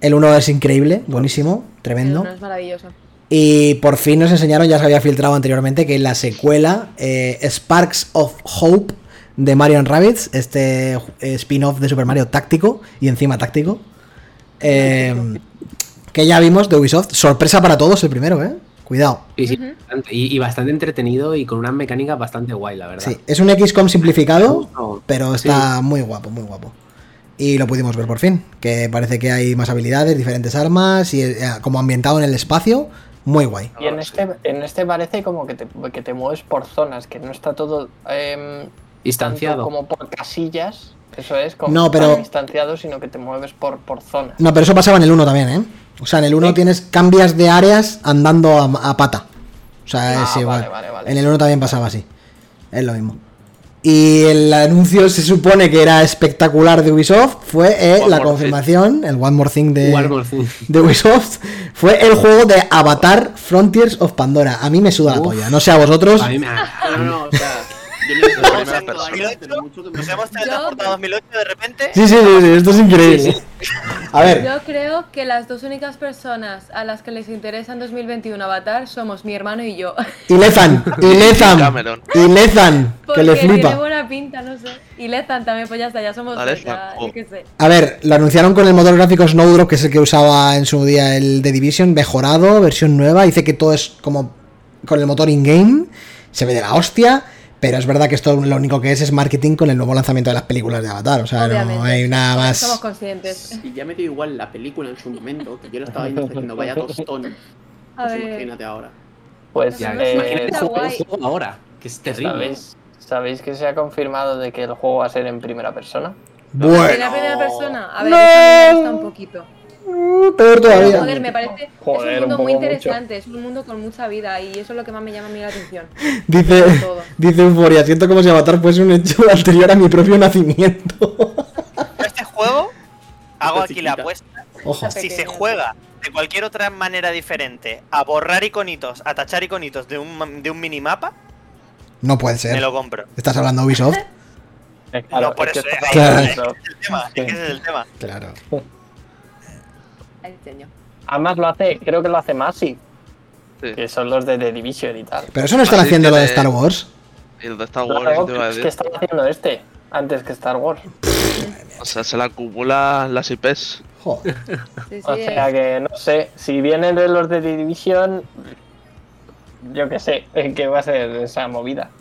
El 1 es increíble, buenísimo, No. tremendo. es maravilloso. Y por fin nos enseñaron, ya se había filtrado anteriormente, que la secuela eh, Sparks of Hope de Mario Rabbits, este eh, spin-off de Super Mario táctico y encima táctico, eh, que ya vimos de Ubisoft. Sorpresa para todos el primero, ¿eh? Cuidado. Sí, sí, bastante. y, y bastante entretenido y con unas mecánicas bastante guay, la verdad. Sí, es un XCOM simplificado, Justo. pero está muy guapo, muy guapo. Y lo pudimos ver por fin, que parece que hay más habilidades, diferentes armas y eh, como ambientado en el espacio, muy guay. Y en Ah, sí. este, en este parece como que te, que te mueves por zonas, que no está todo em, tanto Distanciado. como por casillas. Eso es, como No, tan pero- distanciado, sino que te mueves por, por zonas. No, pero eso pasaba en el 1 también, ¿eh? O sea, en el 1 Sí. tienes cambias de áreas andando a, a pata. O sea, Ah, es igual. vale, vale, vale. En el 1 también pasaba así. Es lo mismo. Y el anuncio se supone que era espectacular de Ubisoft. Fue eh, One la More confirmación, el One More Thing de, War Machine. de Ubisoft. Fue el juego de Avatar Frontiers of Pandora. A mí me suda la Uf. polla. No sé a vosotros. A mí me- [laughs] No, no, no, o sea, yo no he jugado primera tanto a persona. ello, pero mucho que me- Nos hemos teletransportado a 2008 de repente. Sí, sí, sí, sí, esto es increíble. A ver, Yo creo que las dos únicas personas a las que les interesa en 2021 Avatar somos mi hermano y yo. [laughs] y Lezan, y Lezan, Cameron. y Lezan, que Porque le flipa. tiene buena pinta, no sé. Y Lezan también, pues ya está, ya somos Ah, dos, Lezan, ya, jo. yo qué sé. A ver, lo anunciaron con el motor gráfico Snowdrop, que es el que usaba en su día el The Division, mejorado, versión nueva. Dice que todo es como con el motor in-game, se ve de la hostia, pero es verdad que esto lo único que es es marketing con el nuevo lanzamiento de las películas de Avatar. O sea, no Obviamente. hay nada Somos más. conscientes. Y ya me dio igual la película en su momento, que yo la estaba viendo y diciendo, vaya tostón. A Pues ver. imagínate ahora. Pues Ya, eh, imagínate sab- guay. el juego ahora, que es terrible. ¿sabéis, sabéis que se ha confirmado de que el juego va a ser en primera persona? [laughs] ¿En Bueno, la primera persona? A ver, No. eso a mí me gusta un poquito. Uh, peor Pero, todavía. joder, me parece Joder, es un un mundo poco muy mucho. interesante, es un mundo con mucha vida y eso es lo que más me llama a mí la [laughs] atención. Dice, todo. dice Euforia, siento como si Avatar fuese un hecho [laughs] anterior a mi propio nacimiento. [laughs] Este juego, hago aquí la Chiquita. apuesta. Ojo. Si se pequeño. juega de cualquier otra manera diferente a borrar iconitos, a tachar iconitos de un, de un minimapa, No puede me ser. lo compro. ¿Estás hablando de [laughs] Ubisoft? Ah, No, por eso, eh, claro. ahí- ahí es el tema, es que ese es el tema. Claro. Ay, señor. [laughs] Además lo hace, creo que lo hace Masi, Sí. que son los de The Division y tal. Pero eso no están Así haciendo lo de que- Star Wars. Y el de Star Wars, Claro, te iba a es decir. que están haciendo este antes que Star Wars. O sea, se le acumulan las IPs. Joder. Sí, sí, O sea que no sé, si vienen de los de The Division, yo qué sé, [laughs] eh, qué va a ser esa movida.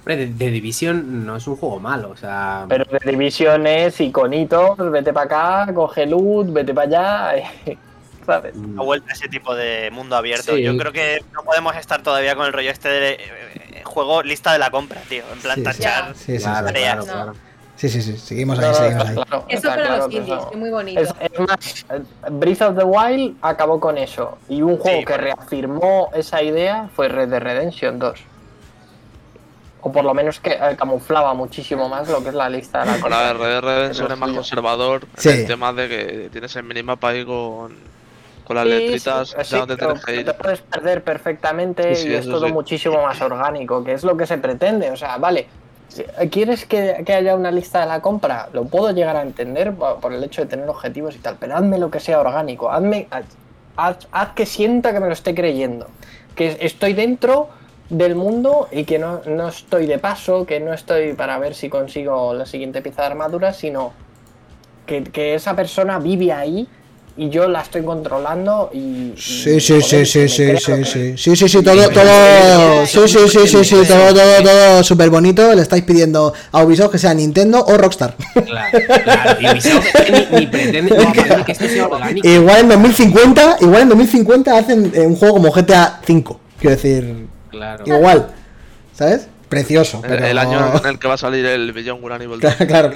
Hombre, The, The Division no es un juego malo, o sea. Pero The Division es iconitos, vete para acá, coge luz, vete para allá, [laughs] ¿sabes? mm, La vuelta a ese tipo de mundo abierto. Sí. Yo creo que no podemos estar todavía con el rollo este de eh, juego lista de la compra, tío. En plan, Sí, sí. tachar. Sí, sí, sí. claro, claro, No. claro. Sí, sí, sí, seguimos No, Pues ahí, no, seguimos está ahí. claro, Eso está para claro los que indies, eso- que muy bonito. Es, es más, eh, Breath of the Wild acabó con eso. Y un juego Sí, que pues. bueno. reafirmó esa idea fue Red Dead Redemption 2. O por lo menos que eh, camuflaba muchísimo más lo que es la lista de la Bueno, a ver, compra. Red Dead Redemption Pero es más sí. conservador Sí. en el tema de que tienes el minimapa ahí con Con las Sí, letritas sí, sí, ya no te pero tienes que te ir. puedes perder perfectamente Sí, sí, y es eso todo sí. muchísimo más orgánico, que es lo que se pretende. O sea, vale, si- eh, ¿quieres que, que haya una lista de la compra? Lo puedo llegar a entender po- por el hecho de tener objetivos y tal, pero hazme lo que sea orgánico, hazme, haz, haz- haz que sienta que me lo esté creyendo, que estoy dentro del mundo y que no, no estoy de paso, que no estoy para ver si consigo la siguiente pieza de armadura, sino que, que esa persona vive ahí y yo la estoy controlando y... y, Sí, sí, joder, sí, que sí, me sí, crea lo sí, que- sí, sí, sí, sí, todo, todo, sí, sí, sí, sí, sí, todo, todo, todo súper bonito, le estáis pidiendo a Ubisoft que sea Nintendo o Rockstar. Claro, claro. Y Ubisoft ni, ni pretende ni pretende que esto sea orgánico. Igual en 2050, igual en 2050 hacen eh, un juego como GTA V, quiero decir, Claro. igual, ¿sabes? Precioso, El- pero... [laughs] El año en el que va a salir el Billion One Animal Claro, claro.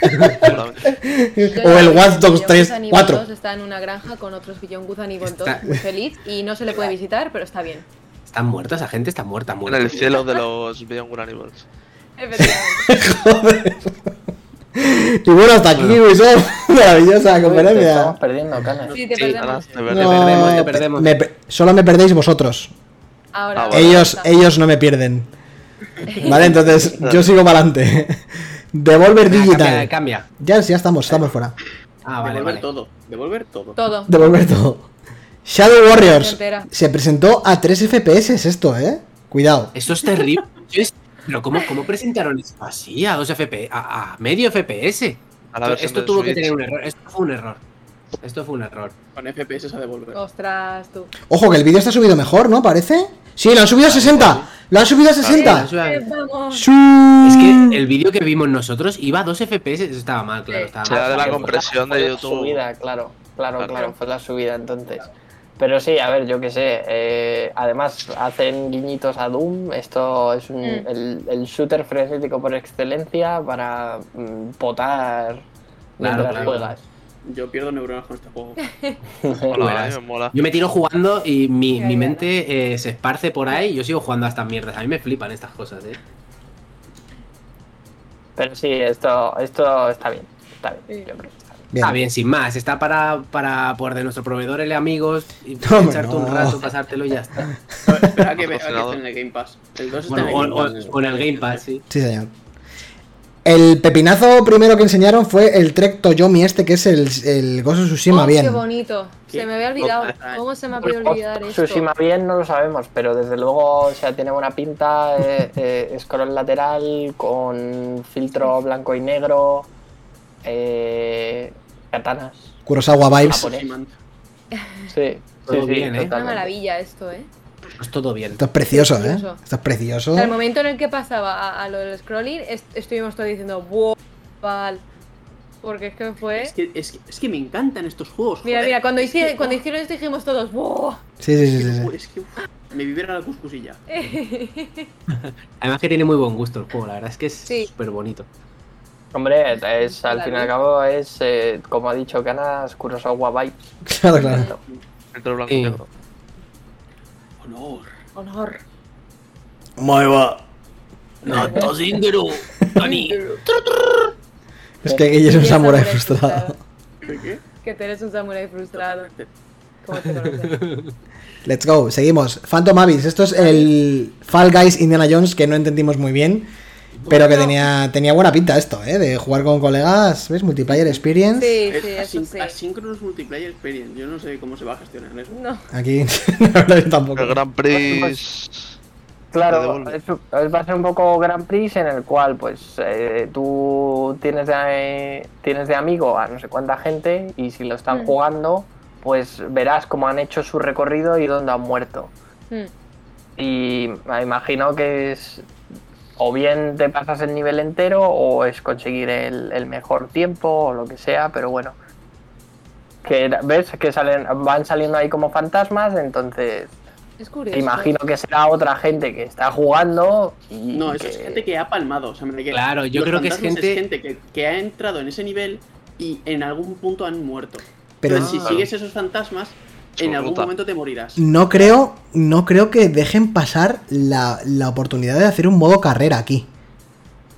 seguramente. o el Watch Dogs Beyond 3, Good and Evil 4. 2 Está en una granja con otros Beyond Good and Evil 2, Está- muy feliz y no se le puede visitar, pero está bien. Están muertos, esa gente está muerta, En muerta. el cielo de los Billion One Animals. Efectivamente. Y bueno, hasta aquí Ubisoft, [laughs] maravillosa Uy, te conferencia. estamos perdiendo, Canas. Sí, te Sí, Ahora, perdemos. de No, eh, verdad. perdemos, te perdemos. me pe- solo me perdéis vosotros. Ahora. Ah, bueno. Ellos, ahora está. ellos no me pierden. Vale, entonces yo sigo para adelante. [laughs] Devolver Venga, Ah, Cambia, eh, Digital. cambia. Ya, sí, ya estamos, estamos fuera. Ah, vale, devolver vale. todo. Devolver todo. Todo. Devolver todo. Shadow Warriors Entera. se presentó a 3 FPS esto, ¿eh? Cuidado. Eso es terrible. Yo es- Pero ¿cómo, cómo presentaron eso así a dos FPS? A, a medio FPS. A la versión Esto de tuvo que Switch. tener un error. Esto fue un error. Esto fue un error. Con FPS a devolver. Ostras, tú. Ojo, que el vídeo está subido mejor, ¿no? Parece. Sí, lo han subido a 60. Lo han subido a 60. Eso era- Eh, Vamos. Su- Es Mm. que el vídeo que vimos nosotros iba a 2 FPS. Eso estaba mal, claro. Sí. Estaba Será mal. de la Vale, compresión Fue de la YouTube. subida, claro, claro, Claro. claro, fue la subida entonces. Pero sí, a ver, yo qué sé. eh, además, hacen guiñitos a Doom. Esto es un- Mm. el, el shooter frenético por excelencia para mm, potar mientras claro. juegas. Yo pierdo neuronas con este [laughs] juego. Mola, Verás. eh, me mola. Yo me tiro jugando y mi, Ya, mi ya, mente eh, se esparce por ahí y yo sigo jugando a estas mierdas. A mí me flipan estas cosas, eh. Pero sí, esto, esto está bien. Está bien, Sí. yo creo que está bien. Bien. Está ah, bien, sin más. Está para, para por de nuestro proveedor, el amigos, y No, hombre, echarte un no. rato, pasártelo y ya está. Espera que, me, a que Patrocinado. esté en el Game Pass. El 2 está Bueno, o, en el Game o- o en el Game Pass, sí. Sí, señor. El pepinazo primero que enseñaron fue el Trek Toyomi este, que es el, el Ghost of Tsushima, Oh, bien. Qué bonito. Se me había olvidado. Qué- ¿Cómo se me había Pues, olvidado esto? Tsushima bien no lo sabemos, pero desde luego o sea, tiene buena pinta, eh, eh, es color lateral con filtro blanco y negro, eh, katanas. Kurosawa Vibes. Japonés. Pass. Sí, Todo sí, sí, bien, ¿eh? totalmente. Una maravilla esto, ¿eh? Pues todo bien. Esto es precioso, ¿eh? Precioso. Esto es precioso. O sea, el momento en el que pasaba a, a lo del scrolling, est- estuvimos todos diciendo, wow, val". Porque es que fue. Es que, es, que- es que me encantan estos juegos. Mira, joder. mira, cuando, Es que, hice- cuando uf, hicieron esto dijimos todos, wow. Sí, sí, sí, sí, es que, sí. uf, es que, uf, me viviera la cuscusilla. Además que tiene muy buen gusto el juego, la verdad es que es Sí. [laughs] súper bonito. Hombre, es, al La fin y al luz. cabo es, eh, como ha dicho Canas, Kurosawa Vibes. [laughs] Claro, claro. Entre blanco Eh. y negro. Honor. Honor. [laughs] Es que ella es un Y el samurái frustrado. ¿Qué, qué? Que tú eres un samurái frustrado. Como te conoces. Let's go, seguimos. Phantom Abyss, esto es el Fall Guys Indiana Jones que no entendimos muy bien, pero que tenía, tenía buena pinta esto, ¿eh? De jugar con colegas, ¿ves? Multiplayer Experience. Sí, Es sí, eso asín- sí. Asynchronous Multiplayer Experience. Yo no sé cómo se va a gestionar eso. No. Aquí, [laughs] la verdad, yo tampoco. El Grand Prix. Te Claro, devuelve. es- es- va a ser un poco Grand Prix en el cual pues eh, tú tienes de, tienes de amigo a no sé cuánta gente y si lo están Mm. jugando pues verás cómo han hecho su recorrido y dónde han muerto. Mm. Y me imagino que es o bien te pasas el nivel entero o es conseguir el, el mejor tiempo o lo que sea, pero bueno. Que era- ves que salen, van saliendo ahí como fantasmas, entonces Es curioso. te imagino que será otra gente que está jugando y No, eso es gente que ha palmado. o sea, me- que Mm, Claro, yo los creo que es fantasmas gente- que, que ha entrado en ese nivel y en algún punto han muerto. Pero Entonces, si Claro. sigues esos fantasmas, Su en algún ruta. momento te morirás. no creo, no creo que dejen pasar la, la oportunidad de hacer un modo carrera aquí.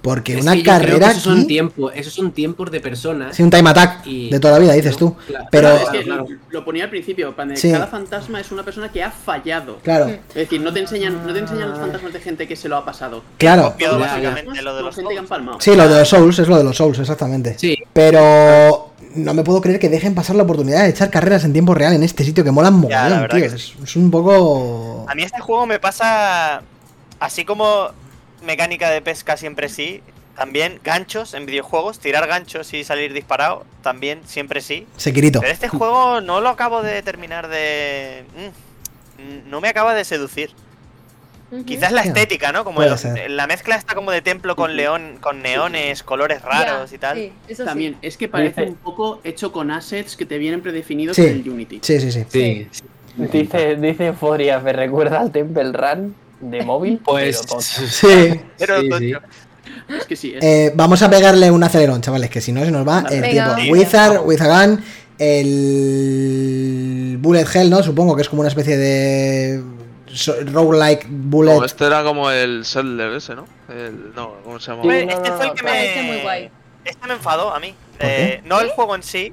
Porque Es una que yo creo que carrera Esos son, aquí- tiempo, esos son tiempos de personas. Sí, un time attack Y- de toda la vida, dices tú. Claro, Pero, es que claro. lo ponía al principio, en plan de Sí. cada fantasma es una persona que ha fallado. Mm. claro, Es decir, no te enseñan, no te enseñan Ah. los fantasmas de gente que se lo ha pasado. claro. Copiado Ya, ya. básicamente lo de Son los gente que han juegos. palmado. Sí, lo de los Souls, es lo de los Souls, exactamente. Sí, Pero no me puedo creer que dejen pasar la oportunidad de echar carreras en tiempo real en este sitio que molan Ya, la mogollón, verdad tío. que Es, es un poco. A mí este juego me pasa, así como mecánica de pesca siempre sí, también ganchos en videojuegos, tirar ganchos y salir disparado, también siempre sí. Sequirito. Pero este juego no lo acabo de terminar de... mm, no me acaba de seducir. Ujú. Quizás la Ya. estética, ¿no? Como Puede el- ser. la mezcla está como de templo con león, con neones, colores raros Ya, y tal. Sí, eso sí. También, es que parece Dice- un poco hecho con assets que te vienen predefinidos Sí. en el Unity. Sí, sí, sí. sí. Dice, dice Euforia, me recuerda al Temple Run de [laughs] móvil. Pues. pero tonto. Sí. Pero sí, sí. coño, Es que sí, es Eh, vamos a pegarle un acelerón, chavales, que si no se nos va el tiempo. Venga. Sí. Wizard, Wizagan, el Bullet Hell, ¿no? Supongo que es como una especie de so- roguelike bullet. No, este era como el Settler ese, ¿no? El, no, ¿cómo se llama? Sí, Pues, no, este no, fue el no, que Parece me. muy guay. Este me enfadó a mí. ¿Por Eh, no el juego en sí.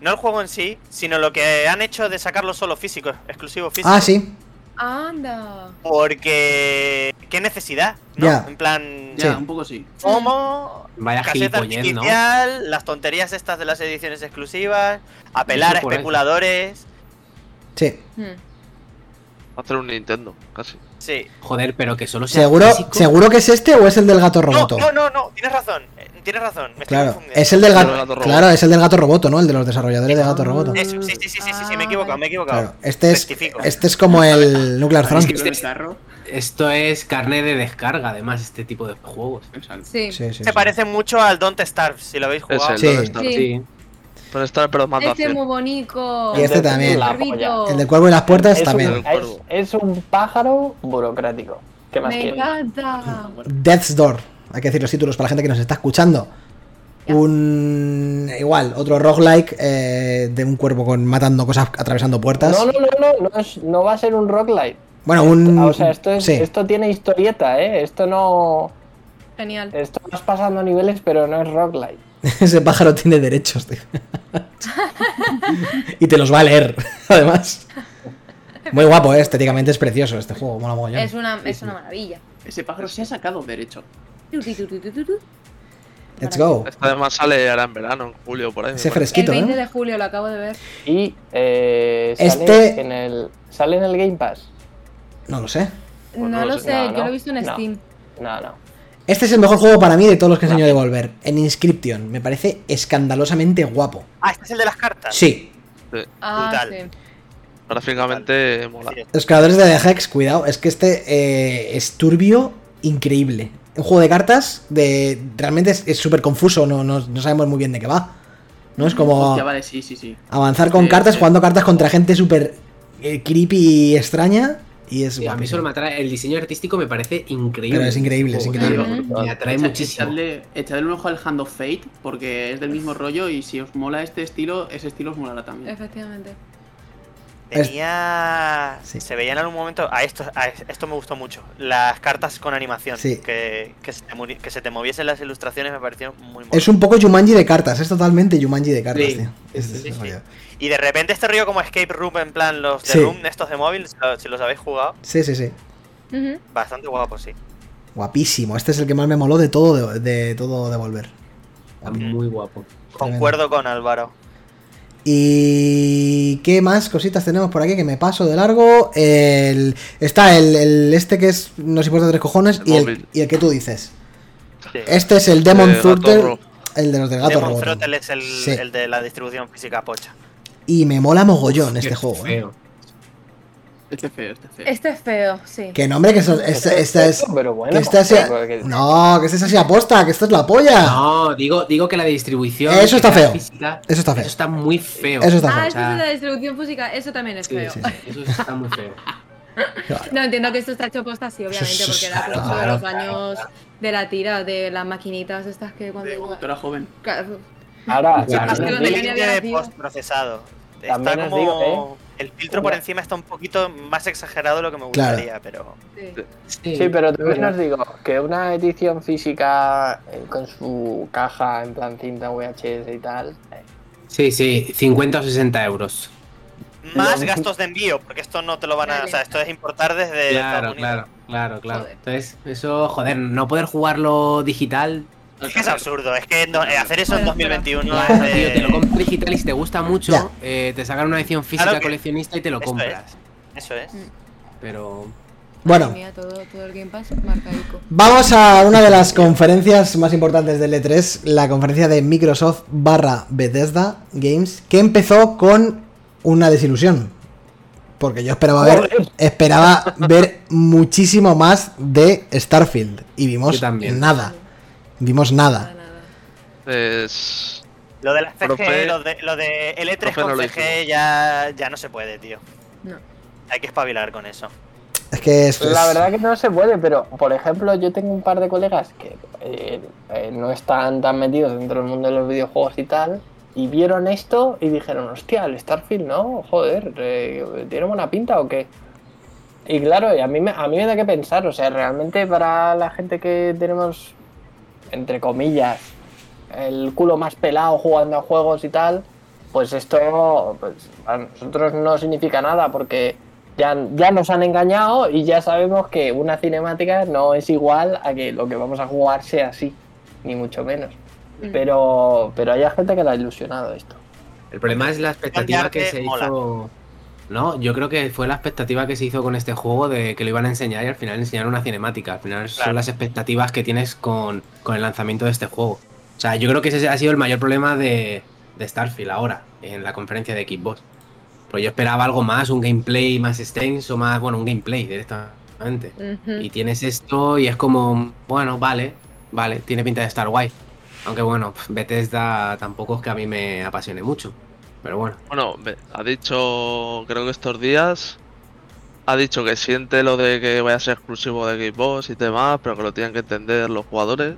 No el juego en sí, sino lo que han hecho de sacarlo solo físico, exclusivo físico. ah, sí. Anda. Porque. ¿Qué necesidad? ¿No? Ya. En plan. Sí. ya, un poco sí. FOMO, Vaya caseta gilipollez, ¿no? artificial, las tonterías estas de las ediciones exclusivas, apelar a Eso por ahí. especuladores. Sí. Hmm. Hacer un Nintendo, casi. Sí. Joder, pero que solo sea. ¿Seguro, físico. ¿Seguro que es este o es el del gato No, roboto? no, no, no, tienes razón. eh, Tienes razón. Me estoy Claro, confundiendo. es el del El del gato. gato Claro, roboto. es el del gato roboto, ¿no? El de los desarrolladores de gato roboto. Eso, sí, sí, sí, sí, sí, sí, me he Ah, equivocado, vale. me he equivocado. Claro, este es, Rectifico. este es como el Nuclear Para Throne. escribir el carro. Esto es carne de descarga, además, este tipo de juegos. Exacto. Sí. Sí, sí, Se sí. parece mucho al Don't Starve, si lo habéis Es jugado. el Sí. Don't Starve. Sí. Don't Starve, pero es más de Este es acción. muy bonito. Y este también. La polla. El del cuervo y las puertas Es también. un- es, es un pájaro burocrático. ¿Qué más Me quieres? encanta. Death's Door. Hay que decir los títulos para la gente que nos está escuchando. Un. Igual, otro roguelike eh, de un cuervo con matando cosas, atravesando puertas. No, no, no, no, no, es- no va a ser un roguelite. Bueno, un. Ah, O sea, esto, es, Mm, sí. esto tiene historieta, ¿eh? Esto no. Genial. Esto vas pasando niveles, pero no es roguelite. [laughs] Ese pájaro tiene derechos, [laughs] tío. y te los va a leer, [laughs] [laughs] además. Muy guapo, ¿eh? estéticamente es precioso este juego. Mola mogollón. Es una, es una maravilla. Ese pájaro se ha sacado derecho. Tu, tu, tu, tu, tu, tu, tu. Let's go. Este además sale ahora en verano, en julio, por ahí. me Ese parece. El fresquito, 20 ¿eh? de julio lo acabo de ver. Y eh, Este- sale, en el, sale en el Game Pass. No lo sé. Pues no, lo sé, No, yo lo no, he visto en no. Steam. No, no. Este es el mejor juego para mí de todos los que enseño de volver. En Inscription. Me parece escandalosamente guapo. Ah, este es el de las cartas. Sí. Ah, Brutal. sí. Gráficamente mola. Sí, Los creadores de The Hex, cuidado. Es que este eh, es turbio increíble. Un juego de cartas de realmente es es súper confuso. No, no, no sabemos muy bien de qué va. No es como... Hostia, vale, sí, sí, sí. Avanzar con Sí, cartas, sí. jugando cartas contra gente súper eh, creepy y extraña. Y es Sí, a mí guapísimo. solo me atrae. El diseño artístico me parece increíble. Pero es increíble, es Joder, increíble. Me atrae Echa- muchísimo. Echadle, echadle un ojo al Hand of Fate, porque es del mismo rollo y si os mola este estilo, ese estilo os molará Eh. también. Efectivamente. Tenía. Sí. Se veían en algún momento. A esto, a esto me gustó mucho. Las cartas con animación. Sí. Que, que se te muri- que se te moviesen las ilustraciones me parecieron muy molas. Es un poco Jumanji de cartas, es totalmente Jumanji de cartas, Sí, tío. Es- es- sí, es sí. rollo. Y de repente este río como Escape Room, en plan los de Sí. Room, estos de móvil, si lo- si los habéis jugado, sí, sí, sí. Ujú. bastante guapo, sí. Guapísimo. Este es el que más me moló de todo de, de todo de volver. Está muy guapo. Concuerdo con Álvaro. Y qué más cositas tenemos por aquí que me paso de largo. El, está el, el este que es nos importa tres cojones El y el, móvil. y el que tú dices. Sí. Este es el Demon Eh, gato Throttle, ro- el de los del gato Demon roboto. Throttle es el, Sí. el de la distribución física pocha. Y me mola mogollón este Qué juego. ¿eh? feo. Este es feo, este es feo. Este es feo, sí. Que nombre que eso- esta, esta es. Pero bueno, Que esta sea. porque- No, que esta sea así aposta, que esta es la polla. No, digo, digo que la distribución. Eso está que la feo. física- Eso está feo. Eso está muy feo. Eso está Ah, feo. o esto sea- es de la distribución física, eso también es Sí, feo. sí, sí, Eso está muy feo. No, entiendo que esto está hecho posta, sí, obviamente, Eso es- porque era por claro, todos los claro, años de la tira, de las maquinitas estas que cuando... De autora joven. Claro, Ahora, Claro. también Claro. os digo- tenía Línea de nacido. postprocesado. También Está os como. digo, ¿eh? El filtro por Ua. encima está un poquito más exagerado de lo que me Claro. gustaría, pero. Sí. Sí, pero también os digo que una edición física eh, con su caja en plan cinta VHS y tal. eh, Sí, sí, 50 o 60 euros. Más gastos de envío, porque esto no te lo van a. Vale. O sea, esto es importar desde. Claro, Eh, Estados Unidos. claro, claro, claro. Joder. Entonces, eso, joder, no poder jugarlo digital. Es que es absurdo, es que no- eh, hacer eso en Bueno, 2021 No, es de- tío, te lo compras digital y si te gusta mucho, Ya. eh, te sacan una edición física Claro que- coleccionista y te lo Esto compras. Eso es. Pero. Bueno, Mira, todo, todo el Game Pass marcaico. Vamos a una de las conferencias más importantes del E3, la conferencia de Microsoft barra Bethesda Games, que empezó con una desilusión. Porque yo esperaba ver, esperaba ver muchísimo más de Starfield. Y vimos Yo también. nada. Vimos Nada, nada. nada. Es... Lo de las CG, Profe- lo, de, lo de L3 profe no con lo CG ya, ya no se puede, tío. No. Hay que espabilar con eso. Es que es. La Este es- verdad que no se puede, pero por ejemplo, yo tengo un par de colegas que eh, eh, no están tan metidos dentro del mundo de los videojuegos y tal, y vieron esto y dijeron, hostia, el Starfield, ¿no? Joder, eh, ¿tiene buena pinta o qué? Y claro, y a mí, me, a mí me da que pensar, o sea, realmente para la gente que tenemos, entre comillas, el culo más pelado jugando a juegos y tal, pues esto pues, a nosotros no significa nada porque ya, ya nos han engañado y ya sabemos que una cinemática no es igual a que lo que vamos a jugar sea así, ni mucho menos. Mm. Pero, pero hay gente que la ha ilusionado esto. El problema es la expectativa que arte se mola. hizo. No, yo creo que fue la expectativa que se hizo con este juego de que lo iban a enseñar y al final enseñaron una cinemática. Al final Claro. son las expectativas que tienes con, con el lanzamiento de este juego. O sea, yo creo que ese ha sido el mayor problema de, de Starfield ahora, en la conferencia de Xbox. Porque yo esperaba algo más, un gameplay más extenso, más, bueno, un gameplay directamente. Ujú. Y tienes esto y es como, bueno, vale, vale, tiene pinta de estar guay. Aunque bueno, pf, Bethesda tampoco es que a mí me apasione mucho. Pero bueno, Bueno, ve- ha dicho, creo que estos días, ha dicho que siente lo de que vaya a ser exclusivo de Xbox y demás, pero que lo tienen que entender los jugadores.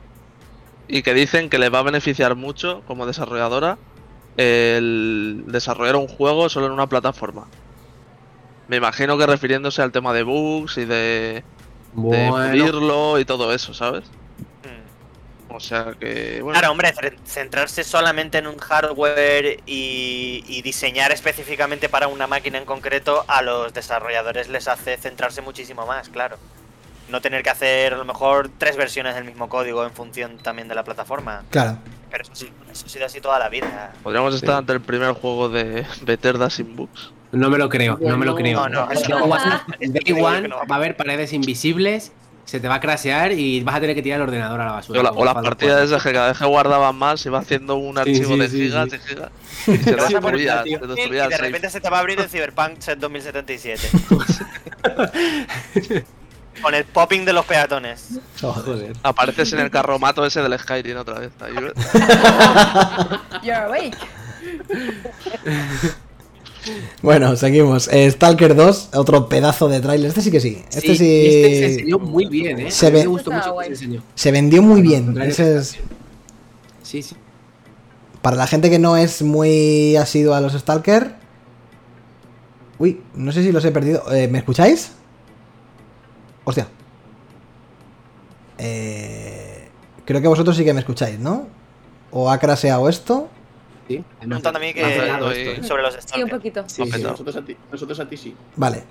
Y que dicen que les va a beneficiar mucho como desarrolladora el desarrollar un juego solo en una plataforma. Me imagino que refiriéndose al tema de bugs y de, de bueno pulirlo y todo eso, ¿sabes? Mm. O sea que, bueno, Claro, hombre, cer- centrarse solamente en un hardware y, y diseñar específicamente para una máquina en concreto a los desarrolladores les hace centrarse muchísimo más, claro. No tener que hacer a lo mejor tres versiones del mismo código en función también de la plataforma. Claro. Pero eso, sí, eso ha sido así toda la vida. podríamos Sí. estar ante el primer juego de [laughs] Bethesda sin bugs. no me lo creo, no me lo creo. No, no, eso Day no. [laughs] Day one no. va a haber paredes invisibles, se te va a crashear y vas a tener que tirar el ordenador Pues a la basura. O, la- como o las Fallout partidas 4. esas que cada vez que guardaban más iba haciendo un Sí, archivo sí, de sí, gigas, sí. de [laughs] gigas. Y se Te vas a poner destruía, tío, se y destruía el de safe. repente se te va a abrir el Cyberpunk 2077. Con el popping de los peatones. Joder. Apareces en el carromato ese del Skyrim otra vez. ahí, [laughs] ¿ves? You're awake. Bueno, seguimos. Eh, Stalker 2, otro pedazo de tráiler. Este sí que sí. Este sí. y este se enseñó muy bien, ¿eh? Se A mí ve- Me gustó Estaba mucho que guay. se enseñó. Se vendió muy bien. Contrario Ese es- que- Sí, sí. Para la gente que no es muy asidua a los Stalker. Uy, no sé si los he perdido. Eh, ¿Me escucháis? Hostia. Eh, creo que vosotros sí que me escucháis, ¿no? ¿O ha craseado esto? sí. Además, Preguntando a mí que- me ha frenado esto, ¿eh? Sobre los Sí, un stalkers. poquito. Sí, sí. petado. Nosotros a ti, nosotros a ti sí. Vale.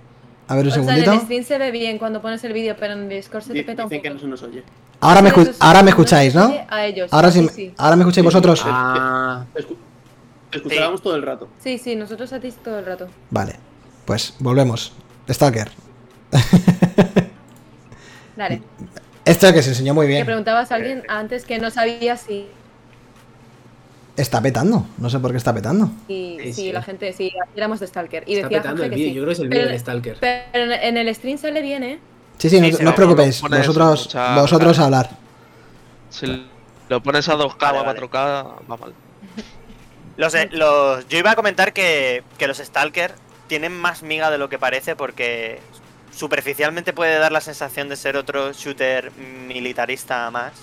A ver un O sea, en el segundito. stream se ve bien cuando pones el vídeo, pero en Discord se te Di- peta un Dicen que no poco. se nos oye. Ahora me, Pero escu- eso sí, ahora me no escucháis, ¿no? sé A ellos. Ahora sí, sí. me- Sí, ahora me escucháis vosotros. Ah, Te escu- te escuchábamos todo el rato. sí, sí, nosotros a ti todo el rato. Vale. Pues volvemos. Stalker. Dale. Esto que se enseñó muy Que bien. Eh, preguntabas a alguien antes que no sabía si, Está petando. No sé por qué está petando. si, Sí, si sí. la gente, si éramos de Stalker. Y está decía petando Jorge el que vídeo. sí. Yo creo que es el vídeo pero, del Stalker. pero en- en el stream sale bien, ¿eh? Sí, sí, no, Sí, se no os ve, preocupéis. pone eso, Vosotros, mucha- vosotros a hablar. Si lo pones a 2K o a Vale, 4K, va mal. Los, eh, los- yo iba a comentar que, que los Stalker tienen más miga de lo que parece porque superficialmente puede dar la sensación de ser otro shooter militarista más.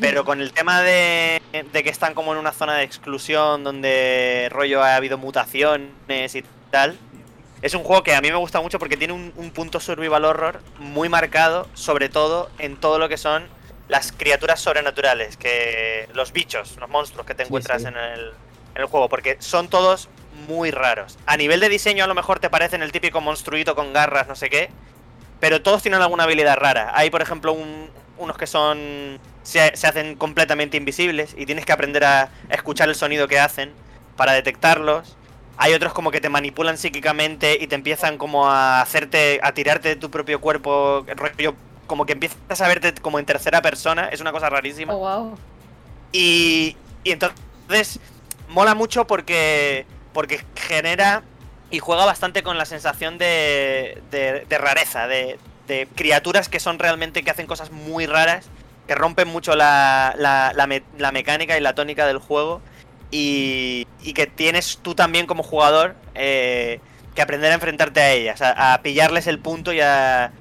Pero con el tema de, de que están como en una zona de exclusión donde rollo ha habido mutaciones y tal, Es un juego que a mí me gusta mucho porque tiene un, un punto survival horror muy marcado, sobre todo en todo lo que son las criaturas sobrenaturales, que los bichos, los monstruos que te Sí, encuentras sí. En, el, en el juego, porque son todos muy raros. A nivel de diseño a lo mejor te parecen el típico monstruito con garras, no sé qué, pero todos tienen alguna habilidad rara. Hay, por ejemplo, un- unos que son. Se, se hacen completamente invisibles y tienes que aprender a, a escuchar el sonido que hacen para detectarlos. Hay otros como que te manipulan psíquicamente y te empiezan como a hacerte. a tirarte de tu propio cuerpo. rollo- como que empiezas a verte como en tercera persona. Es una cosa rarísima. [laughs] Oh, wow. Y, y entonces mola mucho porque, porque genera y juega bastante con la sensación de, de- de rareza, de, de criaturas que son realmente que hacen cosas muy raras, que rompen mucho la, la- la me- la mecánica y la tónica del juego y, y que tienes tú también como jugador eh, que aprender a enfrentarte a ellas, a, a pillarles el punto y a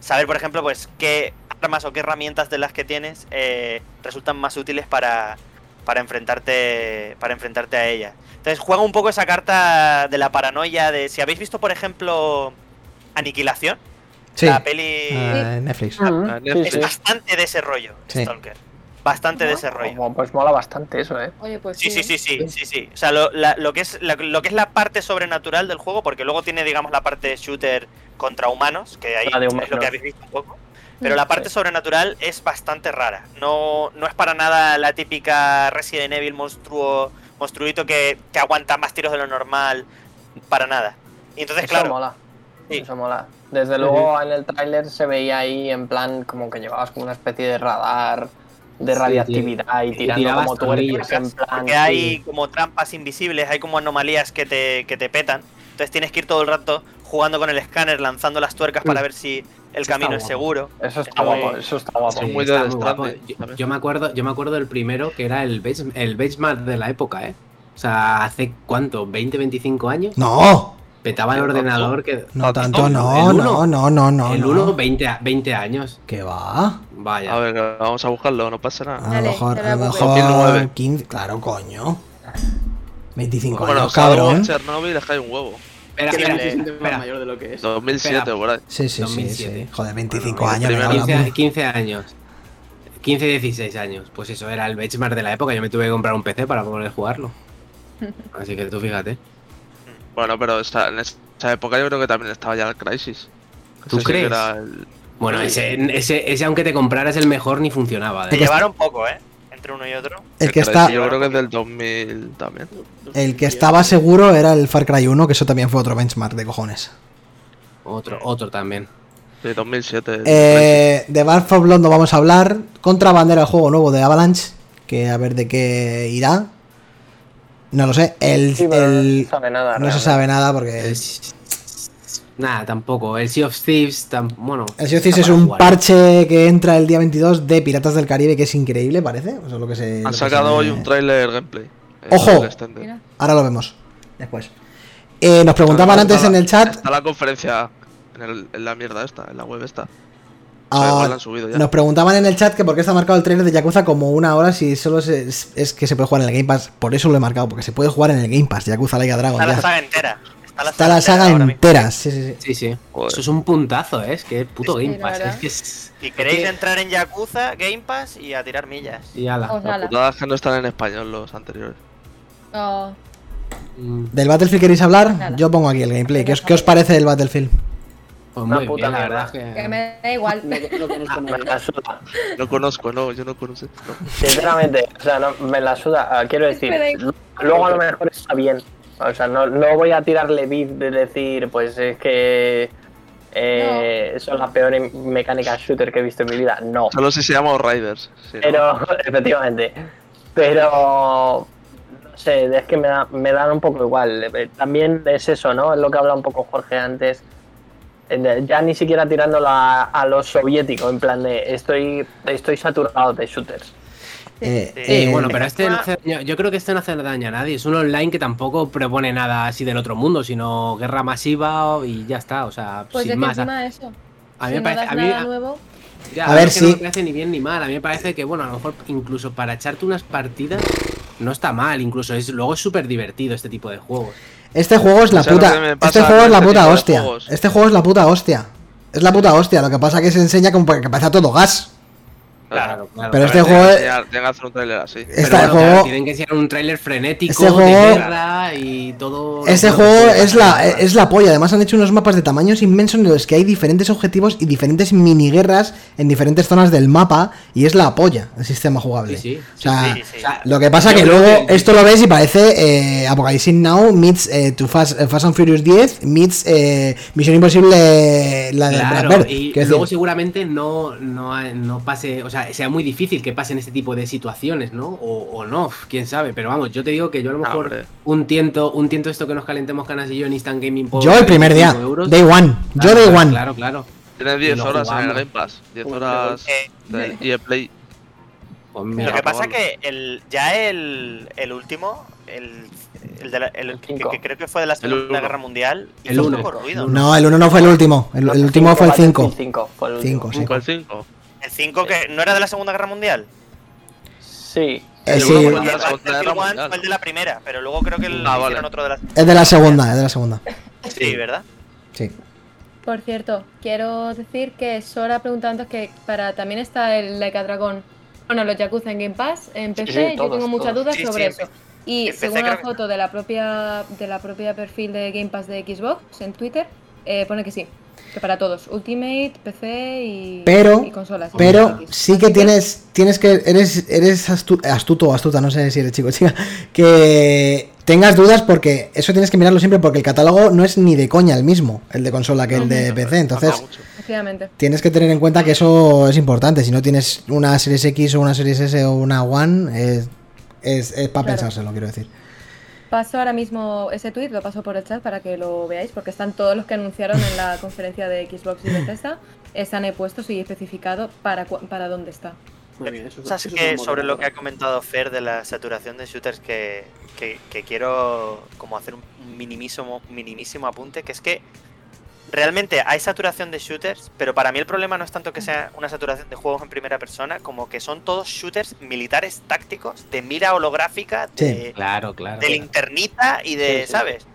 saber, por ejemplo, pues qué armas o qué herramientas de las que tienes eh, resultan más útiles para, para enfrentarte para enfrentarte a ellas. Entonces juega un poco esa carta de la paranoia de si habéis visto, por ejemplo, Aniquilación, Sí. la peli Ah, Netflix. Mm, sí, es sí. bastante de ese rollo, Sí. Stalker. Bastante de ese rollo. Como, pues mola bastante eso, ¿eh? Oye, pues Sí, sí. sí, sí, sí, sí, sí. O sea, lo, la- lo que es, la, lo que es la parte sobrenatural del juego, porque luego tiene, digamos, la parte shooter contra humanos, que ahí La de es lo que humanos. habéis visto un poco. Pero la parte sobrenatural es bastante rara. No, no es para nada la típica Resident Evil monstruo, monstruito que, que aguanta más tiros de lo normal. Para nada. Y entonces, Eso claro, mola. Sí. Eso mola. Desde luego en el tráiler se veía ahí en plan como que llevabas como una especie de radar de Sí, radiactividad y y tirando tirabas como tuercas tornillos, en plan. Porque hay como trampas invisibles, hay como anomalías que te, que te petan. Entonces tienes que ir todo el rato jugando con el escáner, lanzando las tuercas para ver si el Eso está camino es guapo. seguro. Eso está Está muy- guapo, eso está guapo. Son Sí, muy está Death muy guapo. Stranding, Yo, ¿sabes? yo me acuerdo, yo me acuerdo del primero que era el, bench- el benchmark de la época, ¿eh? O sea, hace cuánto, 20, 25 años, No, petaba el Pero ordenador que. no tanto, el no, no, uno. no, no, no. el no. 1, 20, a- 20 años. ¿Qué va? Vaya. A ver, vamos a buscarlo, no pasa nada. A lo Dale, mejor, dale a lo a mejor 2009. 15, claro, coño. 25 Bueno, años, salvo cabrón. Chernobyl es que hay un huevo. Espera, Que espera, realmente es un tema espera. mayor de lo que es. 2007 Espera. por ahí. Sí, sí, sí, 2007. sí. Joder, 25 Bueno, años, me primero cago en la 15, puta. 15 años. 15, 16 años. Pues eso era el benchmark de la época. Yo me tuve que comprar un PC para poder jugarlo. Así que tú fíjate. Bueno, pero esa- en esa época yo creo que también estaba ya el Crisis. Ese sí ¿Tú que crees? era el- Bueno, ese, ese, ese aunque te compraras el mejor ni funcionaba. Te ¿eh? que- Llevaron poco, ¿eh? Entre uno y otro. El que, Crisis está, Yo creo que es del 2000 también. el que estaba seguro era el Far Cry 1, que eso también fue otro benchmark de cojones. Otro, otro también. De 2007. el Eh, de Bar for Blood no vamos a hablar. Contrabandera, el juego nuevo de Avalanche, que a ver de qué irá. No lo sé. El, Sí, pero el- no se sabe nada. no se realmente. sabe nada porque El- Nada, tampoco. El Sea of Thieves, tam- bueno. El Sea of Thieves está es para un jugar. parche que entra el día 22 de Piratas del Caribe, que es increíble, parece. O sea, lo que se, lo Crisis. Han que sacado se- hoy un tráiler gameplay. eh, ¡Ojo! del extender. Mira. Ahora lo vemos. Después. Eh, nos preguntaban Ah, Está- antes está en la- el chat. Está la conferencia en, el- en la mierda esta, en la web esta. O sea, ah, igual la han subido ya. nos preguntaban en el chat que por qué está marcado el trailer de Yakuza como una hora si solo se- es, es que se puede jugar en el Game Pass. Por eso lo he marcado, porque se puede jugar en el Game Pass, Yakuza Laika Dragon. Está la ya. saga entera. Está la Está la entera saga ahora mismo. entera. Sí, sí, sí. Sí, sí. Joder. Eso es un puntazo, ¿eh? Es que puto Sí, Game la Pass. verdad. Es que es. Si queréis es que- entrar en Yakuza, Game Pass y a tirar millas. y ala. Os La Pues ala. putada es que no están en español los anteriores. Oh, Mm, ¿Del Battlefield queréis hablar? Nada. Yo pongo aquí el gameplay. ¿Qué os, qué os parece del Battlefield? pues Una muy puta bien, la mierda. verdad. es que que- [laughs] me [laughs] [laughs] da igual. No, no conozco ¿eh? Me nada. la suda. No conozco, no, yo no conozco. no. Sinceramente, o sea, no, me la suda. Ah, Quiero decir, Espera, y- luego a lo mejor está bien. O sea, no, no voy a tirarle bid de decir, pues es que eh, son las peores mecánicas shooter que he visto en mi vida. No. Solo si se llama Riders. si no- Pero, [laughs] efectivamente. Pero, no sé, es que me, da- me dan un poco igual. Eh, También es eso, ¿no? Es lo que habla un poco Jorge antes. Eh, de- Ya ni siquiera tirándola a lo soviético, en plan de estoy, estoy saturado de shooters. Eh, Sí, Sí, eh, bueno, pero este no Ah. hace daño- yo creo que este no hace daño a nadie. Es un online que tampoco propone nada así del otro mundo, sino guerra masiva y ya está. O sea, Pues es sin que más. ah. encima eso. A mí si me parece. no a das mí- nada a- nuevo, ya, A ver es que no si- me parece ni bien ni mal. A mí me parece que, bueno, a lo mejor incluso para echarte unas partidas no está mal, incluso es luego es súper divertido este tipo de juegos. Este juego es la O sea, Pues lo que puta. me pasa Este juego con es la este puta tipo de hostia. juegos. Este juego es la puta hostia. Es la puta hostia. Lo que pasa es que se enseña como que parece a todo gas. Claro. Pero este Tienen que juego es- enseñar- tienen que hacer un trailer así. Este Pero bueno, juego- claro, tienen que ser un tráiler frenético, Este de juego- guerra y todo. Este todo juego lo que es la, es la polla. Además, han hecho unos mapas de tamaños inmensos en los que hay diferentes objetivos y diferentes miniguerras en diferentes zonas del mapa. Y es la polla el sistema jugable. Sí, sí, O sea, sí, sí. O sea, Lo que pasa yo que creo luego que- esto lo ves y parece eh, Apocalypse Now meets eh, to Fast, eh, Fast and Furious 10 meets eh, Misión Imposible eh, la de Brad Claro, Bird. y Quiero luego decir, seguramente no, no, ha- no pase, o sea, sea muy difícil que pasen este tipo de situaciones, ¿no? O, o no, quién sabe, pero vamos, yo te digo que yo a lo Ah, mejor hombre. un tiento, un tiento esto que nos calentemos canas y yo en Instant Gaming por yo el primer día, 25 euros. Day One, yo Claro, Day claro, One. Claro, claro. Tienes 10 lo horas en el jugamos. Game Pass. 10 Uy, horas eh, de- y el Play. Pues mira, Lo que pasa probarlo. que el, ya el, el último, el, el, de la- el El que, cinco. que creo que fue de la uno. Segunda Guerra Mundial, El hizo un uno. poco ruido. El uno. No, el 1 no fue el último, el, el último fue el 5. Battlefield 5 fue el último. 5, sí. ¿Cinco al 5? El 5 que no era de la Segunda Guerra Mundial. Sí. Eh, El sí, uno fue El de la Battlefield Segunda Guerra One Mundial. fue el de la primera, pero luego creo que el Ah, hicieron vale. otro de la es de la segunda, es de la segunda. Sí, ¿verdad? Sí. Por cierto, quiero decir que Sora ha preguntado antes que para también está el Like a Dragon. Bueno, los Yakuza en Game Pass, en Sí, PC, sí, yo todos, tengo muchas todos. dudas Sí, sobre sí, eso. Y en PC según la creo que- foto de la propia de la propia perfil de Game Pass de Xbox en Twitter, eh, pone que sí. Que para todos, Ultimate, PC y, Pero- y consolas. Pero Xbox. sí que tienes, tienes que, eres, eres astu- astuto o astuta, no sé si eres chico o chica, que tengas dudas porque eso tienes que mirarlo siempre porque el catálogo no es ni de coña el mismo, el de consola que el de PC, Ah, entonces Efectivamente. tienes que tener en cuenta que eso es importante, si no tienes una Series X o una Series S o una One, es, para Claro. pensárselo, quiero decir. Paso ahora mismo ese tweet, lo paso por el chat para que lo veáis, porque están todos los que anunciaron en la conferencia de Xbox y Bethesda, están he puesto y especificado para, cu- para dónde está. Muy bien, eso, es- Cosas eso es que un sobre lo que ha moderador. comentado Fer de la saturación de shooters que, que- que quiero como hacer un minimísimo, minimísimo apunte, que es que realmente hay saturación de shooters, pero para mí el problema no es tanto que sea una saturación de juegos en primera persona, como que son todos shooters militares tácticos de mira holográfica, de, Claro, claro. de linternita y de, Sí, sí. ¿sabes?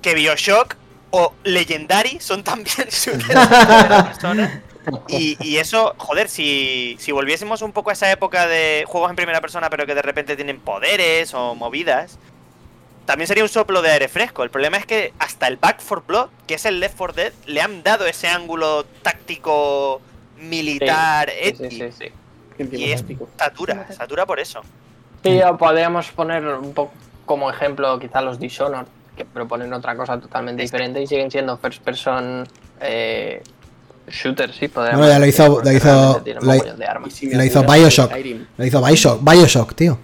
Que Bioshock o Legendary son [laughs] también shooters en primera persona. Y, y eso, joder, si, si volviésemos un poco a esa época de juegos en primera persona, pero que de repente tienen poderes o movidas, también sería un soplo de aire fresco. El problema es que hasta el Back 4 Blood, que es el Left 4 Dead, le han dado ese ángulo táctico militar, Sí, sí, sí, edgy. sí. Y es satura, satura por eso. Sí, o podríamos poner un poco como ejemplo quizá los Dishonored, que proponen otra cosa totalmente Este. diferente y siguen siendo first person eh, shooters, sí, podríamos Bueno, ya lo decir, hizo- porque lo hizo- realmente tienen lo hi- mogollón de Y armas. si me Lo hizo apuras, Bioshock. Skyrim. Lo hizo Bioshock, Bioshock, tío.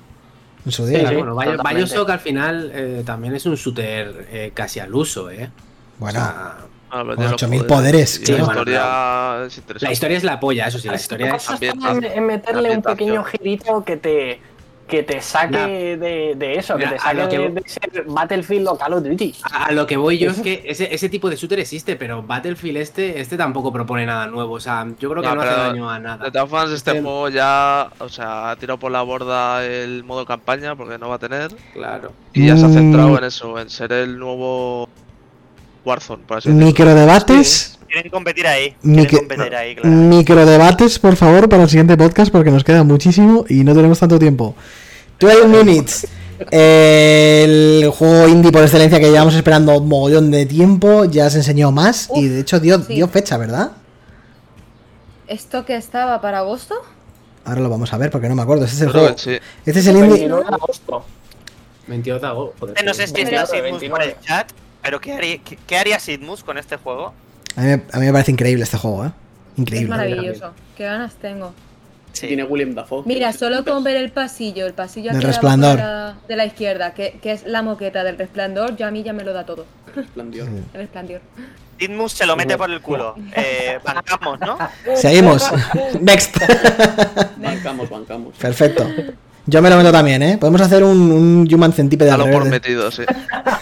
En su día. sí, Bueno, Bio- totalmente. Bioshock al final eh, también es un shooter eh, casi al uso, ¿eh? O Bueno, sea, Ah, pero Con tiene los 8000 poderes, Y sí, la bueno, historia es la interesante. historia es la polla, eso sí, la historia es... cosa está en, ambientación. en meterle un Ambientación. pequeño girito que te que te saque de, de eso, Mira, que te a lo saque que- de, de ser Battlefield o Call of Duty. A a lo que voy yo es que ese, ese tipo de shooter existe, pero Battlefield este, este tampoco propone nada nuevo. O sea, yo creo que Ya, no, hace pero- daño a De nada. todas formas, este Este- juego ya, o sea, ha tirado por la borda el modo campaña porque no va a tener. Claro. Y ya se ha Mm. centrado en eso, en ser el nuevo Warzone, por así decirlo. microdebates. Quieren competir ahí, Ni quieren que- competir ahí, claro. Microdebates, por favor, para el siguiente podcast porque nos queda muchísimo y no tenemos tanto tiempo. 12 Minutes. El juego indie por excelencia que llevamos esperando un mogollón de tiempo, ya se enseñó más y de hecho dio, sí. dio fecha, ¿verdad? ¿Esto que estaba para agosto? Ahora lo vamos a ver porque no me acuerdo, este es el Yo creo juego. que sí. Este es el indie. 29 de agosto. 22 de agosto. joder. Eh, No sé si Pero- está Sidmus por 29. el chat, pero ¿qué haría, qué, qué haría Sidmus con este juego? A mí, me- a mí me parece increíble este juego, ¿eh? Es Increíble. maravilloso. Qué ganas tengo. Sí. Tiene William Dafoe. Mira, solo con ver el pasillo, el pasillo Del aquí abajo resplandor. De, la, de la izquierda, que, que es la moqueta del resplandor, yo a mí ya me lo da todo. Resplandió. El resplandor. Sidmus se lo mete por el culo. Eh, bancamos, ¿no? Seguimos. [laughs] Next. Bancamos, bancamos. Perfecto. Yo me lo meto también, ¿eh? Podemos hacer un, un Human Centipede de Dalo por [laughs] metido, sí. Ah.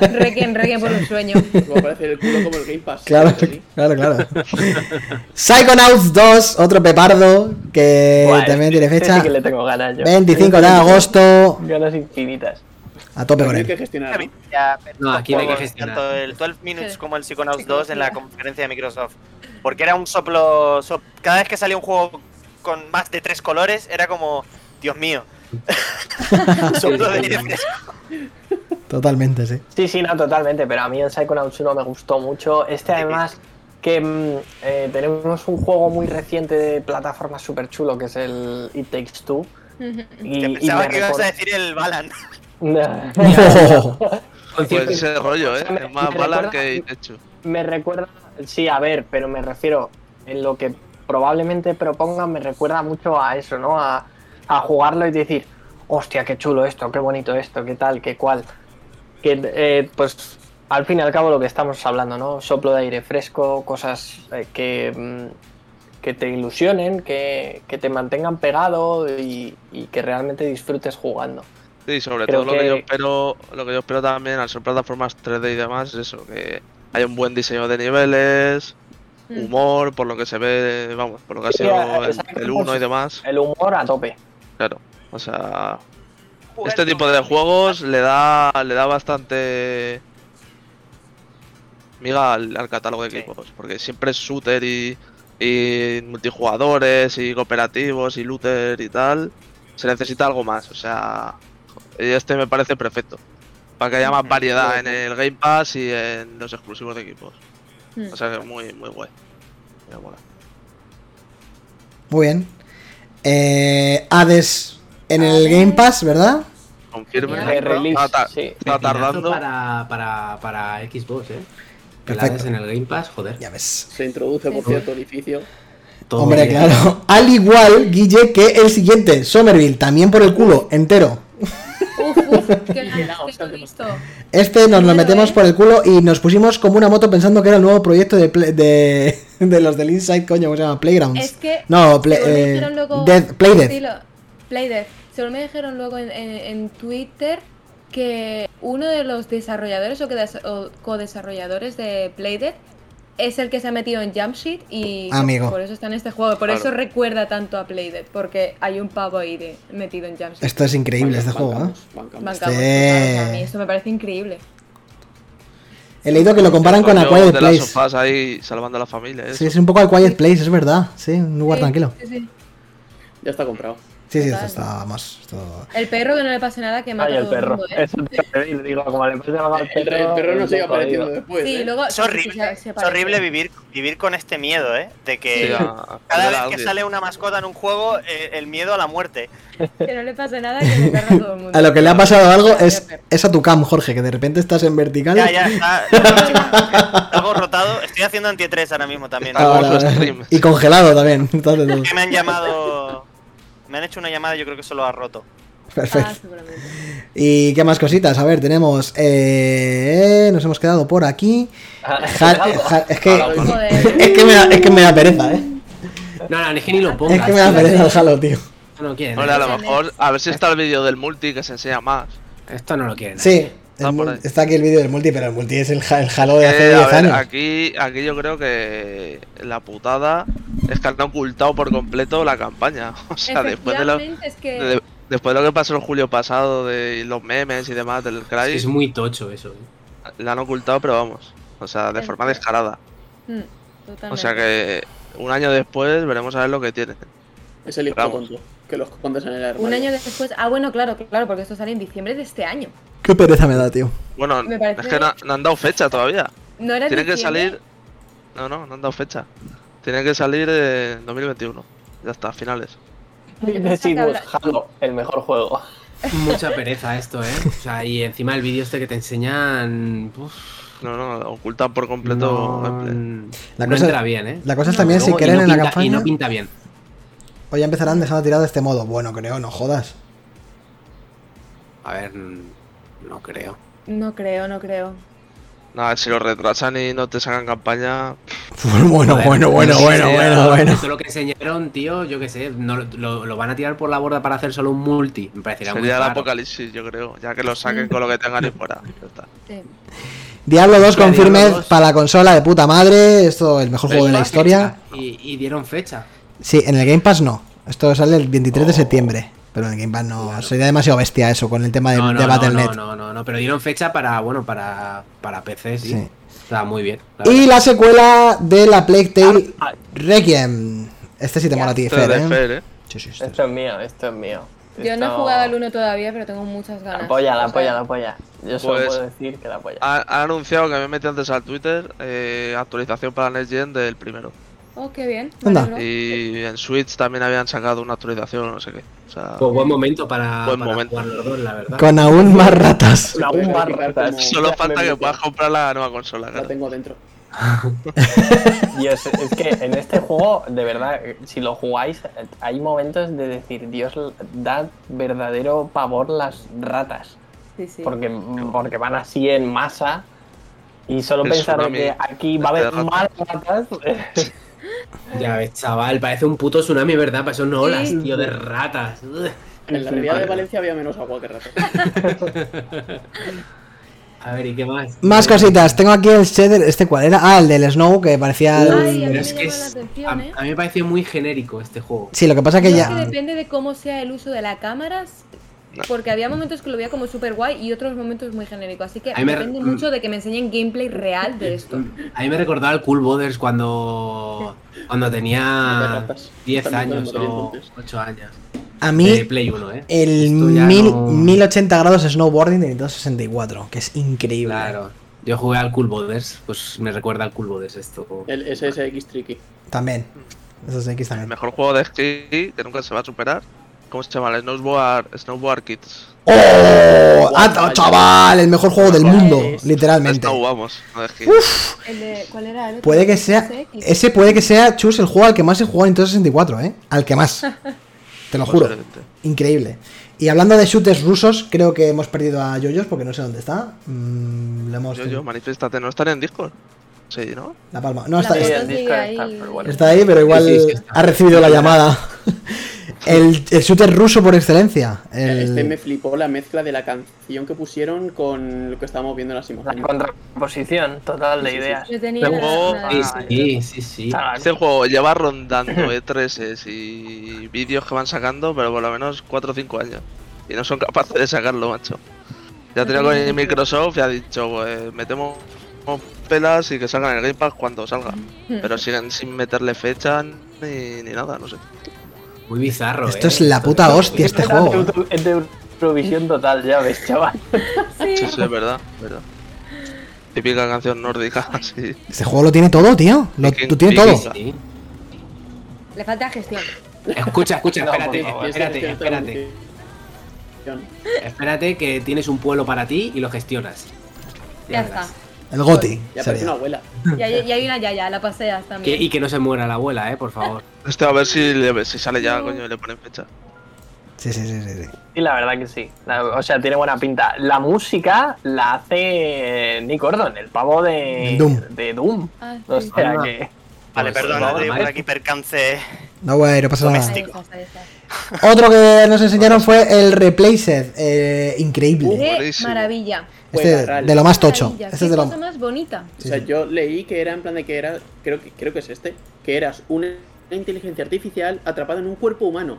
Requiem, requiem por un sueño. [laughs] Me parece el culo como el Game Pass. Claro, Sí, sí. claro, claro. Psychonauts 2, otro pepardo que Buah, Eh, también tiene este fecha. sí que le tengo ganas yo. 25 de agosto, Ganas infinitas. a tope con Hay que él. gestionar. ¿no? No, aquí no hay que Juegos, gestionar. Tanto el 12 Minutes Sí. como el Psychonauts 2 en la conferencia de Microsoft. Porque era un soplo. sop- Cada vez que salía un juego con más de tres colores, era como. Dios mío. [laughs] soplo de aire fresco. Totalmente, sí. Sí, sí, no, totalmente, pero a mí el Psychonauts 1 me gustó mucho. Este además que mm, eh, tenemos un juego muy reciente de plataforma súper chulo que es el It Takes Two. Y, Que y pensaba me que ibas a recor- decir el Balan. [laughs] [laughs] Pues ese rollo, ¿eh? Me- Es más me bala recuerda- que hecho. me recuerda, sí, a ver, pero me refiero en lo que probablemente propongan, me recuerda mucho a eso, ¿no? A, a jugarlo y decir, hostia, qué chulo esto, qué bonito esto, qué tal, qué cual. Que, eh, pues, al fin y al cabo, lo que estamos hablando, ¿no? Soplo de aire fresco, cosas eh, que, mm, que te ilusionen, que, que te mantengan pegado y, y que realmente disfrutes jugando. Sí, sobre Creo todo lo que yo que- espero, lo que yo espero también al ser plataformas 3D y demás, es eso, que hay un buen diseño de niveles, Mm. humor, por lo que se ve, vamos, por lo que ha Sí, sido el- exacto, pues el por 1 y su- demás, El humor a tope. claro. O sea, este tipo de juegos le da le da bastante miga al, al catálogo de Sí. equipos, porque siempre es shooter y, y multijugadores y cooperativos y looter y tal, se necesita algo más, o sea, y este me parece perfecto. Para que haya más variedad en el Game Pass y en los exclusivos de equipos. Mm. O sea que muy, muy guay. Me mola. Muy bien. Eh, Hades en el Game Pass, ¿verdad? Confirme. De release, Ah, ta- sí. Está tardando. Para, para, para Xbox, ¿eh? Que la Perfecto. haces en el Game Pass, joder. Ya ves. Se introduce por cierto edificio. Todo Hombre, bien. claro. [laughs] Al igual, Guille, que el siguiente, Somerville, también por el culo, entero. Uf, uf, qué ganas Llenado, que no he ¿sabes? visto. Este nos lo Bueno, metemos ¿eh? por el culo y nos pusimos como una moto pensando que era el nuevo proyecto de, Play- de, [laughs] de los del Inside, coño, ¿cómo se llama? Playgrounds. Es que. no, Play, según me eh, dijeron luego- Death- Play Death. Sí, lo- Play Death. Según me dijeron luego en, en- en Twitter que uno de los desarrolladores o, que des- o co-desarrolladores de Playdead es el que se ha metido en Jumpsheet y Amigo. por eso está en este juego. Por Claro. eso recuerda tanto a Playdead, porque hay un pavo ahí de- metido en Jumpsheet. Esto es increíble, este juego, ¿eh? Bancamos, bancamos. Bancamos, Sí. claro, o sea, a mí esto me parece increíble. He leído que lo comparan con A Yo Quiet de las Place. sofás ahí salvando a la familia. ¿eh? eso. Sí, es un poco A Quiet Place, es verdad. Sí, un lugar Sí, tranquilo. sí, sí. Ya está comprado. Sí, sí, Total. esto está, vamos. esto- El perro que no le pasa nada que mata Ay, a el todo el, perro. mundo, ¿eh? Es un terrible, digo, como le puse la mano al El, el perro no sigue jodido. apareciendo [laughs] después. Sí, ¿eh? luego Es sí, sí, horrible, se- se es parece. horrible vivir, vivir con este miedo, ¿eh? De que Sí, a- cada a- vez a- que sale una mascota en un juego, eh, el miedo a la muerte. Que no le pasa nada que le carga [laughs] a todo el mundo. A lo que le ha pasado algo es, es a tu cam, Jorge, que de repente estás en vertical. Ya, ya, [laughs] está. Algo rotado. Estoy haciendo anti-3 ahora mismo también. Está Ahora, como su ahora. stream. Ah, y congelado también. [laughs] entonces, todo. Que me han llamado. Me han hecho una llamada y yo creo que eso lo ha roto. Ah, Perfecto. seguramente. ¿Y qué más cositas? A ver, tenemos. eh, nos hemos quedado por aquí. Ja- ja- es, que, Joder. es, que me da, es que me da pereza, ¿eh. No, no, es que ni lo pongas. Es que me da pereza el Halo, tío. Esto no lo quieren. Ahora, a lo Internet. mejor, a ver si está el vídeo del multi que se enseña más. ¿eh? Esto no lo quieren. Sí, el Ah, por mul- ahí. está aquí el vídeo del multi, pero el multi es el, ja- el Halo de hace Eh, a 10 ver, años. aquí, aquí yo creo que la putada es que han ocultado por completo la campaña. [laughs] O sea, después de lo, Efectivamente, es que de- después de lo que pasó en julio pasado, de los memes y demás del Es, Cry, que es muy tocho eso. ¿eh? la han ocultado, pero vamos. O sea, de Es- forma descarada. Mm, O totalmente. sea que un año después veremos a ver lo que tienen. Es el hijo Vamos. tonto. Que los pones en el armario. un año después, ah bueno, claro, claro, porque esto sale en diciembre de este año. Qué pereza me da, tío. Bueno, Me parece- es que no, no han dado fecha todavía. No era en Tiene que diciembre, salir. No, no, no han dado fecha. Tiene que salir en 2021. Ya está, finales. Deciduous Halo, el mejor juego. [laughs] Mucha pereza esto, ¿eh? O sea, y encima el vídeo este que te enseñan. Uf, No, no, ocultan por completo. no, gameplay. La la cosa- cosa entra bien, ¿eh? La cosa es también, si Luego- y quieren no en la pinta- Y campaña, no pinta bien. o ya empezarán dejando tirado de este modo. Bueno, creo, no jodas. A ver, mm, no creo. No creo, no creo. Nada, si lo retrasan y no te sacan campaña, [laughs] Bueno, Joder, bueno, bueno, bueno, no sé, bueno, lo- bueno. Eso lo que enseñaron, tío, yo qué sé, no, lo, lo van a tirar por la borda para hacer solo un multi. Me parecería muy sería el raro. apocalipsis, yo creo. Ya que lo saquen con lo que tengan y fuera. ya [laughs] está. Sí. Diablo 2 con Diablo firmez 2. para la consola de puta madre. Esto es el mejor Pero juego de la iba a historia. fecha, Y, y dieron fecha. Sí, en el Game Pass no. Esto sale el 23 de septiembre. Pero en el Game Pass no. Sería demasiado bestia eso con el tema de, No, no, de no, Battle.net. no, no, no, no, pero dieron fecha para, bueno, para, para PC, sí. Sí. Está muy bien. la Y verdad. la secuela de la Plague Tale Requiem. Este sí te mola a ti, Esto es Fer, de ¿eh? Fer, ¿eh? Sí, sí, este. Esto es mío, esto es mío. Yo no he Esto- jugado al 1 todavía, pero tengo muchas ganas. La polla, O la sea, polla, la polla. Yo solo Pues- puedo decir que la polla. ah, Ha, ha anunciado que me metí antes al Twitter eh, actualización para Next Gen del primero. Oh, qué bien. me Anda. alegro. Y en Switch también habían sacado una actualización o no sé qué. O sea, Pues buen momento para, Buen para momento. jugar los dos, la verdad. Con aún más ratas. La un Pero hay que barra, jugar como- [laughs] solo ya falta me que metí. puedas comprar la nueva consola, La claro. tengo dentro. Dios, es que en este juego, de verdad, si lo jugáis, hay momentos de decir, Dios, da verdadero pavor las ratas. Sí, sí. Porque, porque van así en masa. Y solo El pensar de tsunami que aquí va a haber Este de más ratas. [laughs] Ya ves, chaval, parece un puto tsunami, ¿verdad? Para son olas, Sí. tío, de ratas. En la realidad de Valencia había menos agua que rato. A ver, ¿y qué más? Más cositas. Tengo aquí el shader. ¿Este cuál era? Ah, el del Snow, que parecía. el- Ay, a mí Pero me es que llama la es- a, atención, ¿eh? a mí me pareció muy genérico este juego. Sí, lo que pasa Yo que creo ya. que depende de cómo sea el uso de la cámara. Porque había momentos que lo veía como súper guay y otros momentos muy genérico. Así que A mí me- depende mucho de que me enseñen gameplay real de esto. A mí me recordaba al Cool Borders cuando, cuando tenía ratas. 10 También años cuando o tenía 8 años. A De mí, Play 1, ¿eh? el Esto ya mil- no- 1080 grados snowboarding de Nintendo 64, que es increíble. Claro. Yo jugué al Cool Borders, pues me recuerda al Cool Borders esto. El SSX Tricky. También. Esos X El también. mejor juego de esquí que nunca se va a superar. ¿Cómo se llama? El Snowboard, Snowboard Kids. ¡Oh! ¡Ah, chaval! El mejor juego del mundo, literalmente. Snow, vamos, no de esquí. El de- ¿Cuál era el otro? Puede que sea. SX. Ese puede que sea, Chus, el juego al que más he jugado en Nintendo 64, ¿eh? Al que [laughs] más. Te lo juro. Posiblemente. Increíble. Y hablando de shooters rusos, creo que hemos perdido a Yoyos porque no sé dónde está. Mm, lo hemos. Yo, yo, manifiéstate, no están en Discord. Sí, ¿no? La palma. No, está, La Sí, está, verdad el sigue Discord ahí. está, pero bueno. está ahí, pero igual Sí, sí, sí, está. ha recibido la llamada. [laughs] El, el shooter ruso por excelencia. El- Este me flipó la mezcla de la canción que pusieron con lo que estábamos viendo en las La imágenes. contraposición total de ideas. Yo tenía Luego- una- Ah, Sí, sí, sí, sí. Chaval, Este juego lleva rondando E3s y vídeos que van sacando, pero por lo menos 4 o 5 años. Y no son capaces de sacarlo, macho. Ya tenía con el Microsoft y ha dicho, pues, metemos pelas y que salgan en el Game Pass cuando salga. Mm. [laughs] Pero siguen sin meterle fecha ni, ni nada, no sé. Muy bizarro, Esto ¿eh? es la puta es- hostia, este es juego. de- Es de provisión total, ya ves, chaval. Sí, sí, es verdad, es verdad. Típica canción nórdica, [laughs] así. Este juego lo tiene todo, tío. Lo, Viking- lo tiene todo. Vikings. Sí. Le falta gestión. Escucha, escucha, No, espérate, por favor. espérate, espérate. Espérate que tienes un pueblo para ti y lo gestionas. Ya verás. está. El Goti. Ya parece sería. una abuela. Y hay, y hay una yaya, la paseas Que- también. y que no se muera la abuela, eh, por favor. Este a ver si, le- si sale ya, No. coño, y le ponen fecha. Sí, sí, sí, sí, sí. Sí, la verdad que sí. La- o sea, tiene buena pinta. La música la hace Nick Gordon, el pavo de Doom. De Doom. Ah, sí. O sea Ah. que. Vale, Pues, perdona, vale, tengo vale. por aquí percance. No, güey, no pasa nada. Ahí estás, ahí estás. Otro que nos enseñaron fue el Replaced. eh, Uh, increíble. ¡Qué buenísimo. maravilla! Este Juega, de lo más Qué tocho. maravilla, Este ¡Qué es de cosa lo. más bonita! Sí, o sea, sí. yo leí que era en plan de que era, creo que creo que es este, que eras una inteligencia artificial atrapada en un cuerpo humano.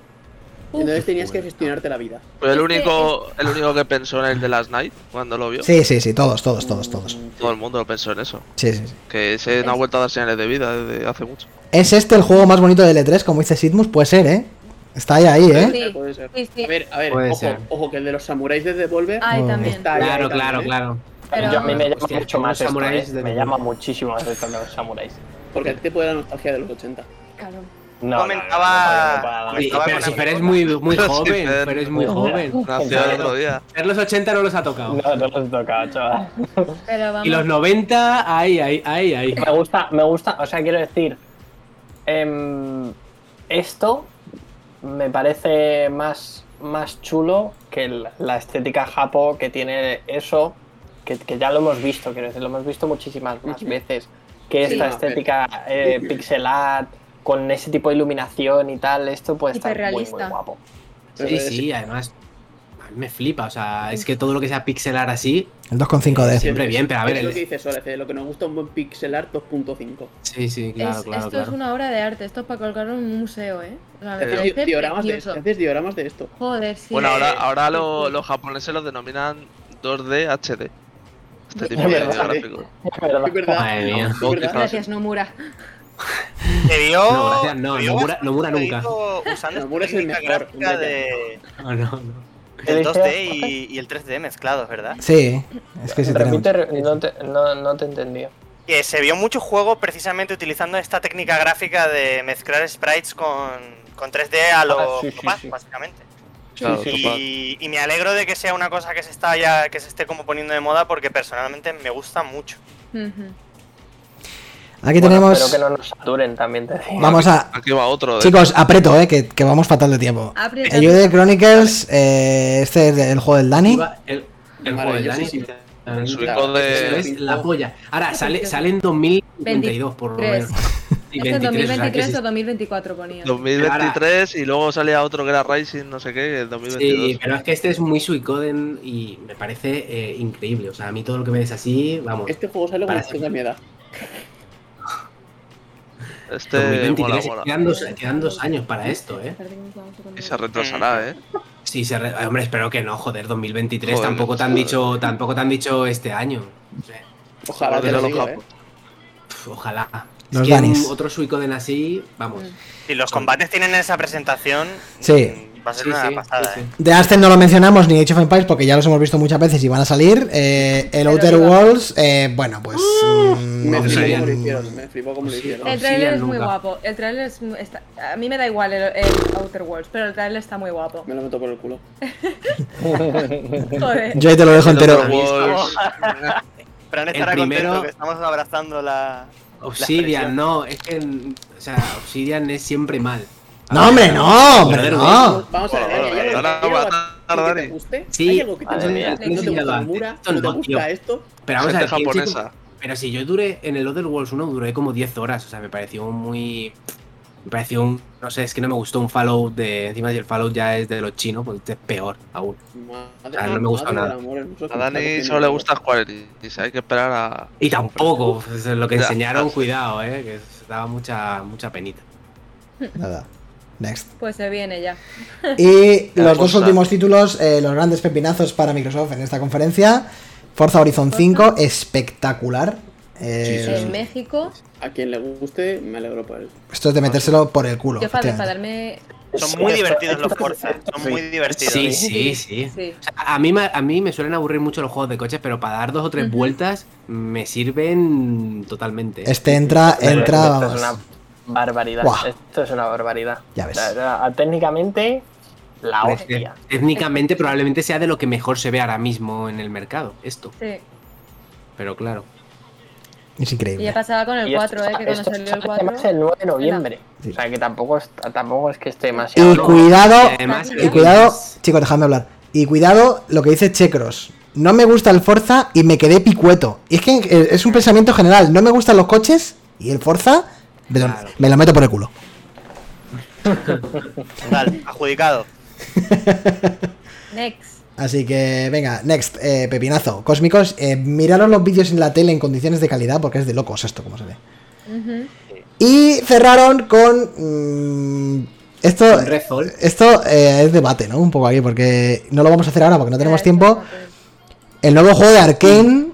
Uf. Entonces tenías que gestionarte la vida. Pero Pues el Este único, el único que pensó en el de Last Night cuando lo vio. Sí, sí, sí, todos, todos, todos, todos. Todo el mundo pensó en eso. Sí, sí, sí. Que se no ha vuelto a dar señales de vida desde hace mucho. ¿Es este el juego más bonito del E3? Como dice Sidmus, puede ser, ¿eh? Está ahí, ahí, ¿eh? Sí, Puede ser. sí, sí. A ver, a ver, Puede ojo, ser. ojo, que el de los samuráis de Devolver Ay, Oh. también. está ahí, Claro, ahí claro, también, ¿eh? claro. Pero- Yo a mí me llama Hostia, mucho los más esto, samuráis ¿eh? de Me Doom. llama muchísimo más esto que los samuráis. Porque a ti te puede la nostalgia de los 80. Claro. No, no, no, no, Comentaba- no, para nada. Sí, Estaba pero con si la Fer es mierda. muy, muy Pero si joven, Fer- Fer es muy Uh, [laughs] joven. Nació el otro día. Fer los 80 no los ha tocado. No, no los he tocado, chaval. Pero vamos. Y los 90, ahí, ahí, ahí, ahí. Me gusta, me gusta, o sea, quiero decir, em, esto me parece más, más chulo que el- la estética japo que tiene eso, que, que ya lo hemos visto, quiero decir, lo hemos visto muchísimas más veces. Que Sí, esta no, estética eh, pixel art, con ese tipo de iluminación y tal, esto puede estar muy, muy Hiperrealista. guapo. Sí, sí, además. a mí Me flipa, o sea, es que todo lo que sea pixelar así, El 2,5D. siempre bien, pero a ver, es lo que el- dice Sora, dice, lo que nos gusta un buen pixel art 2.5. sí, sí, claro, Es- claro, esto claro. es una obra de arte, esto es para colgarlo en un museo, ¿eh? O sea, me Pero- parece Haces dioramas de, precioso. haces dioramas de esto. Joder, sí. Bueno, ahora, ahora lo- sí. los japoneses los denominan 2D HD. Este tipo Es de verdad. gráfico. Es verdad. Es verdad. Madre mía. es Todo verdad. quizás. Gracias, Nomura. [laughs] Te vio. No, gracias, no, te vio Nomura- Nomura bastante nunca. ido Usando Nomura es esta el técnica mejor, gráfica hombre, de, [laughs] No, no, no. del Te 2D dije- y, y el 3D mezclados, ¿verdad? Sí, es que se tiene Repite, mucho. re- no te, no, no te entendí. Que se vio mucho juego precisamente utilizando esta técnica gráfica de mezclar sprites con, con 3D a los Ah, sí, sí, sí. básicamente. Claro, sí. capaz. Y, y me alegro de que sea una cosa que se está ya que se esté como poniendo de moda porque personalmente me gusta mucho. Ujú. Aquí Bueno, tenemos. Espero que no nos saturen también, te digo. Vamos a. Aquí va otro. de- Chicos, aprieto, eh, que, que vamos fatal de tiempo. Aprieta. Ayude Chronicles, eh, este es el juego del Dani. Iba El, el juego del Dani. Maravillosísimo. Su sinceramente, hijo Eso Este de. es la polla. Ahora, sale, sale en 2032, por lo menos. 23. Y Este 23, es o sea, que 2023 sí- o 2024 eh, ponía. 2023 y luego salía otro que era Rising, no sé qué, el 2022. Sí, pero es que este es muy Suicoden y me parece eh, increíble. O sea, a mí todo lo que me des así, vamos. Este juego sale cuando Parece- tenga mi edad. Este mola, 2023, mola. Quedan, dos, quedan dos años para esto, ¿eh? Espérate que nos vamos a poner- Y se Mm. retrasará, ¿eh? Sí, se re- hombre, espero que no, joder, 2023 Joder, tampoco te han joder. dicho, tampoco te han dicho este año. O sea, Ojalá te Joder, lo los digo, eh. japo- pf, ojalá. Los es que Danis. un- otro Suicoden así, vamos. Mm. Si los combates tienen esa presentación, Sí. mm, va a ser Sí, una sí, pasada. sí, ¿eh? sí. De Ascent no lo mencionamos ni Age of Empires porque ya los hemos visto muchas veces y van a salir. Eh, el Pero Ah. Outer diga. Worlds, eh, bueno, pues. mm, Me No, flipó serían- como lo hicieron, me flipó como lo hicieron. Eh, El trailer es Obsidian muy nunca. guapo. El trailer es. mu- está- a mí me da igual el, el Outer Worlds, pero el trailer está muy guapo. Me lo meto por el culo. Joder. Yo ahí te lo dejo El entero. Outer Worlds. [laughs] Fran El estará contento primero- que estamos abrazando la. Obsidian, no, es que, o sea, Obsidian es siempre mal. No, hombre, no, hombre, Joder, no. Vamos a ver, Bueno, ¿hay bueno, algo- ahora hay algo va a tardar, que te Dani. guste? Oh, Sí. ¿Hay algo que te Madre mía. guste? ¿No te Enseñado gusta antes. Mura? Esto ¿No te no, tío. gusta eh. esto? Pero vamos a Gente ver, quiero decir que- japonesa. Pero si yo duré en el Other Worlds 1 duré como 10 horas, o sea, me pareció muy me pareció un no sé, es que no me gustó un Fallout de encima si el Fallout ya es de los chinos, pues este es peor aún. Madre, Ah, no me gusta madre nada. del amor hermoso que A me está Dani cogiendo. solo le gusta Square Enix, hay que esperar a. Y tampoco pues, lo que Ya. enseñaron, cuidado, eh, que se daba mucha mucha penita. Nada. Next. Pues se viene ya. Y La los dos Forza. últimos títulos, eh, los grandes pepinazos para Microsoft en esta conferencia. Forza Horizon 5, espectacular. Eh, Sí, sí, En México. A quien le guste, me alegro por él. Esto es de metérselo por el culo. Yo para efectivamente. enfadarme. Son muy Esto- divertidos los esto- Forza, son muy divertidos. ¿eh? Sí, sí, Sí. sí. Sí. O sea, A mí, me- a mí me suelen aburrir mucho los juegos de coches, pero para dar dos o tres Ujú. vueltas me sirven totalmente. Este entra, Pero entra, esto vamos. es una barbaridad. Buah. Esto es una barbaridad. Ya ves. La- la- la- técnicamente, la Pero es que hostia. técnicamente probablemente sea de lo que mejor se ve ahora mismo en el mercado, esto. Sí. Pero claro. Es Y ya increíble. pasaba con el Y esto 4, ¿eh? sa- Que cuando esto salió el sale además 4. el 9 de noviembre. Sí. O sea, que tampoco es, tampoco es que esté demasiado. Y loco. cuidado, Además, eh, y Oh, cuidado, chicos, dejadme hablar. Y cuidado lo que dice Checros. No me gusta el Forza y me quedé picueto. Y es que eh, es un pensamiento general. No me gustan los coches y el Forza me lo, Claro. me lo meto por el culo. Total, adjudicado. Next. Así que, venga, next, eh, pepinazo. Cósmicos, eh, miraros los vídeos en la tele en condiciones de calidad porque es de locos esto, como se ve. Ujú. Y cerraron con... mm, esto Red Sol. esto eh, es debate, ¿no? Un poco aquí, porque no lo vamos a hacer ahora porque no tenemos Ya, tiempo. El nuevo juego de Arkane,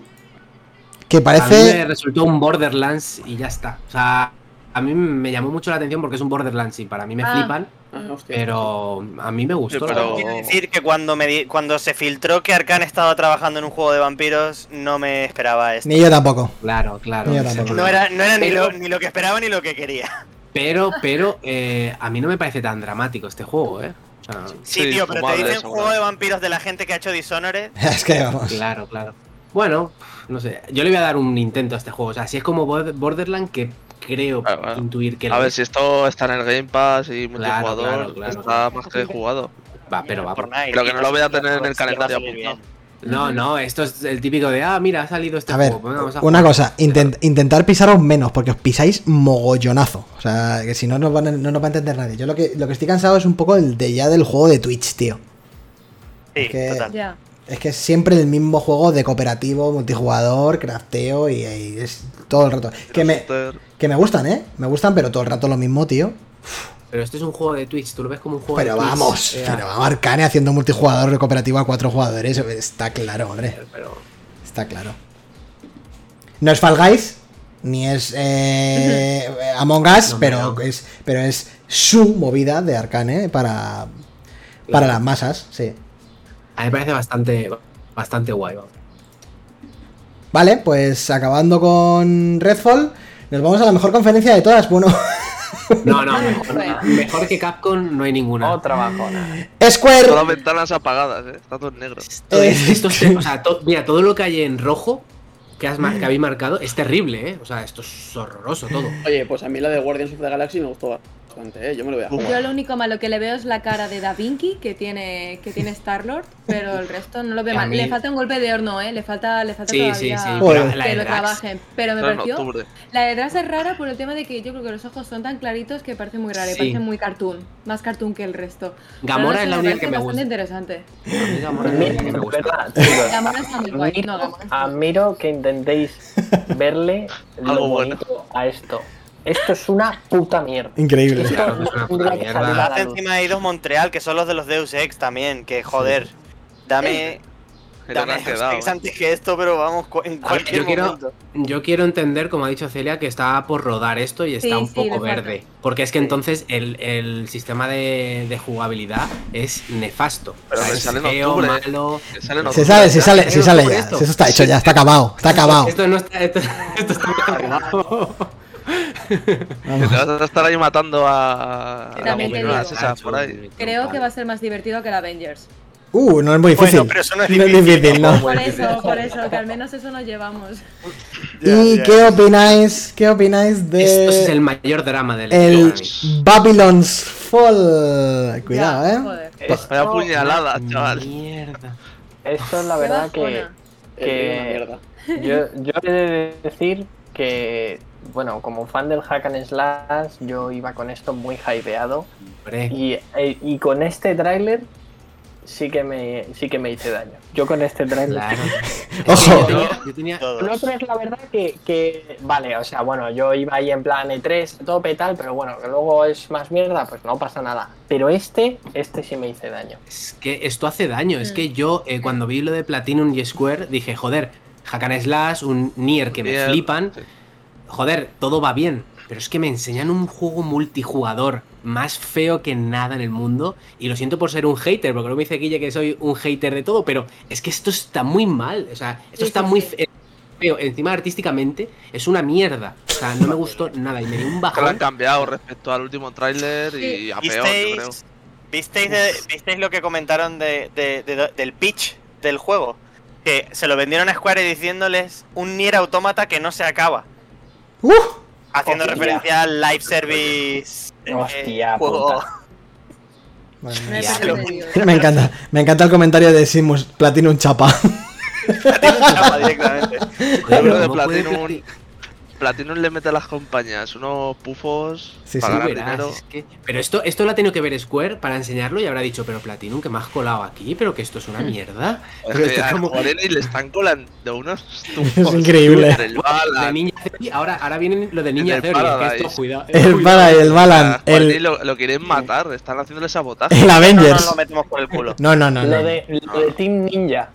que A mí me parece... resultó un Borderlands y ya está. O sea, a mí me llamó mucho la atención porque es un Borderlands y para mí me Ah. flipan, Ah, hostia. pero a mí me Sí, gustó. la pero- verdad. Quiero decir que cuando me di- cuando se filtró que Arkane estaba trabajando en un juego de vampiros, no me esperaba esto. Ni yo tampoco. [laughs] Claro, claro. Mira, ese es el tampoco. No problema. era, no era ni, Pero- lo, ni lo que esperaba ni lo que quería. Pero, pero, eh, a mí no me parece tan dramático este juego, ¿eh? O sea, Sí, Sí, tío, pero te fumable, dicen seguro. juego de vampiros de la gente que ha hecho Dishonored. es que vamos. Claro, claro. Bueno, no sé. Yo le voy a dar un intento a este juego. O sea, si es como Bor- Borderlands, que creo Claro, claro. intuir que Ah, A lo ver es. si esto está en el Game Pass y Claro, multijugador, claro, claro. [laughs] está más que jugado. Va, pero va. Fortnite, Creo que no lo voy a tener en el Fortnite, calendario sí, apuntado. bien. No, no, esto es el típico de, ah, mira, ha salido este A ver, juego. pues vamos a una jugar". cosa, intent- intentar pisaros menos, porque os pisáis mogollonazo. O sea, que si no, no, van a- no nos va a entender nadie. Yo lo que, lo que estoy cansado es un poco el de ya del juego de Twitch, tío. Sí, que- total. Ya. Es que es siempre el mismo juego de cooperativo, multijugador, crafteo y, y es todo el rato. Que me, Shooter. que me gustan, ¿eh? Me gustan, pero todo el rato lo mismo, tío. Pero esto es un juego de Twitch, tú lo ves como un juego Pero de Twitch. vamos, eh, pero vamos, Arcane haciendo multijugador cooperativo a cuatro jugadores. Está claro, hombre. pero- Está claro. No es Fall Guys, ni es eh, Among Us, No, pero, no. Es, pero es su movida de Arcane para, para las masas, sí. A mí me parece bastante, bastante guay. vamos. Vale, pues acabando con Redfall, nos vamos a la mejor conferencia de todas. Bueno, [laughs] No, no, Vale, mejor, bueno. mejor que Capcom no hay ninguna. Oh, Otra bajona. Square. Todas las ventanas apagadas, eh. Está todo en negro. Esto es- Eh, [laughs] esto es- o sea, to- mira, todo lo que hay en rojo que, has, mar- que habéis marcado es terrible, ¿eh? O sea, esto es horroroso todo. Oye, pues a mí la de Guardians of the Galaxy me gustó bastante, ¿eh? Yo me lo voy a jugar. Yo lo único malo que le veo es la cara de Da Vinci que tiene, que [laughs] tiene Star Lord, pero el resto no lo veo Que a mal. mí- Le falta un golpe de horno, eh. Le falta, le falta Sí, todavía sí, sí. Joder. pero la que de lo Drax- trabajen. Pero me Está en pareció. octubre. La de Drax es rara por el tema de que yo creo que los ojos son tan claritos que parece muy raro, y Sí. parece muy cartoon. Más cartoon que el resto. Pero no Gamora sé, es la me única parece que me bastante gusta. interesante. A mí Gamora es la única que me Miren, gusta. ¿verdad, chicos? Gamora está muy guay. No, Admiro, Gamora está muy admiro [laughs] que intentéis verle lo Algo bueno. bonito a esto. Esto es una puta mierda. Increíble. Esto Claro, es una puta tendría que mierda. salir a la Aparte, luz. encima hay dos Montreal, que son los de los Deus Ex también, que joder. Dame, Que no dame te han Deus quedado, Ex eh. antes que esto, pero vamos, cu- en A ver, cualquier yo, quiero, momento. yo quiero entender, como ha dicho Celia, que está por rodar esto y está Sí, un sí, poco le falta. verde. Porque es que entonces el, el sistema de, de jugabilidad es nefasto. Pero O sea, que es sale en feo, octubre. malo. Que sale en Se octubre. sale, se sale, Pero se sale por ya. esto. Eso está hecho ya, está acabado, [laughs] está acabado. Esto no está. Esto, [laughs] esto está cargado. Que Vamos. te vas a estar ahí matando a, a las También te mominuras digo. esas por ahí. Ah, Creo que va a ser más divertido que el Avengers. Uh, no es muy difícil. Bueno, pero eso no es difícil, [laughs] difícil, no. Pues Por eso, por eso, que al menos eso nos llevamos. ¿Y Ya, ya. qué opináis? ¿Qué opináis de Esto es el mayor drama del Eh, el Babylon's Fall? Cuidado, Ya, eh. joder. Esto- Vaya puñalada, Mm, chaval. [laughs] Mierda. Esto es la Qué verdad que, bajona. El vídeo es una mierda. Yo, yo he de decir que, bueno, como fan del Hack and Slash, yo iba con esto muy hypeado. Hombre. Y, e- y con este tráiler sí que me sí que me hice daño. Yo con este tráiler. Claro. Ojo. Yo tenía- yo tenía- Todos. Lo otro es la verdad que, que, vale, o sea, bueno, yo iba ahí en plan E3, tope y tal, pero bueno, que luego es más mierda, pues no pasa nada. Pero este, este sí me hice daño. Es que esto hace daño. Es Mm. que yo, eh, cuando vi lo de Platinum y Square, dije, joder, Hack and Slash, un Nier que me Bien. flipan. Sí. Joder, todo va bien. Pero es que me enseñan un juego multijugador más feo que nada en el mundo. Y lo siento por ser un hater, porque no me dice Guille que soy un hater de todo, pero es que esto está muy mal. O sea, esto Sí, está sí, muy sí. fe- feo. Encima, artísticamente, es una mierda. O sea, [laughs] no me gustó nada y me dio un Que lo han bajón. cambiado respecto al último tráiler y Sí. a peor, yo creo. ¿Visteis, [laughs] visteis, de- visteis lo que comentaron de, de- de- del pitch del juego? Que se lo vendieron a Square diciéndoles un Nier Automata que no se acaba. Uh, Haciendo Hostia. referencia al live service. eh, Hostia, juego. puta. madre No me mía. Ya. parece divertido. me encanta, me encanta el comentario de Simus Platinum Chapa. Tiene un chapa directamente. Yo creo que ¿Cómo puede Platinum- Plati- Platinum le mete a las compañías unos pufos Sí, sí. para Tú ganar verás, dinero. es que- Pero esto, esto lo ha tenido que ver Square para enseñarlo y habrá dicho, pero Platinum, que me has colado aquí, pero que esto es una Hmm. mierda. Es Pero Pues que esto es a como- Moreno y le están colando unos [laughs] Es increíble. El bala. De niña Theory, ahora, ahora viene lo de niña el Theory, que Paradise. esto, cuidado. eh, El cuidado. Balan, el Balan, Guardián el, Lo, lo quieren matar, están haciéndole sabotaje. el No, no nos Avengers. lo metemos por el culo. No, no, no. no. Lo de, lo de Team Ninja,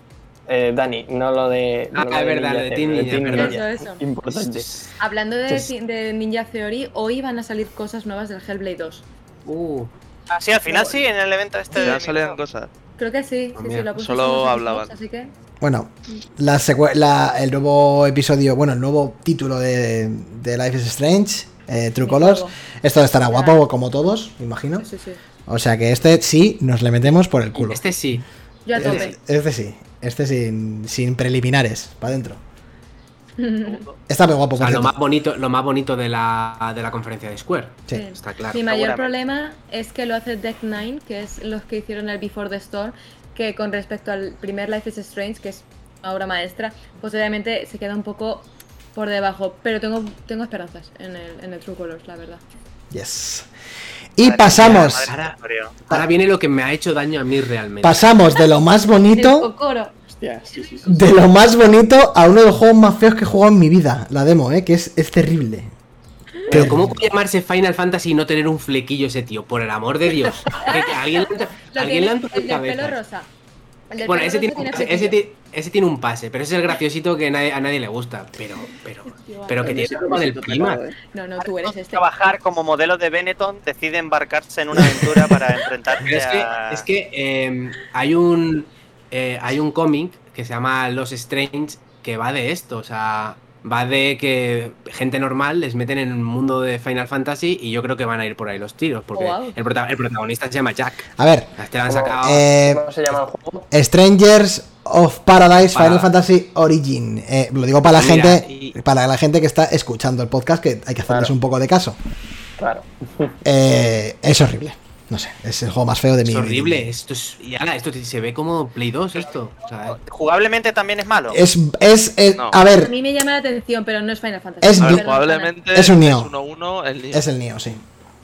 eh, Dani, no lo de. Ah, no es verdad, lo de Team Ninja, perdón. Eso, eso. Importante. Hablando de, Entonces- de Ninja Theory, hoy van a salir cosas nuevas del Hellblade 2. Uh, Ah, sí, al final sí, en el evento este. Ya de- salían cosas. Creo que sí, Ah, sí, sí, mira, lo puse solo en los Xbox, hablaban. Así que, Bueno, la secue- la- el nuevo episodio, bueno, el nuevo título de, de Life is Strange, eh, True Mi Colors. juego. Esto estará guapo como todos, me imagino. sí, sí. O sea que este sí nos le metemos por el culo. este sí. Yo a Este, [laughs] tope. este sí, este sin, sin preliminares, para adentro. Está muy guapo, O sea, por lo más cierto. bonito, lo más bonito de, la, de la conferencia de Square. Sí. Sí. Está claro. Mi mayor problema es que lo hace Deck Nine, que es los que hicieron el Before the Storm, que con respecto al primer Life is Strange, que es una obra maestra, pues obviamente se queda un poco por debajo. Pero tengo, tengo esperanzas en el, en el True Colors, la verdad. Yes. Y pasamos, Madre que me parió. Ahora viene lo que me ha hecho daño a mí realmente. pasamos de lo más El bonito, Kokoro. Hostia, sí, sí, sí. de lo más bonito a uno de los juegos más feos que he jugado en mi vida, la demo, eh, que es, es terrible. Pero Terrible. ¿cómo puede llamarse Final Fantasy y no tener un flequillo ese tío? Por el amor [laughs] de Dios. Que- que alguien le Lo han- alguien le han tiene- tocado el del pelo cabezas. rosa. El del Bueno, pelo ese rosa tiene, un pase, ese, flequillo. ti- ese tiene un pase, pero ese es el graciosito que nadie- a nadie le gusta. Pero, pero, pero que Me tiene siento- algo me del siento clima. tocado, eh. No, no, tú eres este. Trabajar como modelo de Benetton, decide embarcarse en una aventura para enfrentarse Pero es que, a... es que eh, hay un eh, hay un cómic que se llama Los Strange que va de esto, o sea, va de que gente normal les meten en un mundo de Final Fantasy y yo creo que van a ir por ahí los tiros, porque Guau. el, prota- el protagonista se llama Jack. A ver, Este lo han sacado. eh, ¿Cómo se llama el juego? Strangers of Paradise Para- Final Fantasy Origin. Eh, lo digo para la Mira, gente, y- para la gente que está escuchando el podcast, que hay que hacerles Claro. un poco de caso. Claro. Eh, es horrible. No sé, es el juego más feo de mi es vida. horrible, esto es, y ala, esto se ve como Play 2 esto. O sea, Jugablemente también es malo. Es, es, es- No. a A ver, mí me llama la atención, pero no es Final Fantasy. Es A ver, Yo- Perdón, probablemente Es un Neo. 1-1 el Neo. es el Neo, sí.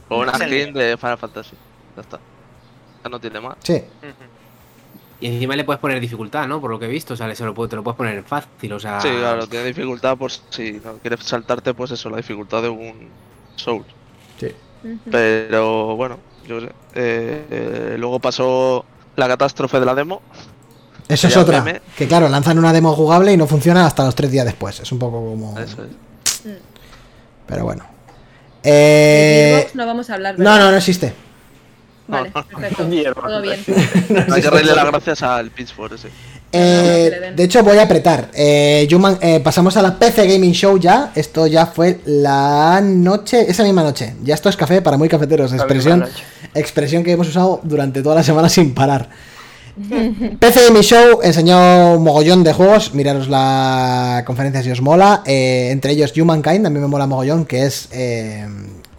Con una Es el skin de Final Fantasy. Ya está. Ya no tiene más. Sí. Ujú. y encima le puedes poner dificultad, ¿no? Por lo que he visto, o sea, le- se lo puedo- te lo puedes poner en fácil, o sea. Sí, Ah. claro, tiene dificultad por si no quieres saltarte, pues eso, la dificultad de un Soul. Perdón. Ujú. Pero bueno, yo qué sé. Eh, eh, luego pasó la catástrofe de la demo. Eso es Ya, otra. meme. Que claro, lanzan una demo jugable y no funciona hasta los tres días después. Es un poco como. Eso es. Pero bueno. De Eh, Gearbox no vamos a hablar. no, ¿verdad? no, no existe. Vale, perfecto. Gearbox. Todo bien. Hay que darle las gracias al Pitchfork ese. Eh, No, no, no. de hecho, voy a apretar. Eh, Human- eh, pasamos a la PC Gaming Show ya. Esto ya fue la noche, esa misma noche. Ya esto es café para muy cafeteros. Expresión, noche. expresión que hemos usado durante toda la semana [laughs] sin parar. PC Gaming Show enseñó un mogollón de juegos. Miraros la conferencia si os mola. Eh, entre ellos Humankind, también me mola mogollón, que es eh,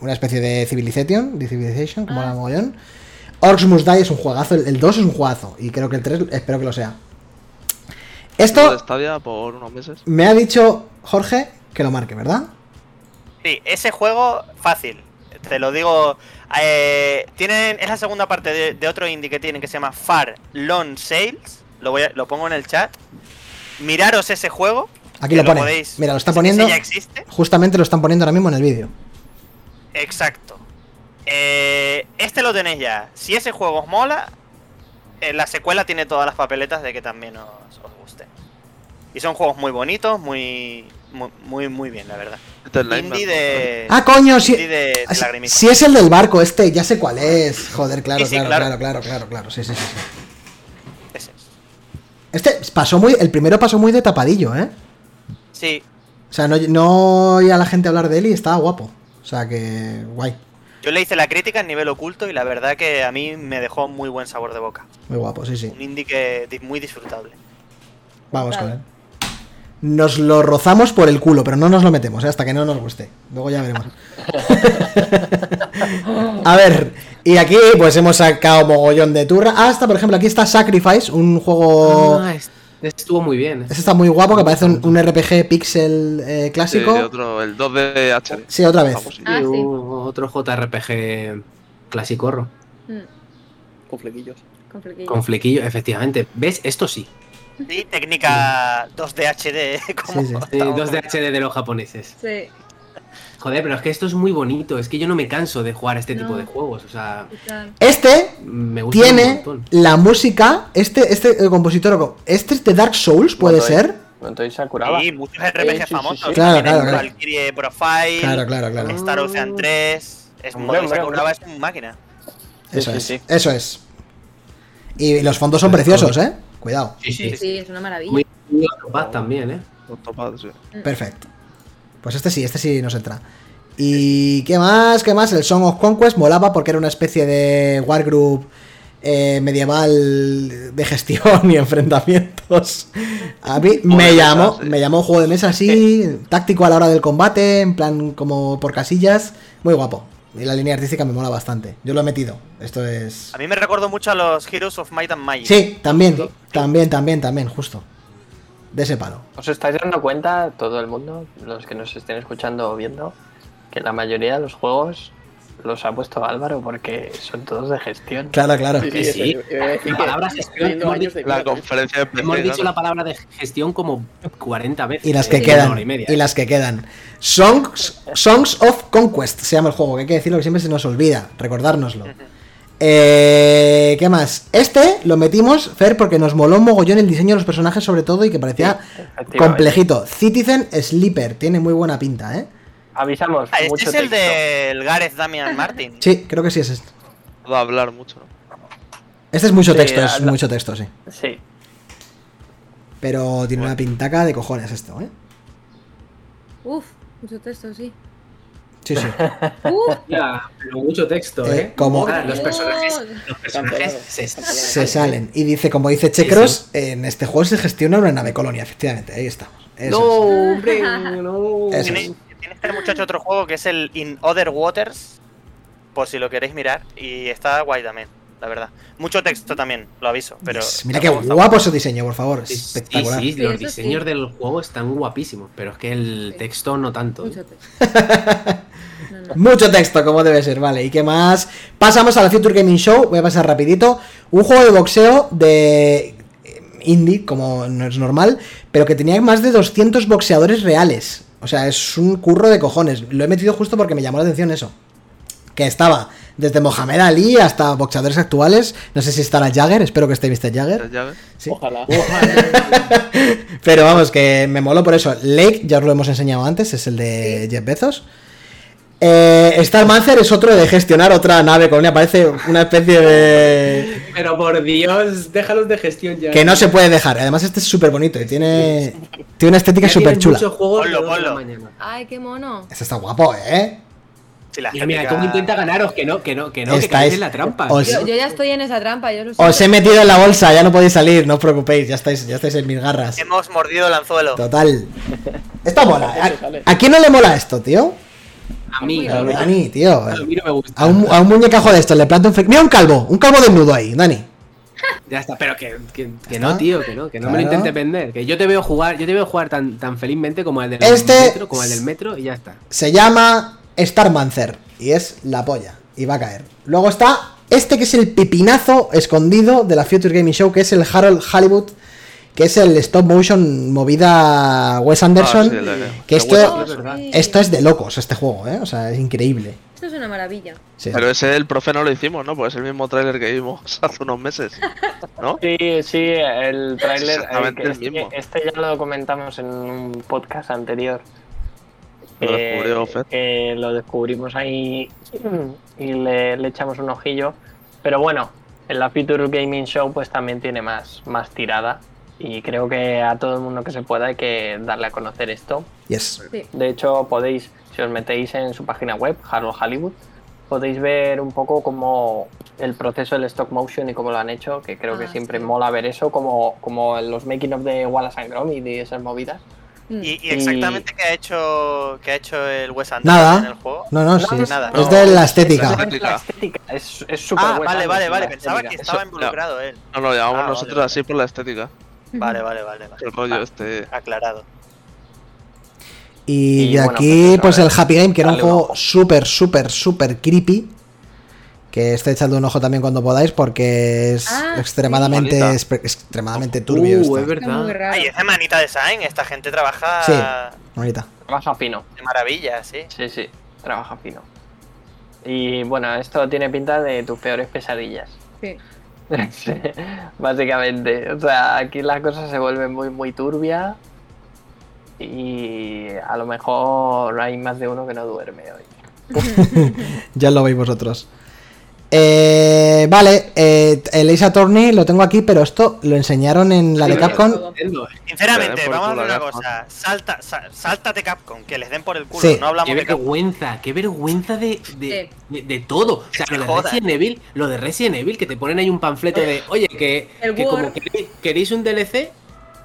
una especie de Civilization. De Civilization, que mola Ah. mogollón. Orcs Must Die es un juegazo. El, el 2 es un juegazo. Y creo que el 3 espero que lo sea. Esto... De Esto Stadia por unos meses. me ha dicho Jorge que lo marque, ¿verdad? Sí, ese juego fácil. Te lo digo. eh, tienen, es la segunda parte de, de otro indie que tienen que se llama Far Long Sales. Lo, voy a- lo pongo en el chat. Miraros ese juego. Aquí que lo pone. podéis- Mira, lo está ese- poniendo. ese ya existe. Justamente lo están poniendo ahora mismo en el vídeo. Exacto. Eh, este lo tenéis ya. Si ese juego os mola, eh, la secuela tiene todas las papeletas de que también os, os guste. Y son juegos muy bonitos, muy, muy, muy, muy bien, la verdad. Este es la Indie misma. de. Ah, coño, indie si, de, de ah, si- lagrimitas. si es el del barco, este, ya sé cuál [laughs] es. Joder, claro, Sí, sí, claro, claro. claro, claro, claro, claro. Sí, sí, sí, sí. Ese. Este pasó muy. El primero pasó muy de tapadillo, ¿eh? Sí, O sea, no, no oía a la gente hablar de él y estaba guapo. O sea que. guay. yo le hice la crítica en nivel oculto y la verdad que a mí me dejó muy buen sabor de boca. Muy guapo, sí, sí. Un indie que di- [laughs] muy disfrutable. Vamos con Vale. él. Nos lo rozamos por el culo, pero no nos lo metemos, ¿eh? hasta que no nos guste. Luego ya veremos. A ver, y aquí pues hemos sacado mogollón de turra. Hasta, por ejemplo, aquí está Sacrifice, un juego... Ah, es- estuvo muy bien. Este está muy guapo, que parece un, un RPG pixel eh, Sí, clásico. de otro, el 2 de HD. Sí, otra vez. Vamos, sí. Ah, Y sí. un- otro JRPG clasicorro. Mm, Con flequillos. Con flequillo. Con flequillo, efectivamente. ¿Ves? Esto sí. Y técnica 2D HD, [laughs] como Sí, sí. Sí, estamos Eh, dos de HD de los japoneses. Sí, Joder, pero es que esto es muy bonito. Es que yo no me canso de jugar a este No. tipo de juegos. O sea, total. Este me gusta un tiene montón. la música, este, este el compositor, este es de Dark Souls, puede Bueno, ser. Entonces Sakuraba. Sí, muchos Sí, RPG sí, sí, famosos. sí. Claro, Tienen claro, claro. Valkyrie Profile, Claro, claro, claro. Star Ocean 3. Es un Hombre, modelo hombre, Sakuraba, es hombre. un máquina. Sí, Eso sí, es, sí. eso es. Y los fondos son preciosos, ¿eh? Cuidado. Sí, sí. Sí, es una maravilla. Muy muy Octopath también, ¿eh? Con topado, sí. Perfecto. Pues este sí, este sí nos entra. ¿Y qué más? ¿Qué más? El Song of Conquest molaba porque era una especie de wargroup eh, medieval de gestión y [laughs] enfrentamientos. A mí Juego de me mesa, llamó, sí. me llamó juego Eh. de mesa así, táctico a la hora del combate, en plan como por casillas. Muy guapo. Y la línea artística me mola bastante. Yo lo he metido. Esto es. A mí me recuerdo mucho a los Heroes of Might and Magic. Sí, también, también, también, también, justo. De ese palo. ¿Os estáis dando cuenta, todo el mundo, los que nos estén escuchando o viendo, que la mayoría de los juegos los ha puesto Álvaro porque son todos de gestión? Claro, claro. Que sí. eso, iba a decir La que palabra estoy gestión, viendo hemos años de ¿eh? La clase. conferencia de PC, Hemos dicho claro. la palabra de gestión como 40 veces. Y las que en una quedan. hora y media. Y las que quedan. Songs, Songs of Conquest se llama el juego, que hay que decirlo que siempre se nos olvida, recordárnoslo. Eh, ¿Qué más? Este lo metimos, Fer, porque nos moló un mogollón el diseño de los personajes, sobre todo, y que parecía efectivamente. complejito. Citizen Sleeper, tiene muy buena pinta, ¿eh? Avisamos. Ah, este mucho es el texto. del Gareth Damian Martin. Sí, creo que sí es este. Puedo hablar mucho, ¿no? Eh, Este es mucho Sí, texto, es habla- mucho texto, sí. Sí. Pero tiene una pintaca de cojones esto, ¿eh? Uf, mucho [laughs] texto, sí. Sí, sí. Uf, Ya, pero mucho texto, Eh, ¿eh? como- Ahora, los personajes, los personajes Tanto, se, tanto. Se se salen. Y dice, como dice Checros, en este juego se gestiona una nave colonia, efectivamente. Ahí estamos. Eso es. hombre, no. Eso Tiene, es. tiene este muchacho otro juego que es el In Other Waters, por si lo queréis mirar, y está guay también, la verdad. Mucho texto también, lo aviso, pero... Yes, Mira qué pero me gusta guapo ese diseño, por favor. Sí, Espectacular. Sí, Sí, los eso diseños sí. del juego están guapísimos, pero es que el Sí. texto no tanto. ¿eh? mucho texto. No, no. Mucho texto, como debe ser, vale. ¿Y qué más? Pasamos a la Future Gaming Show. Voy a pasar rapidito. Un juego de boxeo de eh, indie, como no es normal, pero que tenía más de 200 boxeadores reales. O sea, es un curro de cojones. Lo he metido justo porque me llamó la atención eso. Que estaba desde Mohamed Ali hasta boxeadores actuales. No sé si estará Jagger, espero que esté Mr. Jagger. Ya ves. Sí. Ojalá. Pero vamos, que me moló por eso. Lake, ya os lo hemos enseñado antes, es el de Jeff Bezos. Eh, Star Mancer es otro de gestionar otra nave colonia. Parece una especie de. [laughs] Pero por Dios, déjalos de gestión ya. que no se puede dejar. Además, este es súper bonito y tiene, tiene una estética Ya tienen súper chula. muchos juegos Ponlo, de dos de la ponlo. mañana. Ay, qué mono. Este está guapo, ¿eh? si la Mira, mira, estética- cómo intenta ganaros, que no, que no, que no, que Estáis- caéis en la trampa. os- Yo, yo ya estoy en esa trampa, yo lo sé. Os he metido en la bolsa, ya no podéis salir, no os preocupéis, ya estáis, ya estáis en mis garras. Hemos mordido el anzuelo. Total. Esto mola. Eso sale. ¿A, a quién no le mola esto, tío? A mí, a A mí, mí, tío. a mí no me gusta. A un, a un muñecajo de estos le planto un. fri- Mira un calvo, un calvo desnudo ahí, Dani. Ya está, pero que, que- que Ya no, está. tío, que no, que no me lo Claro. intentes vender. Que yo te veo jugar, yo te veo jugar tan, tan felizmente como el del Este- metro, como el del metro y ya está. Se llama Starmancer y es la polla y va a caer. Luego está este que es el pepinazo escondido de la Future Gaming Show, que es el Harold Hollywood, que es el stop motion movida Wes Anderson. Ah, sí, la- la- que la esto- Wii. es verdad. sí. Esto es de locos este juego, ¿eh? O sea, es increíble. Esto es una maravilla. Sí. Pero ese el profe no lo hicimos, ¿no? Pues es el mismo tráiler que vimos [laughs] hace unos meses, ¿no? Sí, sí, el tráiler. eh, Exactamente que el Este, mismo. este ya lo comentamos en un podcast anterior. Lo descubrió Fer. que lo descubrimos ahí y le, le echamos un ojillo. Pero bueno, en la Future Gaming Show pues también tiene más, más tirada. Y creo que a todo el mundo que se pueda hay que darle a conocer esto. Yes. De hecho, podéis, si os metéis en su página web, Harold Hollywood, podéis ver un poco como el proceso del stop motion y cómo lo han hecho, que creo Ah, que siempre sí. mola ver eso, como, como en los making of de Wallace and Gromit y esas movidas. Mm. Y, y exactamente qué ha hecho que ha hecho el Wes Anderson Nada. en el juego. No, no, No, sí. no, Es, nada. es de la estética. No. Es la estética, es, es súper Ah, Wes vale, Anderson vale, la vale. Pensaba que estética. estaba Eso, involucrado él. No lo llamamos Ah, vale, nosotros vale. así por la estética. Vale, vale, vale. vale. El rollo Ah. este. Aclarado. Y, Y de bueno, aquí, pues pues eso, el Happy Game, que era un dale un juego ojo. súper, súper, súper creepy. Que esté echando un ojo también cuando podáis, porque es Ah, sí. extremadamente, Bonita. espe- extremadamente turbio. Uh, está. es Está muy verdad. raro. Ay, esa manita design, esta gente trabaja Sí. Bonita. Trabaja fino. de maravilla, sí. Sí, sí, trabaja fino. Y bueno, esto tiene pinta de tus peores pesadillas. Sí. Sí, básicamente. O sea, aquí las cosas se vuelven muy, muy turbia. Y a lo mejor hay más de uno que no duerme hoy. Ya lo veis vosotros. Eh, vale, eh, el Ace Attorney lo tengo aquí, pero esto lo enseñaron en la Sí, de pero- Capcom. Nintendo, Que le Sinceramente, den por vamos a culo hacer una a Capcom. cosa. Salta, sal- sáltate Capcom, que les den por el culo. Sí. No hablamos Qué de Capcom. vergüenza, qué vergüenza de, de, de- de todo. O sea, Que lo se de joda. Resident Evil, lo de Resident Evil, que te ponen ahí un panfleto de, oye, que, El que Word. como que- queréis un DLC,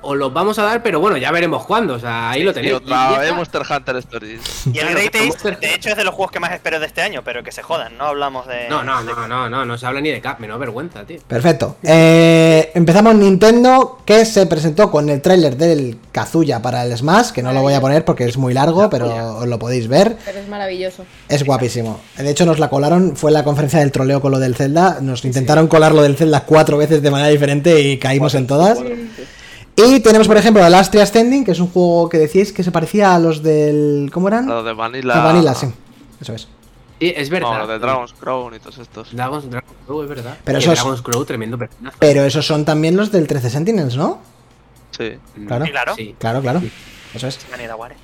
os los vamos a dar, pero bueno, ya veremos cuándo. O sea, ahí lo Y tenéis. otra Y ya vez está. Monster Hunter Stories. Y el Claro, Great que estamos Taste, de hecho, es de los juegos que más espero de este año, pero que se jodan, no hablamos de. No, no, no, no, no, no se habla ni de Cap, me da vergüenza, tío. Perfecto. Eh, empezamos Nintendo, que se presentó con el tráiler del Kazuya para el Smash, que no lo voy a poner porque es muy largo, pero os lo podéis ver. Pero es maravilloso. Es guapísimo. De hecho, nos la colaron, fue la conferencia del troleo con lo del Zelda. Nos intentaron colar lo del Zelda cuatro veces de manera diferente y caímos en todas. pues, Y tenemos, por ejemplo, el Astria Ascending, que es un juego que decíais que se parecía a los del. ¿Cómo eran? Los de Vanilla. Ah, Vanilla, sí. Eso es. Sí, es verdad. No, los de Dragon's Crown y todos estos. Dragon's, Dragon's Crow, es verdad. Pero Y eso es- Dragon's Crow, tremendo personaje. Pero esos son también los del 13 Sentinels, ¿no? Sí. Claro. Y claro, Sí. Claro, claro. Eso es. Vanilla Ware.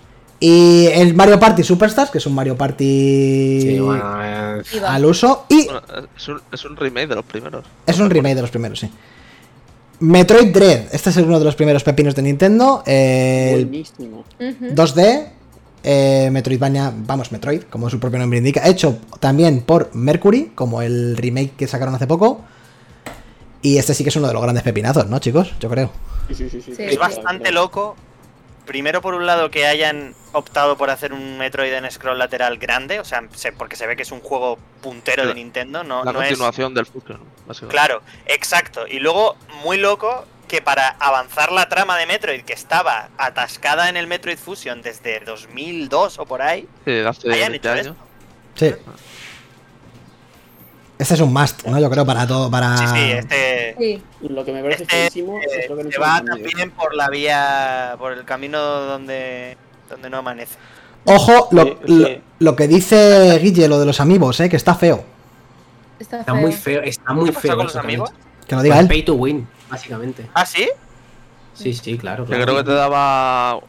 Y el Mario Party Superstars, que es un Mario Party Sí, bueno, eh, Y va. al uso. Y Bueno, es, un, es un remake de los primeros. es un remake de los primeros, sí. Metroid Dread, este es uno de los primeros pepinos de Nintendo. eh, el Buenísimo. Ujú. 2D, eh, Metroidvania, vamos, Metroid, como su propio nombre indica, hecho también por Mercury, como el remake que sacaron hace poco. Y este sí que es uno de los grandes pepinazos, ¿no, chicos? Yo creo. Sí, sí, sí, sí. Sí. Es bastante loco. Primero, por un lado, que hayan optado por hacer un Metroid en scroll lateral grande, o sea, se- porque se ve que es un juego puntero de La- Nintendo, no, la no es. continuación del Fusion, básicamente. Claro, exacto. Y luego, muy loco, que para avanzar la trama de Metroid, que estaba atascada en el Metroid Fusion desde 2002 o por ahí, Sí, de hace hayan 20 hecho años. esto. Sí. Este es un must, ¿no? Yo creo para todo, para... Sí, sí, Ah. este. Sí. Lo que me parece Este, buenísimo eh, es lo que no se se va entiende. también por la vía, por el camino donde, donde no amanece. Ojo, lo, Sí, lo- sí. lo que dice Guille, lo de los amigos, ¿eh? Que está feo. Está, está feo. muy feo, está muy ¿Qué pasa feo. con eso los también. amigos? Que lo diga Pues él. Pay to win, básicamente. ¿Ah, sí? Sí, sí, claro. Yo claro. creo que te daba.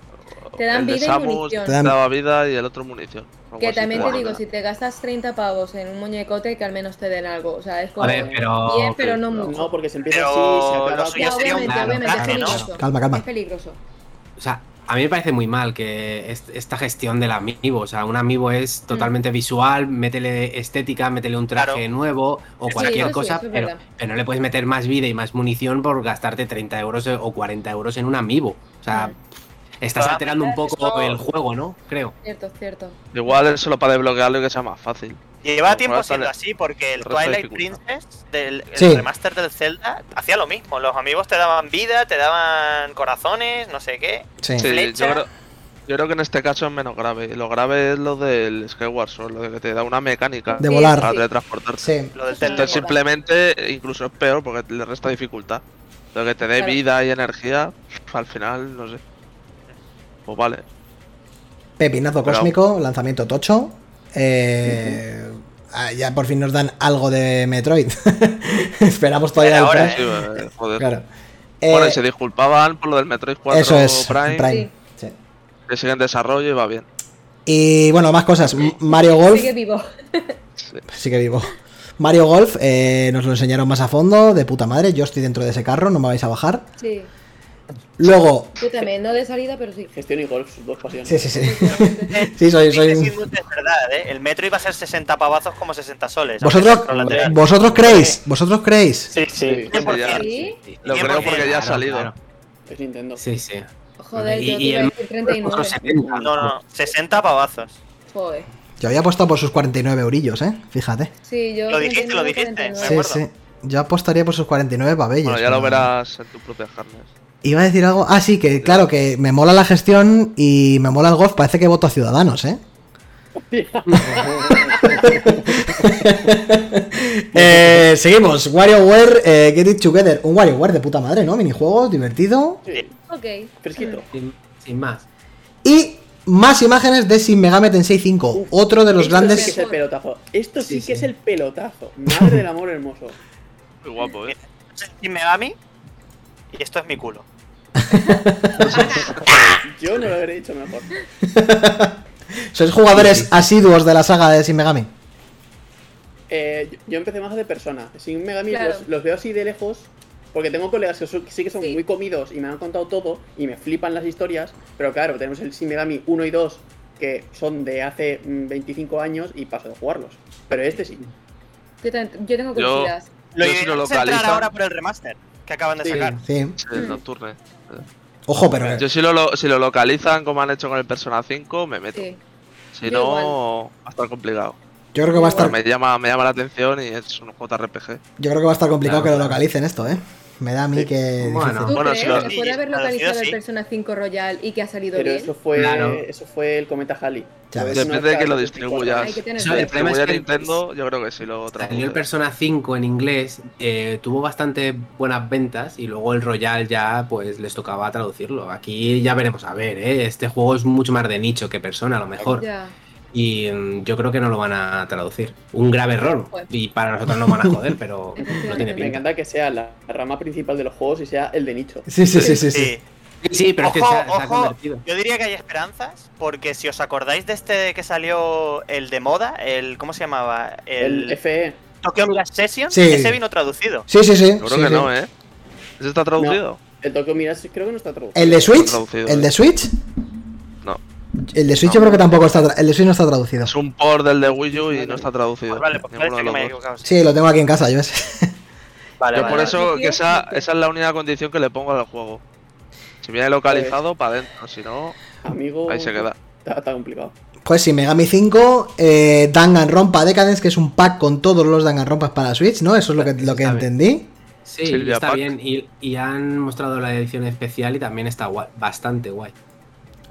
Te dan el de vida y Samus, munición. Te Te dan- daba vida y el otro munición. Algo Que así también te daba digo, vida. si te gastas 30 pavos en un muñecote, que al menos te den algo. O sea, es como. ver, pero- Bien, pero no pero- mucho. No, porque se empieza Pero así, se lo acaba. suyo Ya, sería un obviamente, obviamente, es plan, ¿no? peligroso. Calma, calma. Es peligroso. O sea, a mí me parece muy mal que est- esta gestión del amiibo, o sea, un amiibo Mm. es totalmente visual, métele estética, métele un traje Claro. nuevo o Sí, cualquier eso sí, cosa, eso es pero, verdad. pero no le puedes meter más vida y más munición por gastarte 30 euros o 40 euros en un amiibo. O Ah, sea, estás Pero alterando un aparte poco eso- el juego, ¿no? Creo. Cierto, cierto. Igual es solo para desbloquearlo y que sea más fácil. Lleva Por tiempo ahora siendo sale- así porque el por ahora sale Twilight dificultad. Princess, del, el Sí. remaster del Zelda, hacía lo mismo. Los amigos te daban vida, te daban corazones, no sé qué. Sí. Sí, Flecha. yo creo, yo creo que en este caso es menos grave. Lo grave es lo del Skyward Sword, lo de que te da una mecánica De volar. para Sí. teletransportarse. Sí. Lo Eso del es Zelda. Entonces simplemente incluso es peor porque le resta dificultad. Lo que te dé Claro. vida y energía, [laughs] al final, no sé. Pues vale. Pepinazo Pero- cósmico, lanzamiento tocho. Eh, ah, Ya por fin nos dan algo de Metroid. [laughs] Esperamos todavía Pero el ahora, tres. Sí, eh, joder. Claro. Bueno, Eh, y se disculpaban por lo del Metroid 4 eso es, Prime, Prime, sí. que sigue en desarrollo y va bien. Y bueno, más cosas. M- Mario Golf. Sigue vivo. Sí que vivo. Mario Golf, eh, nos lo enseñaron más a fondo, de puta madre. Yo estoy dentro de ese carro, no me vais a bajar. Sí. Luego. Yo también, no de salida, pero sí. Gestión y golf, sus dos pasiones. Sí, sí, [laughs] sí. Sí, soy, soy Dice un- Sigmund, Eh, es verdad, ¿eh? El metro iba a ser 60 pavazos como 60 soles. Vosotros, Con la tele. vosotros creéis, vosotros creéis. Sí, sí. Sí, porque ya. ¿Sí? Lo Bien, creo porque- porque ya ha Claro, salido. claro. Es Nintendo. Sí, sí. Joder, Y- yo te y iba a el- decir 39. Otros 70. No, no, 60 pavazos. Joder. Yo había apostado por sus 49 eurillos, eh. Fíjate. Sí, yo. Lo dijiste, lo 39, dijiste. 49. Me Sí, acuerdo. sí. Yo apostaría por sus 49 pabellos. Bueno, ya lo verás en tu propia Harness. Iba a decir algo. Ah, sí, que claro, que me mola la gestión y me mola el golf. Parece que voto a Ciudadanos, eh. [laughs] Eh, seguimos. WarioWare, eh, Get It Together. Un WarioWare de puta madre, ¿no? Minijuegos, divertido. Sí, Ok. Fresquito. [laughs] Sin, sin más. Y más imágenes de Sin Megami Tensei 5. Otro de los Esto grandes. sí que es el pelotazo. Esto sí, que Sí, sí. es el pelotazo. Madre del amor hermoso. Muy guapo, eh. Shin Megami, y esto es mi culo. Ah, Yo no lo habría dicho mejor. Sois jugadores asiduos de la saga de Sin Megami. Eh, yo- yo empecé más de persona. Sin Megami Claro. los, los veo así de lejos. Porque tengo colegas que son- sí que son Sí. muy comidos y me han contado todo y me flipan las historias. Pero claro, tenemos el Sin Megami 1 y 2 que son de hace mm, 25 años y paso de jugarlos. Pero este sí. Yo, también- yo tengo Yo- curiosidad. Lo Yo si ideal lo es entrar localizan- ahora por el remaster que acaban de Sí. sacar. Sí. Sí, el Nocturne. Ojo, pero. Yo si lo, lo- si lo localizan como han hecho con el Persona 5, me meto. Sí. Si yo no, igual. va a estar complicado. Yo creo que va a estar. Bueno, me, llama, me llama la atención y es un JRPG. Yo creo que va a estar complicado Claro, que lo claro. localicen esto, ¿eh? Me da a mí Sí. que. Eh, Bueno. difícil. ¿Tú Bueno, crees si lo- que puede haber sí, al localizado final el sí. Persona 5 Royal y que ha salido Pero bien? eso fue, Claro. eso fue el cometa Halley. Ya Pues ves. no Depende de está- que lo no está distribuyas. Hay que tener Si No, lo el problema es distribuye que- Nintendo, yo creo que sí lo Salió el traduce. Persona 5 en inglés, eh, tuvo bastante buenas ventas y luego el Royal ya pues les tocaba traducirlo. Aquí ya veremos a ver, ¿eh? este juego es mucho más de nicho que Persona a lo mejor Ya. y mm, yo creo que no lo van a traducir. Un grave error Joder. y para nosotros nos van a joder, pero no Me tiene pinta. encanta que sea la rama principal de los juegos y sea el de nicho. Sí, sí, sí, sí. sí. Sí. Sí, sí, pero es que Ojo, se ha, se ha ojo. convertido. Yo diría que hay esperanzas, porque si os acordáis de este que salió el de moda, el. ¿Cómo se llamaba? El E, El. FE. Tokyo Mirage Session, Sí. ese vino traducido. Sí, sí, sí. Yo sí, creo que sí. no, ¿eh? ¿Ese está traducido? El Tokyo Mirage creo que no está traducido. ¿El de Switch? Traducido, ¿El eh. de Switch? No. El de Switch No. yo creo que tampoco está. tra- El de Switch no está traducido. Es un port del de Wii U y no está traducido. Pues vale, pues ninguno parece de que los me he dos. equivocado. sí. Sí, lo tengo aquí en casa, yo ves. Vale, Yo vale, por vale. eso, que esa, Tío, esa es la única condición que le pongo al juego. Si Pues, viene localizado, para adentro. Si no, Amigo. ahí se queda. Está, está complicado. Pues sí, Megami 5, eh, Danganronpa Decadence, que es un pack con todos los Danganronpas para Switch, ¿no? Eso es lo que, lo que Está bien. entendí. Sí, Silvia está Pack. bien y, y han mostrado la edición especial y también está guay- bastante guay.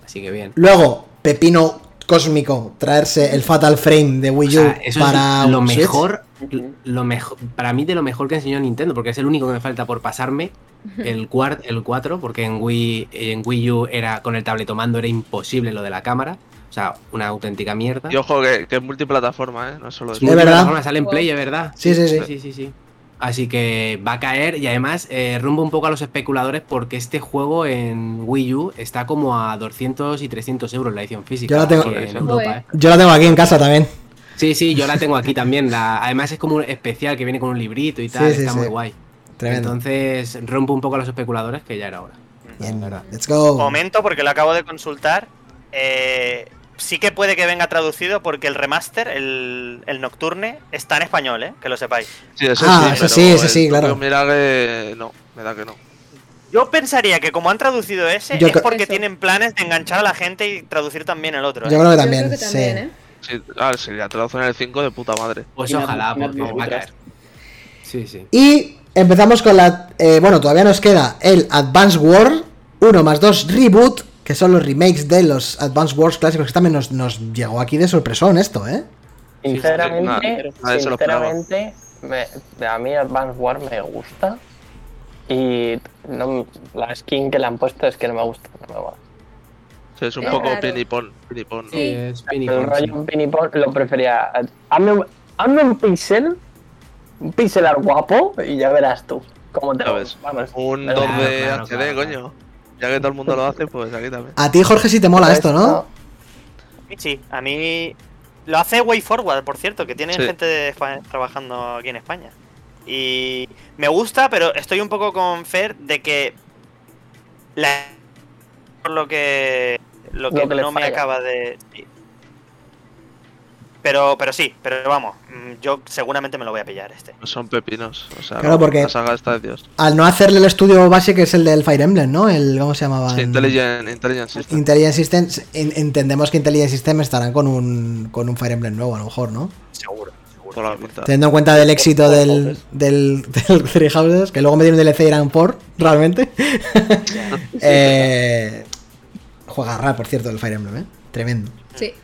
Así que bien. Luego, Pepino Cósmico, traerse el Fatal Frame de Wii U O sea, eso para es lo Switch. mejor, Ujú. lo mejor, para mí de lo mejor que enseñó Nintendo, porque es el único que me falta por pasarme, el, cuart el 4, porque en Wii, en Wii U era con el tabletomando era imposible lo de la cámara, o sea, una auténtica mierda. Y ojo, que, que es multiplataforma, ¿eh? No es solo Es de muy- Switch. verdad. multiplataforma, Sale en Play, es verdad. Sí, sí, sí. sí, sí, sí. Así que va a caer y además eh, rumbo un poco a los especuladores porque este juego en Wii U está como a 200 y 300 euros la edición física Yo la tengo- aquí en Europa. Joder. ¿eh? Yo la tengo aquí en casa también. Sí, sí, yo la tengo aquí también. La, además es como un especial que viene con un librito y tal, Sí, sí, está sí. muy guay. Tremendo. Entonces rompo un poco a los especuladores que ya era hora. Bien, verdad. let's go. Momento, porque lo acabo de consultar. eh, sí que puede que venga traducido porque el remaster, el, el Nocturne, está en español, ¿eh? Que lo sepáis. Sí, eso Ah, sí, eso pero sí, eso el sí, Tokyo claro. Mirage, no, me da que no. Yo pensaría que como han traducido ese, Yo es creo- porque Eso. tienen planes de enganchar a la gente y traducir también el otro. ¿eh? Yo creo que Yo también, creo que sí. también, ¿eh? Sí, ah, sí, la traducen en el 5 de puta madre. Pues Y nada, ojalá, nada, porque va a otras. caer. Sí, sí. Y empezamos con la. eh, bueno, todavía nos queda el Advance Wars 1 más 2 Reboot, que son los remakes de los Advance Wars clásicos, que también nos, nos llegó aquí de sorpresón esto, ¿eh. nada, Sinceramente, nadie se lo esperaba. sinceramente me- a mí Advance War me gusta. Y no, la skin que le han puesto es que no me gusta. no me va. Sí, es un Es poco raro. pinipón, pinipón. ¿no? Sí. es Pinny El Pong, sí. rollo un pinipón lo prefería. Hazme, un- hazme un pixel, un pixelar guapo y ya verás tú cómo te Ya lo ves. Vamos. Un Pero 2 de claro, HD, claro, coño. Ya que todo el mundo lo hace, pues aquí también. A ti, Jorge, sí te mola Pues esto, ¿no? A mí Sí, a mí lo hace Way Forward, por cierto, que tienen Sí. gente de Espa- trabajando aquí en España. Y me gusta, pero estoy un poco con Fer de que la por lo que lo que, Lo que le no me falla. acaba de sí. Pero pero sí, pero vamos, mm, yo seguramente me lo voy a pillar este. No son pepinos. O sea, Claro, no, porque- la saga está de Dios. Al no hacerle el estudio base, que es el del Fire Emblem, ¿no? El, ¿Cómo se llamaba? Sí, Intelligent, Intelligent System. Intelligent System. en- entendemos que Intelligent System estarán con un, con un Fire Emblem nuevo, a lo mejor, ¿no? Seguro, Por la seguro. pinta. Teniendo en cuenta del éxito del, del, del [laughs] Three Houses, que luego me dieron DLC y eran por, [laughs] realmente. [laughs] eh, juega raro, por cierto, el Fire Emblem, ¿eh? Tremendo. Sí.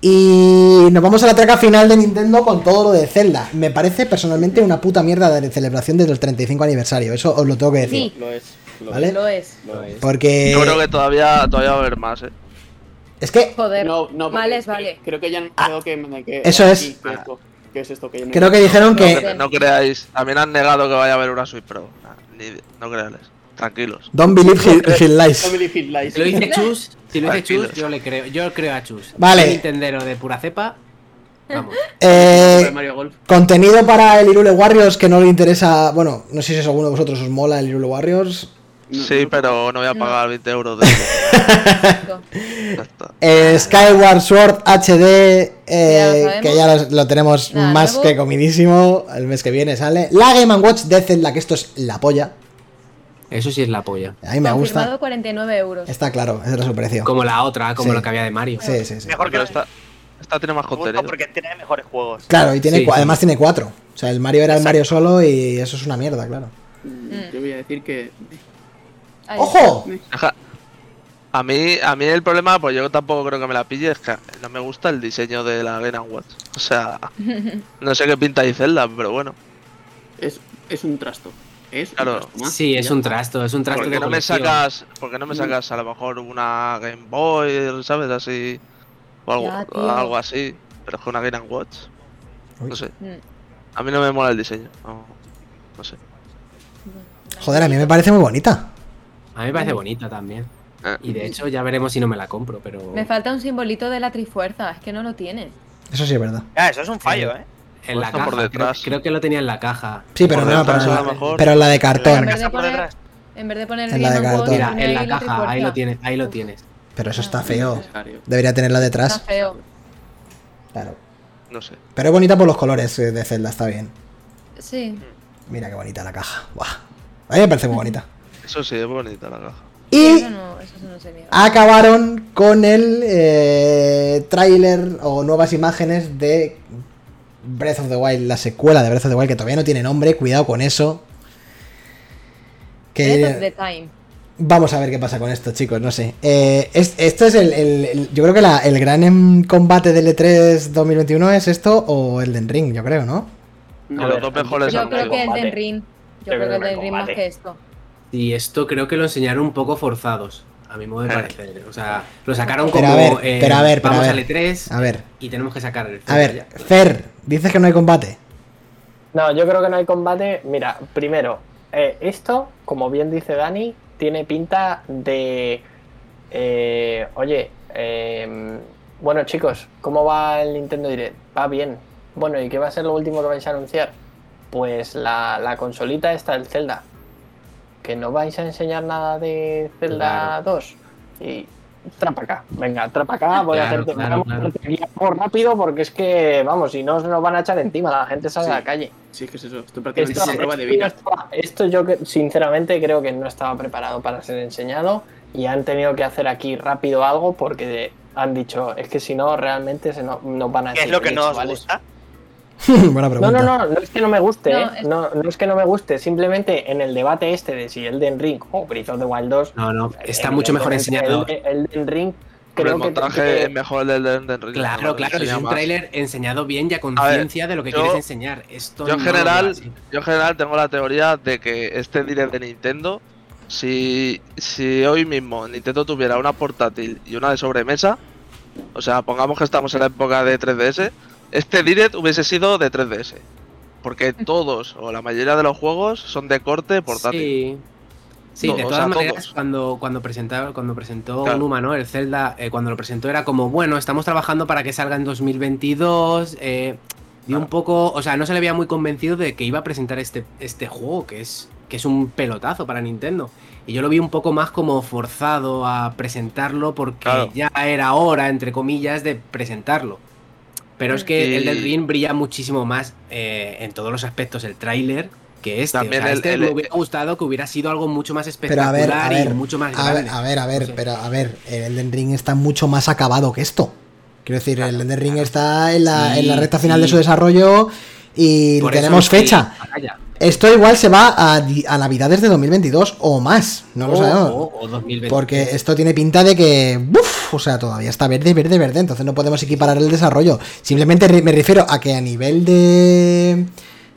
Y nos vamos a la traca final de Nintendo con todo lo de Zelda. Me parece personalmente una puta mierda de celebración del 35 aniversario. Eso os lo tengo que decir. Sí. Lo es. Lo ¿Vale? Lo es. Lo es. Porque. Yo creo que todavía, todavía va a haber más, ¿eh? Es que Joder. No, no, porque Males, creo- vale. Creo que ya no creo que, me- que- Ah, Eso es. sí, que esto- que es esto que ya no- creo que dijeron No, que. cre- no creáis. También han negado que vaya a haber una Switch Pro. Nah, ni- no creáis. Tranquilos. Don't believe his, his lies. Family Fit Lies. Si lo dice Chus, si lo dice Tranquilos. Chus, yo le creo, yo creo a Chus. Vale. Un Nintendero de pura cepa. Vamos. Eh, Mario Golf. contenido para el Irule Warriors que no le interesa. Bueno, no sé si a alguno de vosotros os mola el Irule Warriors. Sí, pero no voy a pagar 20 euros de [laughs] Ya está. Eh, Skyward Sword HD, eh, Ya lo que ya los- lo, tenemos Nada más nuevo. que comidísimo. El mes que viene sale. La Game Watch de Zelda, que esto es la polla. Eso sí es la polla. A mí [laughs] me Confirmado gusta. 49 euros. Está claro, ese era su precio. Como la otra, como Sí. lo que había de Mario. Sí, sí, sí. Mejor que Pero lo esta, esta tiene más contenido. porque tiene mejores juegos. Claro, y tiene Sí, cua- sí. además tiene cuatro. O sea, el Mario era el Mario solo y eso es una mierda, claro. Mm, Yo voy a decir que. Ahí. ¡Ojo! Ajá. A mí, a mí el problema, pues yo tampoco creo que me la pille, es que no me gusta el diseño de la Game Watch. O sea, no sé qué pinta y Zelda, pero bueno. Es, es un trasto. Es Claro. un trasto más. Sí, es Ya. un trasto, es un trasto ¿Por de qué no me colección. sacas, por qué no me sacas a lo mejor una Game Boy, sabes, así, o algo, Ya, tío. algo así, pero es que una Game Watch, no sé. Mm. A mí no me mola el diseño, no, no sé. Joder, a mí me parece muy bonita. A mí me parece bonita también. Eh, Y de hecho ya veremos si no me la compro, pero... Me falta un simbolito de la trifuerza, es que no lo tiene. Eso sí es verdad. Ah, eso es un fallo, ¿eh. En la Está caja, Pues por detrás. Creo, creo que lo tenía en la caja. Sí, pero Por no, detrás, pero, a lo mejor. pero la de cartón. carga- Carcasa por detrás. En vez de poner En la de Rihanna un juego, cartón. te Mira, pone en la ahí caja, ahí lo trifuerza. tienes, ahí lo tienes. Pero eso está feo. Necesario. Debería tenerla Está detrás. feo. Claro. No sé. Pero es bonita por los colores eh, de Zelda, está bien. Sí. Mira qué bonita la caja. Buah. A mí me parece muy [laughs] bonita. Eso sí, es bonita la caja. Y Eso no, eso no se niega. Ah, acabaron con el eh, tráiler o nuevas imágenes de Breath of the Wild, la secuela de Breath of the Wild, que todavía no tiene nombre, cuidado con eso. Que- Breath of the Time. Vamos a ver qué pasa con esto, chicos, no sé. Eh, es- esto es el, el- el- Yo creo que la- el gran em, combate del E3 2021 es esto o Elden Ring, yo creo, ¿no? De los dos mejores Yo han creo salido. que el combate. de Ring. Yo Yo creo creo que el que de Ring más combate. que esto. Y esto creo que lo enseñaron un poco forzados, a mi modo de Eh. parecer. O sea, lo sacaron Pero como... a ver, eh, pero a ver, pero vamos a a ver. L3 A ver, y tenemos que sacar el... a ver, Fer, dices que no hay combate. [laughs] No, yo creo que no hay combate. Mira, primero, eh, esto, como bien dice Dani, tiene pinta de. eh, oye, eh, bueno, chicos, ¿cómo va el Nintendo Direct? Va bien. Bueno, ¿y qué va a ser lo último que vais a anunciar? Pues la, la consolita está el Zelda. Que no vais a enseñar nada de Zelda 2. Y. Trapa acá, venga, trapa acá, voy a Claro, hacerte claro, vamos a claro. hacerte guía por rápido porque es que, vamos, si no nos van a echar encima, la gente sale a Sí. la calle. Sí, es que es eso. Esto prácticamente Esto, es una prueba de vida. esto- esto yo que- sinceramente creo que no estaba preparado para ser enseñado y han tenido que hacer aquí rápido algo porque de- han dicho, es que si no realmente se no- nos van a ¿Qué es decir, lo que "Oye, no os chavales". gusta? Buena No, pregunta. no, no, no es que no me guste, No, ¿eh? es- no, no es que no me guste, simplemente en el debate este de si Elden Ring o Breath of the Wild 2 No, Eh, no, está mucho mejor evidentemente, enseñado. el- Elden Ring Pero creo el que- montaje que- es mejor el del Elden Ring. Claro, me claro, es enseña un más. tráiler enseñado bien y a ver, conciencia de lo que yo- quieres enseñar. Esto Yo en no lo general, hacen. yo en general tengo la teoría de que este direct de Nintendo, si, si hoy mismo Nintendo tuviera una portátil y una de sobremesa, o sea, pongamos que estamos en la época de 3DS, este direct hubiese sido de 3DS. Porque todos o la mayoría de los juegos son de corte portátil. Sí. Sí, No, de o todas sea, maneras, todos. cuando, cuando, presentaba, cuando presentó Claro. Onuma, ¿no? El Zelda, eh, cuando lo presentó era como, bueno, estamos trabajando para que salga en 2022. Eh, y un poco, o sea, no se le veía muy convencido de que iba a presentar este, este juego, que es, que es un pelotazo para Nintendo. Y yo lo vi un poco más como forzado a presentarlo porque Claro. ya era hora, entre comillas, de presentarlo. Pero es que Y- el del Ring brilla muchísimo más eh, en todos los aspectos el tráiler que este. O También sea, el- este el- me hubiera gustado que hubiera sido algo mucho más Pero a espectacular ver, a ver, y mucho más a grande. ver, a ver, a ver, No sé. pero a ver, el Elden Ring está mucho más acabado que esto. Quiero decir, el Elden Ring está en la, Sí, en la recta final de sí. su desarrollo y Por eso tenemos es que- fecha. Vaya. Esto igual se va a, di- a Navidades de 2022 o más, no lo O- sabemos. o- o 2020. Porque esto tiene pinta de que. ¡buf! O sea, todavía está verde, verde, verde. Entonces no podemos equiparar el desarrollo. Simplemente re- me refiero a que a nivel de.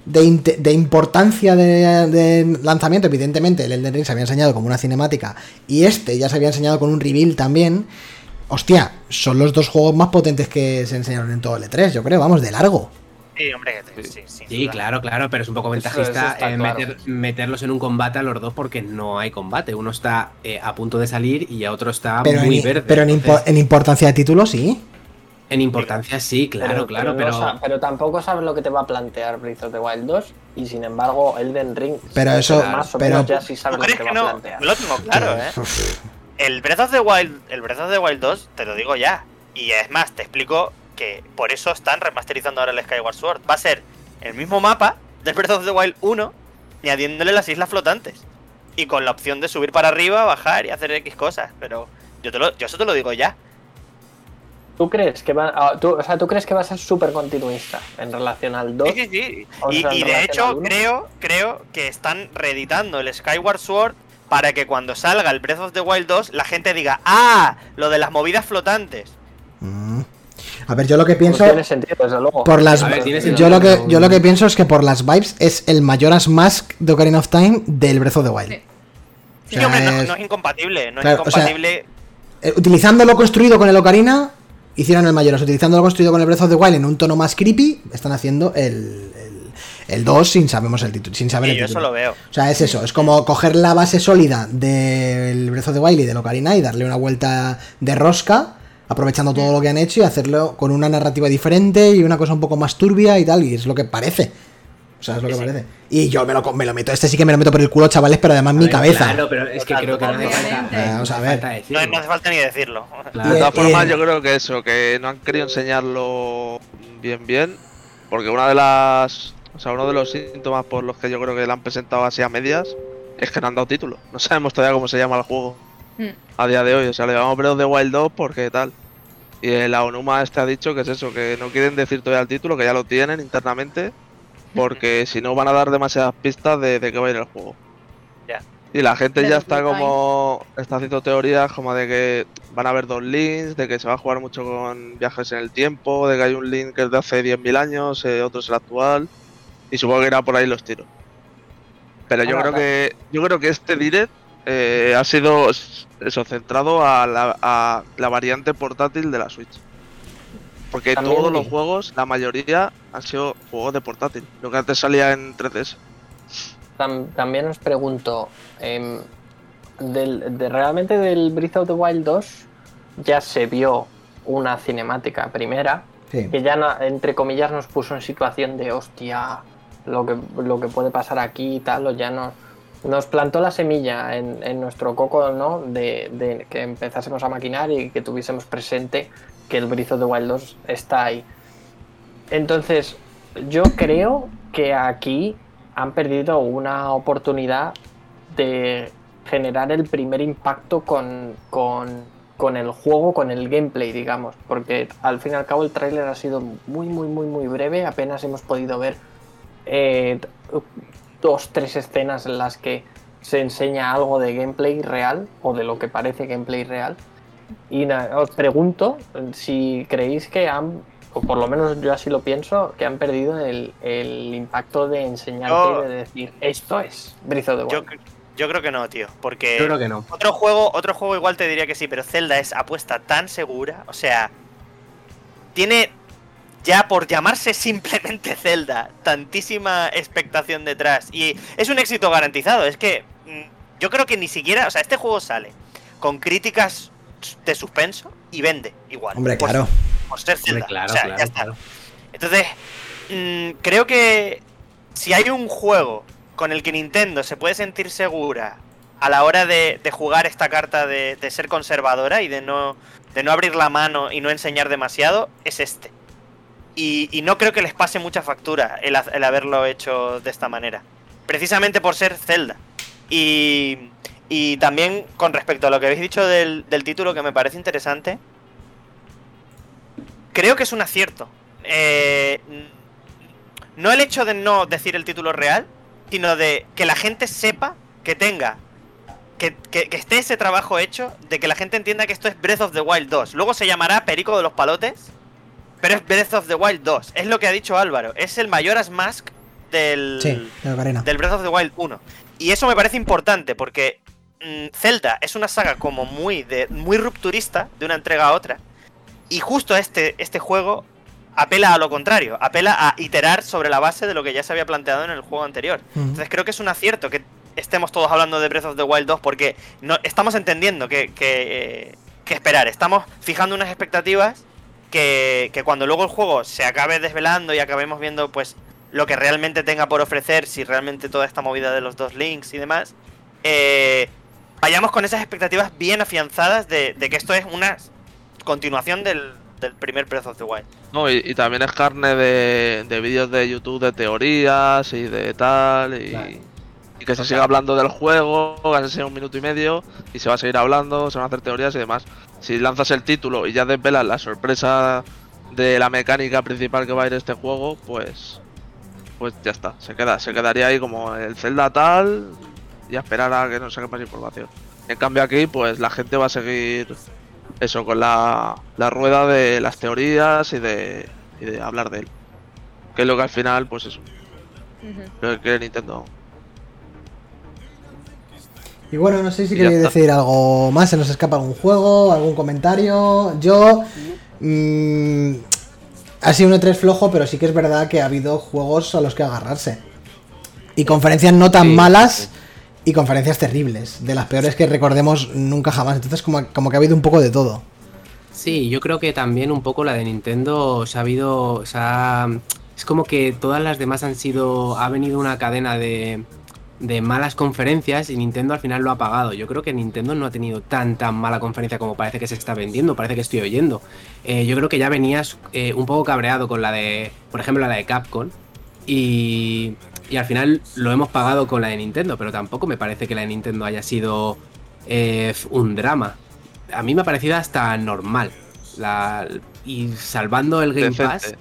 De, inte- de importancia de, de lanzamiento, evidentemente, el Elden Ring se había enseñado como una cinemática y este ya se había enseñado con un reveal también. Hostia, son los dos juegos más potentes que se enseñaron en todo el E3, yo creo, vamos, de largo. Sí, hombre, que- sí, sin Sí, duda. claro, claro, pero es un poco Eso- eso ventajista está eh, claro. meter- meterlos en un combate a los dos porque no hay combate. Uno está eh, a punto de salir y a otro está Pero, muy en, verde. pero en, Entonces, impo- en importancia de título, sí. en importancia sí, claro, claro, no pero, sa- pero tampoco sabes lo que te va a plantear Breath of the Wild 2 y sin embargo Elden Ring Pero sí, eso- más o pero- menos ya sí sabes lo ¿Tú que crees te que va a no? plantear. Yo lo tengo claro, ¿eh? Uf, El Breath of the Wild, el Breath of the Wild 2, te lo digo ya. Y es más, te explico que por eso están remasterizando ahora el Skyward Sword. Va a ser el mismo mapa del Breath of the Wild 1, añadiéndole las islas flotantes. y con la opción de subir para arriba, bajar y hacer X cosas. Pero yo, te lo, yo eso te lo digo ya. ¿Tú crees que va a, tú, o sea, tú crees que va a ser súper continuista en relación al 2? Sí, sí, sí. O Y, sea, y en de relación al hecho, uno. creo, creo que están reeditando el Skyward Sword para que cuando salga el Breath of the Wild 2 la gente diga, ¡ah! Lo de las movidas flotantes. Mm. A ver, yo lo que No pienso. Pues tiene sentido, desde luego. Por las A ver, tiene yo sentido, lo que pero- yo lo que pienso es que por las vibes es el Majora's Mask de Ocarina of Time del Breath of the Wild. Sí. O Sí, sea, hombre, no, es- no es incompatible, no Pues, Claro, o es sea- incompatible. eh, utilizando lo construido con el Ocarina hicieron el Majora's, utilizando lo construido con el Breath of the Wild en un tono más creepy, están haciendo el el- el 2 sin sabemos el título, sin saber y el yo eso título. lo veo. O sea, es eso, es como coger la base sólida del Breath of the Wild y del Ocarina y darle una vuelta de rosca, aprovechando todo lo que han hecho y hacerlo con una narrativa diferente y una cosa un poco más turbia y tal, y es lo que parece. O sea, es lo que parece. Y yo me lo, co- me lo meto, este sí que me lo meto por el culo, chavales, pero además mi A ver, cabeza. Claro, pero es que creo que no hace Obviamente. falta. Ah, vamos a no ver. hace falta No, decirlo. no hace falta ni decirlo. Claro. De Bien, todas formas, bien. yo creo que eso, que no han querido enseñarlo bien, bien, porque una de las. O sea, uno de los síntomas por los que yo creo que la han presentado así a medias es que no han dado título. No sabemos todavía cómo se llama el juego Mm. a día de hoy. O sea, le llamamos Breath of the Wild 2 porque tal. Y eh, la ONUMA este ha dicho que es eso, que no quieren decir todavía el título, que ya lo tienen internamente, porque si no van a dar demasiadas pistas de, de qué va a ir el juego. Ya. Y la gente Breath ya of the está Wild. como. Está haciendo teorías como de que van a haber dos links, de que se va a jugar mucho con viajes en el tiempo, de que hay un link que es de hace 10.000 años, eh, otro es el actual, y supongo que irá por ahí los tiros. Pero yo Ah, creo vale. que yo creo que este direct eh, ha sido s- eso centrado a la, a la variante portátil de la Switch. Porque También todos los vi. juegos, la mayoría, han sido juegos de portátil. Lo que antes salía en 3DS. Tam- también os pregunto, em, del- de- realmente del Breath of the Wild 2 ya se vio una cinemática primera Sí. que ya na- entre comillas nos puso en situación de hostia lo que, lo que puede pasar aquí y tal, o ya nos, nos plantó la semilla en, en nuestro coco, ¿no? De, de que empezásemos a maquinar y que tuviésemos presente que el brizo de Wild 2 está ahí. Entonces, yo creo que aquí han perdido una oportunidad de generar el primer impacto con, con- con el juego, con el gameplay, digamos. Porque al fin y al cabo el tráiler ha sido muy, muy, muy, muy breve. Apenas hemos podido ver eh, dos, tres escenas en las que se enseña algo de gameplay real o de lo que parece gameplay real. Y na- os pregunto si creéis que han, o por lo menos yo así lo pienso, que han perdido el, el impacto de enseñarte Yo- y de decir esto es Brizo de [laughs] Yo, cre- yo creo que no, tío. Porque Yo creo que no. otro juego, otro juego igual te diría que sí, pero Zelda es apuesta tan segura. O sea, tiene ya por llamarse simplemente Zelda, tantísima expectación detrás. Y es un éxito garantizado. Es que mm, yo creo que ni siquiera, o sea, este juego sale con críticas de suspenso y vende igual. Hombre, por- claro. Por, ser Hombre, Zelda. claro, o sea, claro, ya está. claro. Entonces, mm, creo que si hay un juego con el que Nintendo se puede sentir segura a la hora de, de jugar esta carta de, de ser conservadora y de no, de no abrir la mano y no enseñar demasiado, es este. Y, y no creo que les pase mucha factura el, ha- el haberlo hecho de esta manera. Precisamente por ser Zelda. Y, y también con respecto a lo que habéis dicho del, del título que me parece interesante, creo que es un acierto. Eh, no el hecho de no decir el título real, sino de que la gente sepa que tenga, que, que- que esté ese trabajo hecho, de que la gente entienda que esto es Breath of the Wild 2. Luego se llamará Perico de los Palotes, pero es Breath of the Wild 2. Es lo que ha dicho Álvaro. Es el Majora's Mask del, Sí, de Ocarina. del Breath of the Wild 1. Y eso me parece importante porque mm, Zelda es una saga como muy, de, muy rupturista de una entrega a otra. Y justo este, este juego apela a lo contrario, apela a iterar sobre la base de lo que ya se había planteado en el juego anterior. Mm. Entonces creo que es un acierto que estemos todos hablando de Breath of the Wild 2 porque no, estamos entendiendo que, que, eh, que esperar, estamos fijando unas expectativas que, que cuando luego el juego se acabe desvelando y acabemos viendo pues lo que realmente tenga por ofrecer, si realmente toda esta movida de los dos links y demás, eh, vayamos con esas expectativas bien afianzadas de, de que esto es una continuación del, del primer Breath of the Wild. No, y, y también es carne de, de vídeos de YouTube de teorías y de tal. Y, Claro. Y que se siga hablando del juego, que sea un minuto y medio, y se va a seguir hablando, se van a hacer teorías y demás. Si lanzas el título y ya desvelas la sorpresa de la mecánica principal que va a ir este juego, pues. Pues ya está, se queda, se quedaría ahí como el Zelda tal y a esperar a que nos saquen más información. En cambio aquí, pues la gente va a seguir eso, con la, la rueda de las teorías y de, y de hablar de él. Que es lo que al final, pues eso, Ujú. lo que quiere Nintendo. Y bueno, no sé si Y ya queréis está. decir algo más, se nos escapa algún juego, algún comentario. Yo... mm, ha sido un E3 flojo, pero sí que es verdad que ha habido juegos a los que agarrarse. Y conferencias no tan Sí, malas sí. y conferencias terribles, de las peores que recordemos nunca jamás. Entonces como, como que ha habido un poco de todo. Sí, yo creo que también un poco la de Nintendo se ha habido, o sea, es como que todas las demás han sido, ha venido una cadena de, de malas conferencias y Nintendo al final lo ha pagado. Yo creo que Nintendo no ha tenido tan tan mala conferencia como parece que se está vendiendo, parece que estoy oyendo. Eh, yo creo que ya venías eh, un poco cabreado con la de, por ejemplo, la de Capcom y, y al final lo hemos pagado con la de Nintendo, pero tampoco me parece que la de Nintendo haya sido eh, un drama a mí me ha parecido hasta normal. La, y salvando el Game Decente. Pass,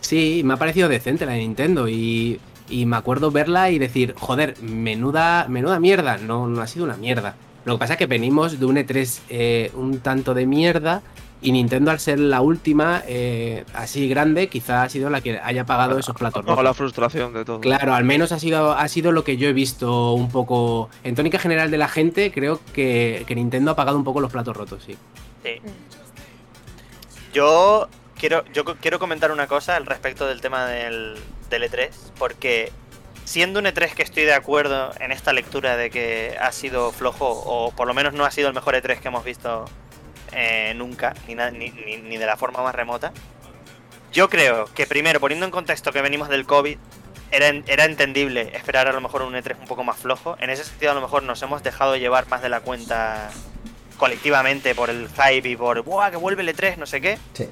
sí, me ha parecido decente la de Nintendo. Y, y me acuerdo verla y decir, joder, menuda, menuda mierda. No, no ha sido una mierda. Lo que pasa es que venimos de un E3 eh, un tanto de mierda. Y Nintendo, al ser la última, eh, así grande, quizá ha sido la que haya pagado esos platos Con rojos. la frustración de todo. Claro, al menos ha sido, ha sido lo que yo he visto un poco. En tónica general de la gente, creo que, que Nintendo ha pagado un poco los platos rotos, sí. Sí. Yo quiero, yo co- quiero comentar una cosa al respecto del tema del, del E3, porque siendo un E3 que estoy de acuerdo en esta lectura de que ha sido flojo, o por lo menos no ha sido el mejor E3 que hemos visto eh, nunca, ni, na- ni- ni- ni de la forma más remota, yo creo que primero, poniendo en contexto que venimos del COVID, era, en- era entendible esperar a lo mejor un E3 un poco más flojo. En ese sentido, a lo mejor nos hemos dejado llevar más de la cuenta colectivamente por el hype y por ¡buah! que vuelve el E3, no sé qué. Sí.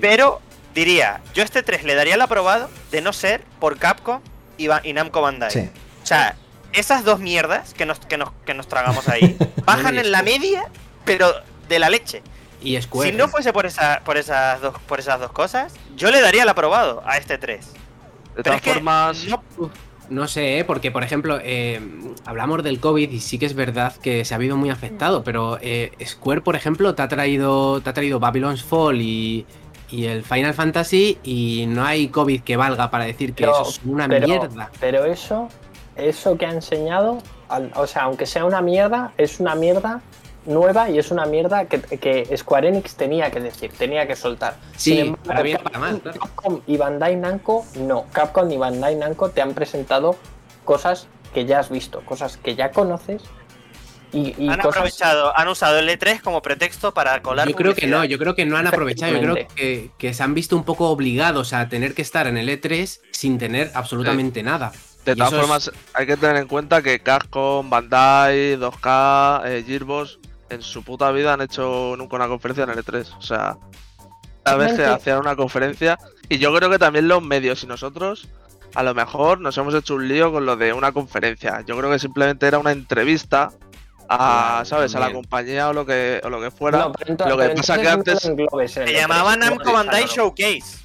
Pero diría, yo este 3 le daría el aprobado de no ser por Capcom y, Ba- y Namco Bandai. Sí. O sea, esas dos mierdas que nos, que nos, que nos tragamos [laughs] ahí bajan en la media, pero de la leche. Y Square. Si no fuese por, esa, por, esas dos, por esas dos cosas, yo le daría el aprobado a este De 3. Pero todas es que formas, no- No sé, ¿eh? porque por ejemplo, eh, hablamos del COVID y sí que es verdad que se ha habido muy afectado, pero eh, Square, por ejemplo, te ha traído, te ha traído Babylon's Fall y, y el Final Fantasy y no hay COVID que valga para decir que Pero- eso es una pero, mierda. pero eso, eso que ha enseñado, al- o sea, aunque sea una mierda, es una mierda nueva y es una mierda que, que Square Enix tenía que decir, tenía que soltar. Sin Sí, embargo, para bien, Capcom- para mal, claro. Capcom y Bandai Namco no. Capcom y Bandai Namco te han presentado cosas que ya has visto, cosas que ya conoces y, y han cosas aprovechado, han usado el E3 como pretexto para colar. Yo creo que no, publicidad. yo creo que no han aprovechado, yo creo Efectivamente. que, que se han visto un poco obligados a tener que estar en el E3 sin tener absolutamente nada. de y todas eso es- formas, hay que tener en cuenta que Capcom, Bandai, 2K, eh, Gearbox, en su puta vida han hecho nunca una conferencia en el E3. O sea, cada vez que Realmente- hacían una conferencia. Y yo creo que también los medios y nosotros, a lo mejor nos hemos hecho un lío con lo de una conferencia. Yo creo que simplemente era una entrevista a, Claro, ¿sabes? A la también. compañía o lo que, o lo que fuera. No, pero ento- lo que pero pasa que entonces no antes- lo englobes en Se el llamaba otro, Namco no, Bandai no. Showcase.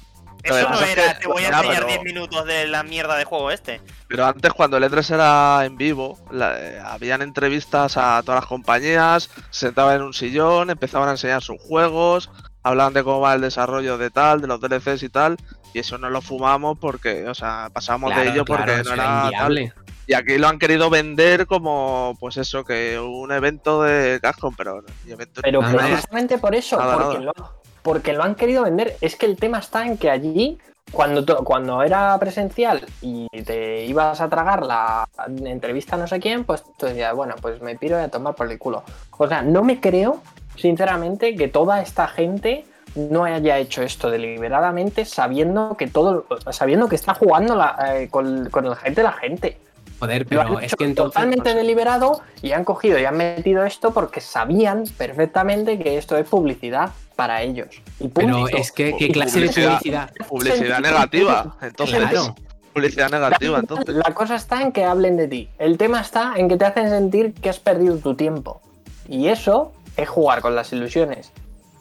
Lo que Eso no pasa es era, que- te voy a no, enseñar pero- 10 minutos de la mierda de juego este. Pero antes, cuando el E3 era en vivo, la- eh, habían entrevistas a todas las compañías, se sentaban en un sillón, empezaban a enseñar sus juegos, hablaban de cómo va el desarrollo de tal, de los DLCs y tal, y eso no lo fumamos porque, o sea, pasamos Claro, de ello claro, porque no eso era era tal. inviable. Y aquí lo han querido vender como, pues eso, que un evento de Capcom, pero no, y evento Pero Ah, precisamente por eso, Nada, porque, Lo, porque lo han querido vender. Es que el tema está en que allí, cuando, to- cuando era presencial y te ibas a tragar la entrevista a no sé quién, pues tú decías, bueno, pues me piro y a tomar por el culo. O sea, no me creo, sinceramente, que toda esta gente no haya hecho esto deliberadamente sabiendo que todo sabiendo que está jugando la- eh, con, con el hype de la gente Joder, lo han pero es hecho que entonces. totalmente no sé. deliberado y han cogido y han metido esto porque sabían perfectamente que esto es publicidad para ellos. Y punto. Pero es que, ¿qué clase de Publicidad. publicidad? [laughs] publicidad negativa. Entonces, [laughs] Claro. Publicidad negativa, entonces. La cosa está en que hablen de ti. El tema está en que te hacen sentir que has perdido tu tiempo. Y eso es jugar con las ilusiones.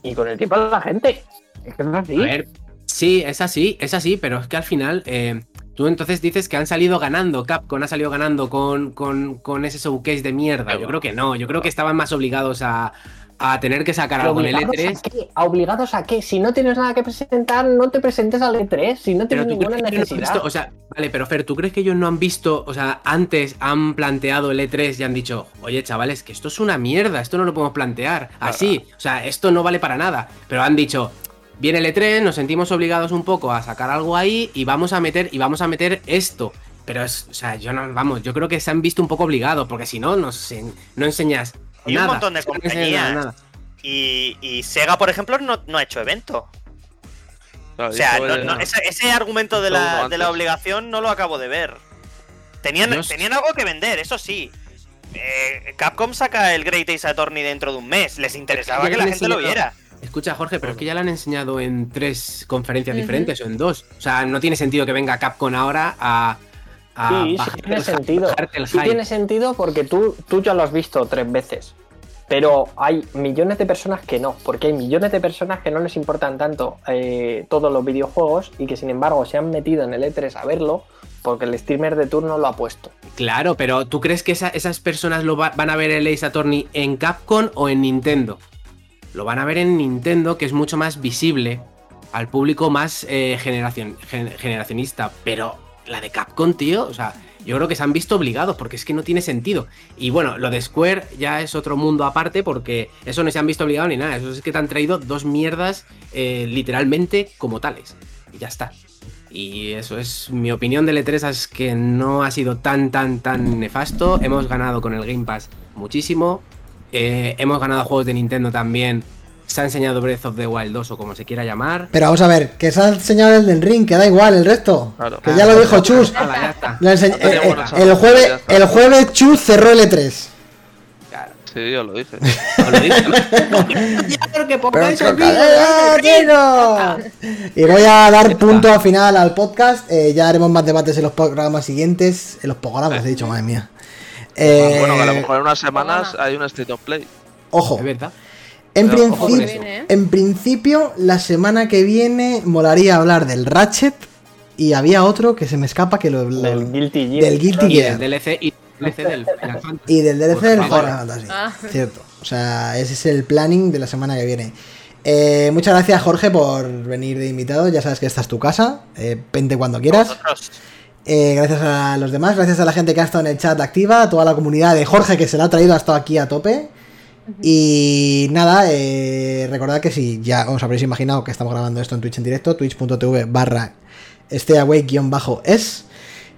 Y con el tiempo de la gente. Es que es así. A ver, sí, es así, es así, pero es que al final eh, tú entonces dices que han salido ganando, Capcom ha salido ganando con, con, con ese showcase de mierda. Yo creo que no, yo creo que estaban más obligados a, a tener que sacar Pero algo en el E ¿Obligados E3. a qué? ¿A ¿Obligados a qué? Si no tienes nada que presentar, no te presentes al E3. Si no Pero tienes tú ninguna crees que ellos no han necesidad. visto, o sea, vale, pero Fer, ¿tú crees que ellos no han visto, o sea, antes han planteado el E3 y han dicho, oye, chavales, que esto es una mierda, esto no lo podemos plantear Ah, así, o sea, esto no vale para nada, pero han dicho, viene el E3, nos sentimos obligados un poco a sacar algo ahí y vamos a meter, y vamos a meter esto. Pero es, o sea, yo no, vamos, yo creo que se han visto un poco obligados, porque si no, no, se- no enseñas. Hay un nada, montón de no enseñas compañías. nada. Y, y Sega, por ejemplo, no, no ha hecho evento. Claro, O sea, hizo no- el- no- ese, ese argumento de Hizo uno la, antes. de la obligación no lo acabo de ver. Tenían, Dios. tenían algo que vender, eso sí. Eh, Capcom saca el Great Ace Attorney dentro de un mes. Les interesaba Ya que la les gente lo enseñaron. viera. Escucha, Jorge, pero es que ya la han enseñado en tres conferencias Ujú. diferentes o en dos. O sea, no tiene sentido que venga Capcom ahora a. a Sí, sí bajarte tiene el hype, sentido. bajarte el Sí hype. tiene sentido porque tú, tú ya lo has visto tres veces. Pero hay millones de personas que no, porque hay millones de personas que no les importan tanto eh, todos los videojuegos y que sin embargo se han metido en el E3 a verlo porque el streamer de turno lo ha puesto. Claro, pero ¿tú crees que esa- esas personas lo va- van a ver el Ace Attorney en Capcom o en Nintendo? Lo van a ver en Nintendo, que es mucho más visible al público más eh, generacion- gen- generacionista. Pero la de Capcom, tío, o sea, yo creo que se han visto obligados porque es que no tiene sentido. Y bueno, lo de Square ya es otro mundo aparte porque eso no se han visto obligados ni nada. Eso es que te han traído dos mierdas eh, literalmente como tales. Y ya está. Y eso es mi opinión del E3 es que no ha sido tan, tan, tan nefasto. Hemos ganado con el Game Pass muchísimo. Eh, hemos ganado juegos de Nintendo también. Se ha enseñado Breath of the Wild 2 o como se quiera llamar. Pero vamos a ver, que se ha enseñado el del ring, que da igual el resto. Claro. Ah, que ya lo dijo Chus. Ala, ya está. Lo enseñ- Pero eh, eh, bueno, el, jueves, ya está. el jueves Chus cerró el E E3. Claro. Sí, yo lo hice. Os lo dije, ¿no? [laughs] Pero que Pero pongáis el vídeo chocadera, chino. Y voy a dar está. punto final al podcast. eh, ya haremos más debates en los programas siguientes. En los programas, he dicho, madre mía. Eh, Ah, bueno, que a lo mejor en unas semanas hay un State of Play. Ojo, Es verdad. en, Pero ojo con principio- eso. en principio, la semana que viene molaría hablar del Ratchet. Y había otro que se me escapa que lo. lo- Del Guilty Gear. del Guilty Y el Gear. DLC y el DLC del Final Fantasy. Y del DLC Por del favor. Final Fantasy. Ah. Cierto. O sea, ese es el planning de la semana que viene. Eh, muchas gracias, Jorge, por venir de invitado. Ya sabes que esta es tu casa. Eh, vente cuando quieras. Nosotros. Eh, gracias a los demás, gracias a la gente que ha estado en el chat activa, a toda la comunidad de Jorge que se la ha traído, ha estado aquí a tope. Y nada, eh, recordad que si ya os habréis imaginado que estamos grabando esto en Twitch en directo, twitch.tv barra stayaway-es,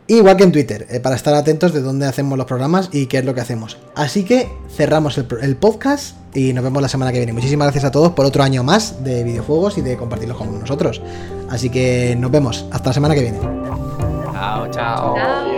igual que en Twitter, eh, para estar atentos de dónde hacemos los programas y qué es lo que hacemos. Así que cerramos el, pro- el podcast y nos vemos la semana que viene. Muchísimas gracias a todos por otro año más de videojuegos y de compartirlos con nosotros. Así que nos vemos, hasta la semana que viene. Chao, chao. Chao. Chao.